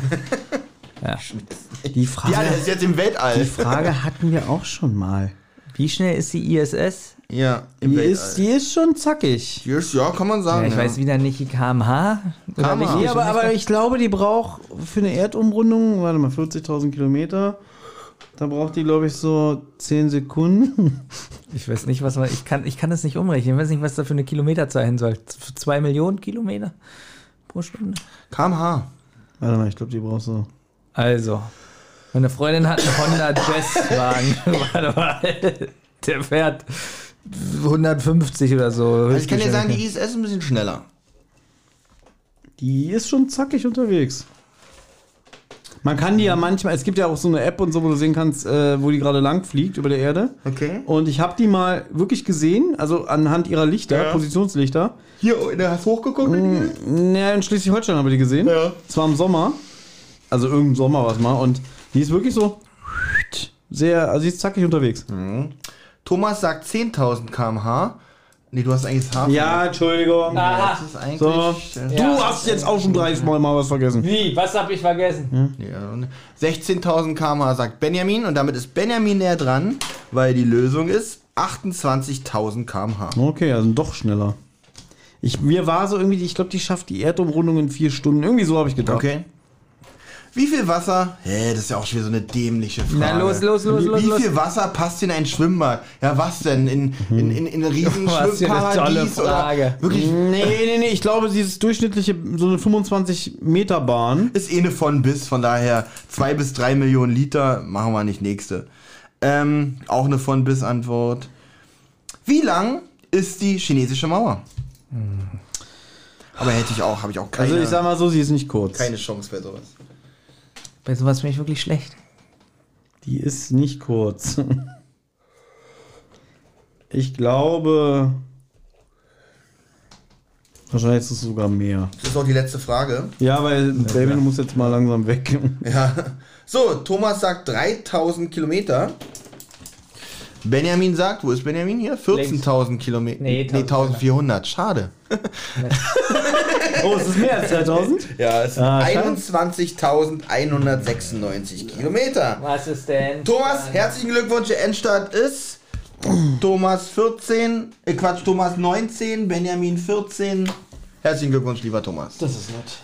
[SPEAKER 3] Die Frage,
[SPEAKER 1] Ja, der ist jetzt im Weltall.
[SPEAKER 3] Frage hatten wir auch schon mal.
[SPEAKER 2] Wie schnell ist die ISS?
[SPEAKER 1] Ja, im
[SPEAKER 3] Die
[SPEAKER 1] Weltall.
[SPEAKER 3] ist, die ist schon zackig.
[SPEAKER 1] Die ist- ja, kann man
[SPEAKER 2] Ja,
[SPEAKER 1] sagen.
[SPEAKER 2] ich
[SPEAKER 1] ja.
[SPEAKER 2] weiß wieder nicht, die kmh? Oder
[SPEAKER 1] KMH.
[SPEAKER 2] nicht,
[SPEAKER 3] Nee, aber, aber ich glaube, die braucht für eine Erdumrundung, warte mal, 40.000 Kilometer. Da braucht die, glaube ich, so 10 Sekunden. (laughs)
[SPEAKER 2] ich weiß nicht, was man. Ich kann, ich kann das nicht umrechnen. Ich weiß nicht, was da für eine Kilometerzahl hin soll. Z- Zwei Millionen Kilometer pro Stunde?
[SPEAKER 1] KMH.
[SPEAKER 3] Warte mal, ich glaube, die braucht so.
[SPEAKER 2] Also, meine Freundin hat einen
[SPEAKER 1] (laughs)
[SPEAKER 2] Honda Jazzwagen. Warte mal. Der fährt 150 oder so.
[SPEAKER 1] Also ich kann dir sagen, die ISS ist ein bisschen schneller.
[SPEAKER 3] Die ist schon zackig unterwegs. Man kann die ja manchmal, es gibt ja auch so eine App und so, wo du sehen kannst, äh, wo die gerade lang fliegt über der Erde.
[SPEAKER 1] Okay.
[SPEAKER 3] Und ich habe die mal wirklich gesehen, also anhand ihrer Lichter,
[SPEAKER 1] Ja.
[SPEAKER 3] Positionslichter.
[SPEAKER 1] Hier, da hast du hochgeguckt?
[SPEAKER 3] Naja, in Schleswig-Holstein habe ich die gesehen.
[SPEAKER 1] Ja.
[SPEAKER 3] Es war im Sommer. Also irgendein Sommer war es mal. Und die ist wirklich so sehr, also die ist zackig unterwegs.
[SPEAKER 1] Mhm. Thomas sagt 10.000 kmh. Nee, du hast eigentlich das H.
[SPEAKER 3] Entschuldigung.
[SPEAKER 2] Ah.
[SPEAKER 1] Das ist eigentlich.
[SPEAKER 3] So.
[SPEAKER 1] äh,
[SPEAKER 3] Du hast jetzt auch schon dreimal mal was vergessen.
[SPEAKER 2] Wie? Was habe ich vergessen?
[SPEAKER 1] nee, also ne. 16.000 kmh sagt Benjamin und damit ist Benjamin näher dran, weil die Lösung ist 28.000 kmh.
[SPEAKER 3] Okay, also doch schneller. Ich, mir war so irgendwie, ich glaube, die schafft die Erdumrundung in vier Stunden. Irgendwie so habe ich gedacht.
[SPEAKER 1] Okay. Wie viel Wasser? Hä, das ist ja auch schon wieder so eine dämliche Frage.
[SPEAKER 2] Na, los, los, los,
[SPEAKER 1] wie,
[SPEAKER 2] los,
[SPEAKER 1] Wie
[SPEAKER 2] los.
[SPEAKER 1] viel Wasser passt in ein Schwimmbad? Ja, was denn? In, in, in, in ein riesen
[SPEAKER 2] (laughs) Was für eine
[SPEAKER 1] Schwimmparadies?
[SPEAKER 2] tolle Frage.
[SPEAKER 1] Oder wirklich,
[SPEAKER 3] Nee, nee, nee, ich glaube, dieses durchschnittliche, so eine 25-Meter-Bahn.
[SPEAKER 1] ist eh eine von bis, von daher zwei bis drei Millionen Liter, machen wir nicht nächste. Ähm, auch eine von bis Antwort. Wie lang ist die chinesische Mauer? Aber hätte ich auch, habe ich auch keine,
[SPEAKER 3] Also ich sag mal so, sie ist nicht kurz.
[SPEAKER 1] keine Chance bei sowas.
[SPEAKER 2] Bei sowas bin ich wirklich schlecht.
[SPEAKER 3] Die ist nicht kurz. (laughs) Ich glaube. Wahrscheinlich ist es sogar mehr.
[SPEAKER 1] Das ist auch die letzte Frage.
[SPEAKER 3] Ja, weil Damien muss jetzt mal langsam weg.
[SPEAKER 1] Ja. So, Thomas sagt 3000 Kilometer. Benjamin sagt, wo ist Benjamin hier? 14.000 Kilometer.
[SPEAKER 2] Nee,
[SPEAKER 1] Nee, 1400. Schade.
[SPEAKER 3] Oh, es ist mehr als 3000?
[SPEAKER 1] Ja, es sind
[SPEAKER 3] Ah, schade.
[SPEAKER 1] 21.196 Kilometer.
[SPEAKER 2] Was ist denn?
[SPEAKER 1] Thomas, herzlichen Glückwunsch. Der Endstart ist Thomas 14, äh Quatsch, Thomas 19, Benjamin 14. Herzlichen Glückwunsch, lieber Thomas.
[SPEAKER 3] Das ist nett.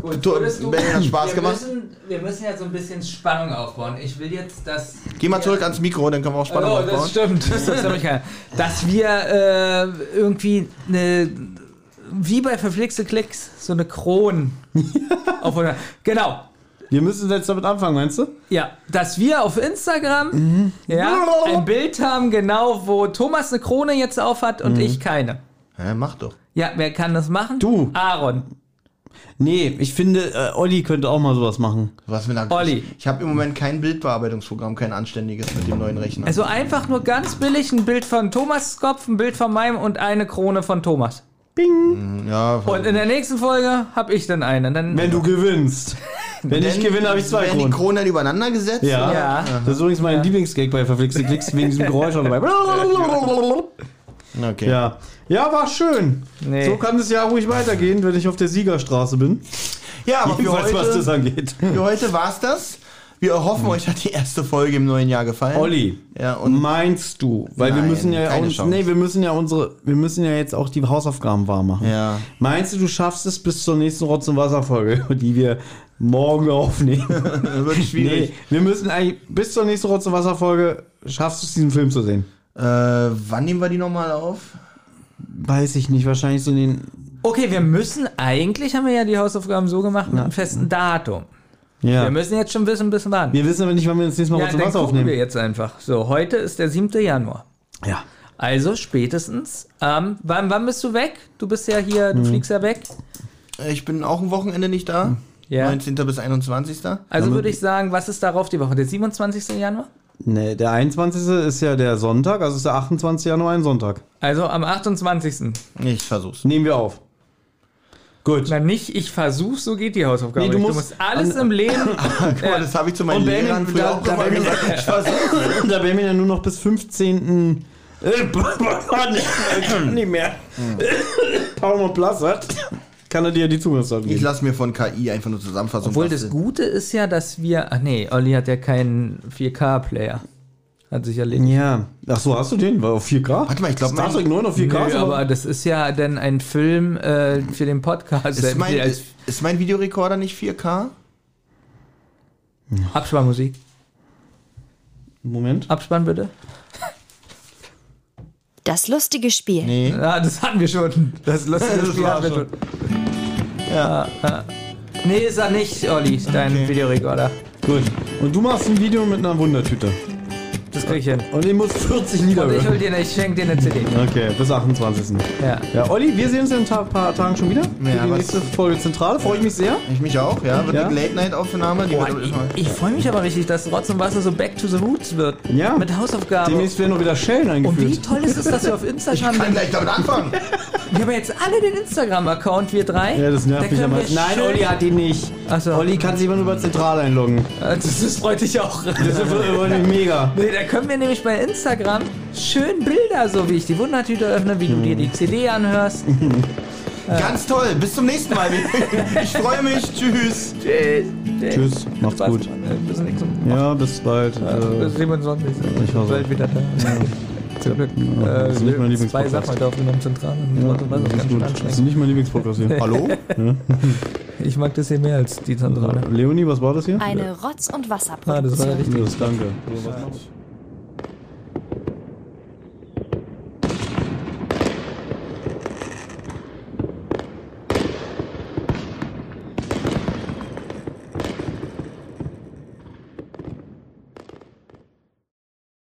[SPEAKER 1] Gut, würdest du- Benny, hat Spaß
[SPEAKER 2] wir
[SPEAKER 1] gemacht?
[SPEAKER 2] Müssen, wir müssen jetzt so ein bisschen Spannung aufbauen. Ich will jetzt, dass.
[SPEAKER 1] Geh mal zurück ans Mikro, dann können
[SPEAKER 3] Äh,
[SPEAKER 1] wir auch Spannung
[SPEAKER 2] oh,
[SPEAKER 1] aufbauen.
[SPEAKER 2] das stimmt. (laughs) Das ist nämlich keiner. Dass wir äh, irgendwie eine. Wie bei verflixte Klicks, so eine (laughs) Kron. auf, genau.
[SPEAKER 3] (laughs) Wir müssen jetzt damit anfangen, meinst du?
[SPEAKER 2] Ja, dass wir auf Instagram ja, ein Bild haben, genau, wo Thomas eine Krone jetzt auf hat und ich keine.
[SPEAKER 1] Hä, mach doch.
[SPEAKER 2] Ja, wer kann das machen?
[SPEAKER 3] Du.
[SPEAKER 2] Aaron.
[SPEAKER 3] Nee, ich finde, äh, Olli könnte auch mal sowas machen.
[SPEAKER 1] Was mit einer,
[SPEAKER 2] Olli.
[SPEAKER 1] Ich, ich habe im Moment kein Bildbearbeitungsprogramm, kein anständiges mit dem neuen Rechner.
[SPEAKER 2] Also einfach nur ganz billig ein Bild von Thomas Kopf, ein Bild von meinem und eine Krone von Thomas.
[SPEAKER 3] Mhm.
[SPEAKER 1] ja,
[SPEAKER 3] Oh,
[SPEAKER 2] Und in der nächsten Folge habe ich dann eine. Dann
[SPEAKER 3] Wenn du gewinnst. Wenn ich gewinne, habe ich zwei
[SPEAKER 1] Werden die
[SPEAKER 3] Kronen.
[SPEAKER 1] Kronen dann übereinander gesetzt?
[SPEAKER 3] ja.
[SPEAKER 2] Ja.
[SPEAKER 3] Das ist übrigens mein Lieblingsgag bei Verflixte Klicks wegen diesem Geräusch (laughs) auch dabei.
[SPEAKER 1] Okay.
[SPEAKER 3] Ja. Ja, war schön.
[SPEAKER 2] Nee.
[SPEAKER 3] So kann es ja ruhig weitergehen, wenn ich auf der Siegerstraße bin.
[SPEAKER 1] Ja, aber für
[SPEAKER 3] Jedenfalls, was das
[SPEAKER 1] heute,
[SPEAKER 3] angeht.
[SPEAKER 1] für heute war's das. Wir erhoffen euch, hat die erste Folge im neuen Jahr gefallen.
[SPEAKER 3] Olli,
[SPEAKER 1] Ja, und
[SPEAKER 3] meinst du? Weil wir
[SPEAKER 1] Nein,
[SPEAKER 3] müssen ja
[SPEAKER 1] keine
[SPEAKER 3] uns,
[SPEAKER 1] Chance.
[SPEAKER 3] nee, wir müssen ja unsere, wir müssen ja jetzt auch die Hausaufgaben wahr machen.
[SPEAKER 1] Ja. (laughs)
[SPEAKER 3] Meinst du, du schaffst es bis zur nächsten Rotz- und Wasserfolge, (laughs) die wir morgen
[SPEAKER 1] (laughs)
[SPEAKER 3] aufnehmen?
[SPEAKER 1] wird schwierig.
[SPEAKER 3] nee, wir müssen eigentlich bis zur nächsten Rotz- und Wasserfolge schaffst du es, diesen Film zu sehen.
[SPEAKER 1] Äh, wann nehmen wir die nochmal auf?
[SPEAKER 3] Weiß ich nicht, wahrscheinlich so in den.
[SPEAKER 2] okay, wir müssen eigentlich, haben wir ja die Hausaufgaben so gemacht, mit einem festen Datum.
[SPEAKER 3] Ja.
[SPEAKER 2] Wir müssen jetzt schon wissen, ein bisschen wann.
[SPEAKER 3] Wir wissen aber nicht, wann wir das nächste Mal
[SPEAKER 2] ja,
[SPEAKER 3] Rotz und
[SPEAKER 2] dann
[SPEAKER 3] Wasser
[SPEAKER 2] gucken wir
[SPEAKER 3] aufnehmen.
[SPEAKER 2] jetzt einfach. So, heute ist der 7. Januar.
[SPEAKER 3] Ja.
[SPEAKER 2] Also spätestens. Ähm, wann, wann bist du weg? Du bist ja hier,
[SPEAKER 3] Mhm.
[SPEAKER 2] du fliegst ja weg.
[SPEAKER 1] Äh, Ich bin auch ein Wochenende nicht da.
[SPEAKER 2] Ja.
[SPEAKER 1] 19. bis 21.
[SPEAKER 2] Also würde ich sagen, was ist darauf die Woche? Der 27. Januar?
[SPEAKER 3] Nee, der 21. ist ja der Sonntag, also ist der 28. Januar ein Sonntag.
[SPEAKER 2] Also am 28.
[SPEAKER 1] Ich versuch's.
[SPEAKER 3] Nehmen wir auf. Gut.
[SPEAKER 2] Na nicht, ich versuch, so geht die Hausaufgabe.
[SPEAKER 3] Nee, du
[SPEAKER 2] nicht.
[SPEAKER 3] musst-
[SPEAKER 2] alles im Leben.
[SPEAKER 3] (laughs)
[SPEAKER 1] Guck mal, das habe ich zu meinen
[SPEAKER 3] Und Benjamin,
[SPEAKER 1] Lehrern früher
[SPEAKER 3] da-
[SPEAKER 1] auch
[SPEAKER 3] da
[SPEAKER 1] immer (laughs)
[SPEAKER 3] Benjamin-
[SPEAKER 1] gesagt. Ich versuch's.
[SPEAKER 3] (laughs) Da wären wir ja nur noch bis 15. Äh, (laughs) nicht mehr.
[SPEAKER 1] Hm.
[SPEAKER 3] (laughs) Paul und Blassert. Kann er dir die Zugangsdaten
[SPEAKER 1] Ich
[SPEAKER 3] geben?
[SPEAKER 1] lasse mir von KI einfach nur Zusammenfassung
[SPEAKER 2] Obwohl das Gute ist ja, dass wir. Ach nee, Olli hat ja keinen 4K-Player. Hat sich erledigt.
[SPEAKER 3] Ja. Ach so, hast du den? War auf 4K?
[SPEAKER 1] Warte mal, ich glaub,
[SPEAKER 3] Star
[SPEAKER 1] mein-
[SPEAKER 3] Trek 9 auf 4K?
[SPEAKER 2] Nö,
[SPEAKER 3] ist
[SPEAKER 2] aber das ist ja dann ein Film äh, für den Podcast.
[SPEAKER 1] ist
[SPEAKER 2] der-
[SPEAKER 1] mein,
[SPEAKER 2] als
[SPEAKER 1] ist mein Videorekorder nicht 4K?
[SPEAKER 2] Abspannmusik.
[SPEAKER 3] Moment.
[SPEAKER 2] Abspann bitte.
[SPEAKER 4] Das lustige Spiel.
[SPEAKER 1] Nee.
[SPEAKER 2] Ja, das hatten wir schon. Das (laughs) lustige
[SPEAKER 1] Das
[SPEAKER 2] Spiel
[SPEAKER 1] war
[SPEAKER 2] hatten wir schon.
[SPEAKER 1] schon.
[SPEAKER 2] Nee, ist er nicht, Olli, dein
[SPEAKER 1] Okay.
[SPEAKER 2] Videorekorder.
[SPEAKER 3] Gut. Und du machst ein Video mit einer Wundertüte.
[SPEAKER 2] Das krieg ich hin.
[SPEAKER 3] Und ich muss 40
[SPEAKER 2] Und ich hol
[SPEAKER 3] Niederhören.
[SPEAKER 2] dir eine, ich schenk dir eine CD.
[SPEAKER 3] Okay, bis 28.
[SPEAKER 2] Ja.
[SPEAKER 3] Ja, Olli, wir sehen uns in ein ta- paar Tagen schon wieder.
[SPEAKER 1] Ja,
[SPEAKER 3] Für die
[SPEAKER 1] was-
[SPEAKER 3] nächste Folge Zentrale. Freue ich mich sehr.
[SPEAKER 1] Ich mich auch, ja. Wird
[SPEAKER 3] Ja?
[SPEAKER 1] eine Late-Night-Aufnahme. die
[SPEAKER 2] Boah,
[SPEAKER 1] wird-
[SPEAKER 2] ich ich freue mich aber richtig, dass Rotz und Wasser so back to the roots wird.
[SPEAKER 3] Ja.
[SPEAKER 2] Mit Hausaufgaben.
[SPEAKER 3] Demnächst werden noch wieder Schellen
[SPEAKER 2] Und wie
[SPEAKER 3] eingeführt.
[SPEAKER 2] toll ist es, dass wir auf
[SPEAKER 1] Ich
[SPEAKER 2] Instagram
[SPEAKER 1] kann
[SPEAKER 2] denn,
[SPEAKER 1] gleich damit anfangen.
[SPEAKER 2] Wir haben ja jetzt alle den Instagram-Account, wir drei.
[SPEAKER 3] Ja, das
[SPEAKER 2] Da
[SPEAKER 3] nervt mich
[SPEAKER 2] können
[SPEAKER 3] am
[SPEAKER 2] wir
[SPEAKER 3] meisten. Nein,
[SPEAKER 2] schön-
[SPEAKER 3] Olli hat ihn nicht.
[SPEAKER 2] Ach so.
[SPEAKER 3] Olli kann sich immer nur über Zentral einloggen.
[SPEAKER 2] Äh, Das, das freut dich auch.
[SPEAKER 3] Das (laughs) ist wirklich mega.
[SPEAKER 2] Nee, da können wir nämlich bei Instagram schön Bilder, so wie ich die Wundertüte öffne, wie du
[SPEAKER 3] Mhm.
[SPEAKER 2] dir die CD
[SPEAKER 3] (laughs)
[SPEAKER 2] anhörst.
[SPEAKER 1] Ganz toll. Bis zum nächsten (laughs) Mal. Ich freue mich. Tschüss.
[SPEAKER 2] Tschüss.
[SPEAKER 3] Tschüss, macht's
[SPEAKER 2] Spaß,
[SPEAKER 3] gut.
[SPEAKER 2] Mann. Äh, Bis nächstes Mal.
[SPEAKER 3] Ja, bis bald.
[SPEAKER 2] Bis
[SPEAKER 3] Äh,
[SPEAKER 2] 27.
[SPEAKER 3] Ich war so.
[SPEAKER 2] Bald wieder da. (laughs) Zum Glück.
[SPEAKER 3] Ja,
[SPEAKER 2] äh,
[SPEAKER 3] das ist nicht mein
[SPEAKER 2] wir- zwei
[SPEAKER 3] Lieblingspodcast.
[SPEAKER 2] Sachen heute aufgenommen, zentral. Und
[SPEAKER 3] ja,
[SPEAKER 2] Rotz und Wasser ist
[SPEAKER 3] das ist
[SPEAKER 2] ganz schön
[SPEAKER 3] gut. Das ist
[SPEAKER 2] anstrengend.
[SPEAKER 3] nicht mein Lieblingspodcast hier.
[SPEAKER 1] Hallo?
[SPEAKER 2] Ich mag das hier mehr als die Zentrale.
[SPEAKER 3] Leonie, was war das hier?
[SPEAKER 4] Eine Rotz- und Wasserproduktion.
[SPEAKER 2] Ah, das war richtig.
[SPEAKER 3] Das, danke. So, was mach ich?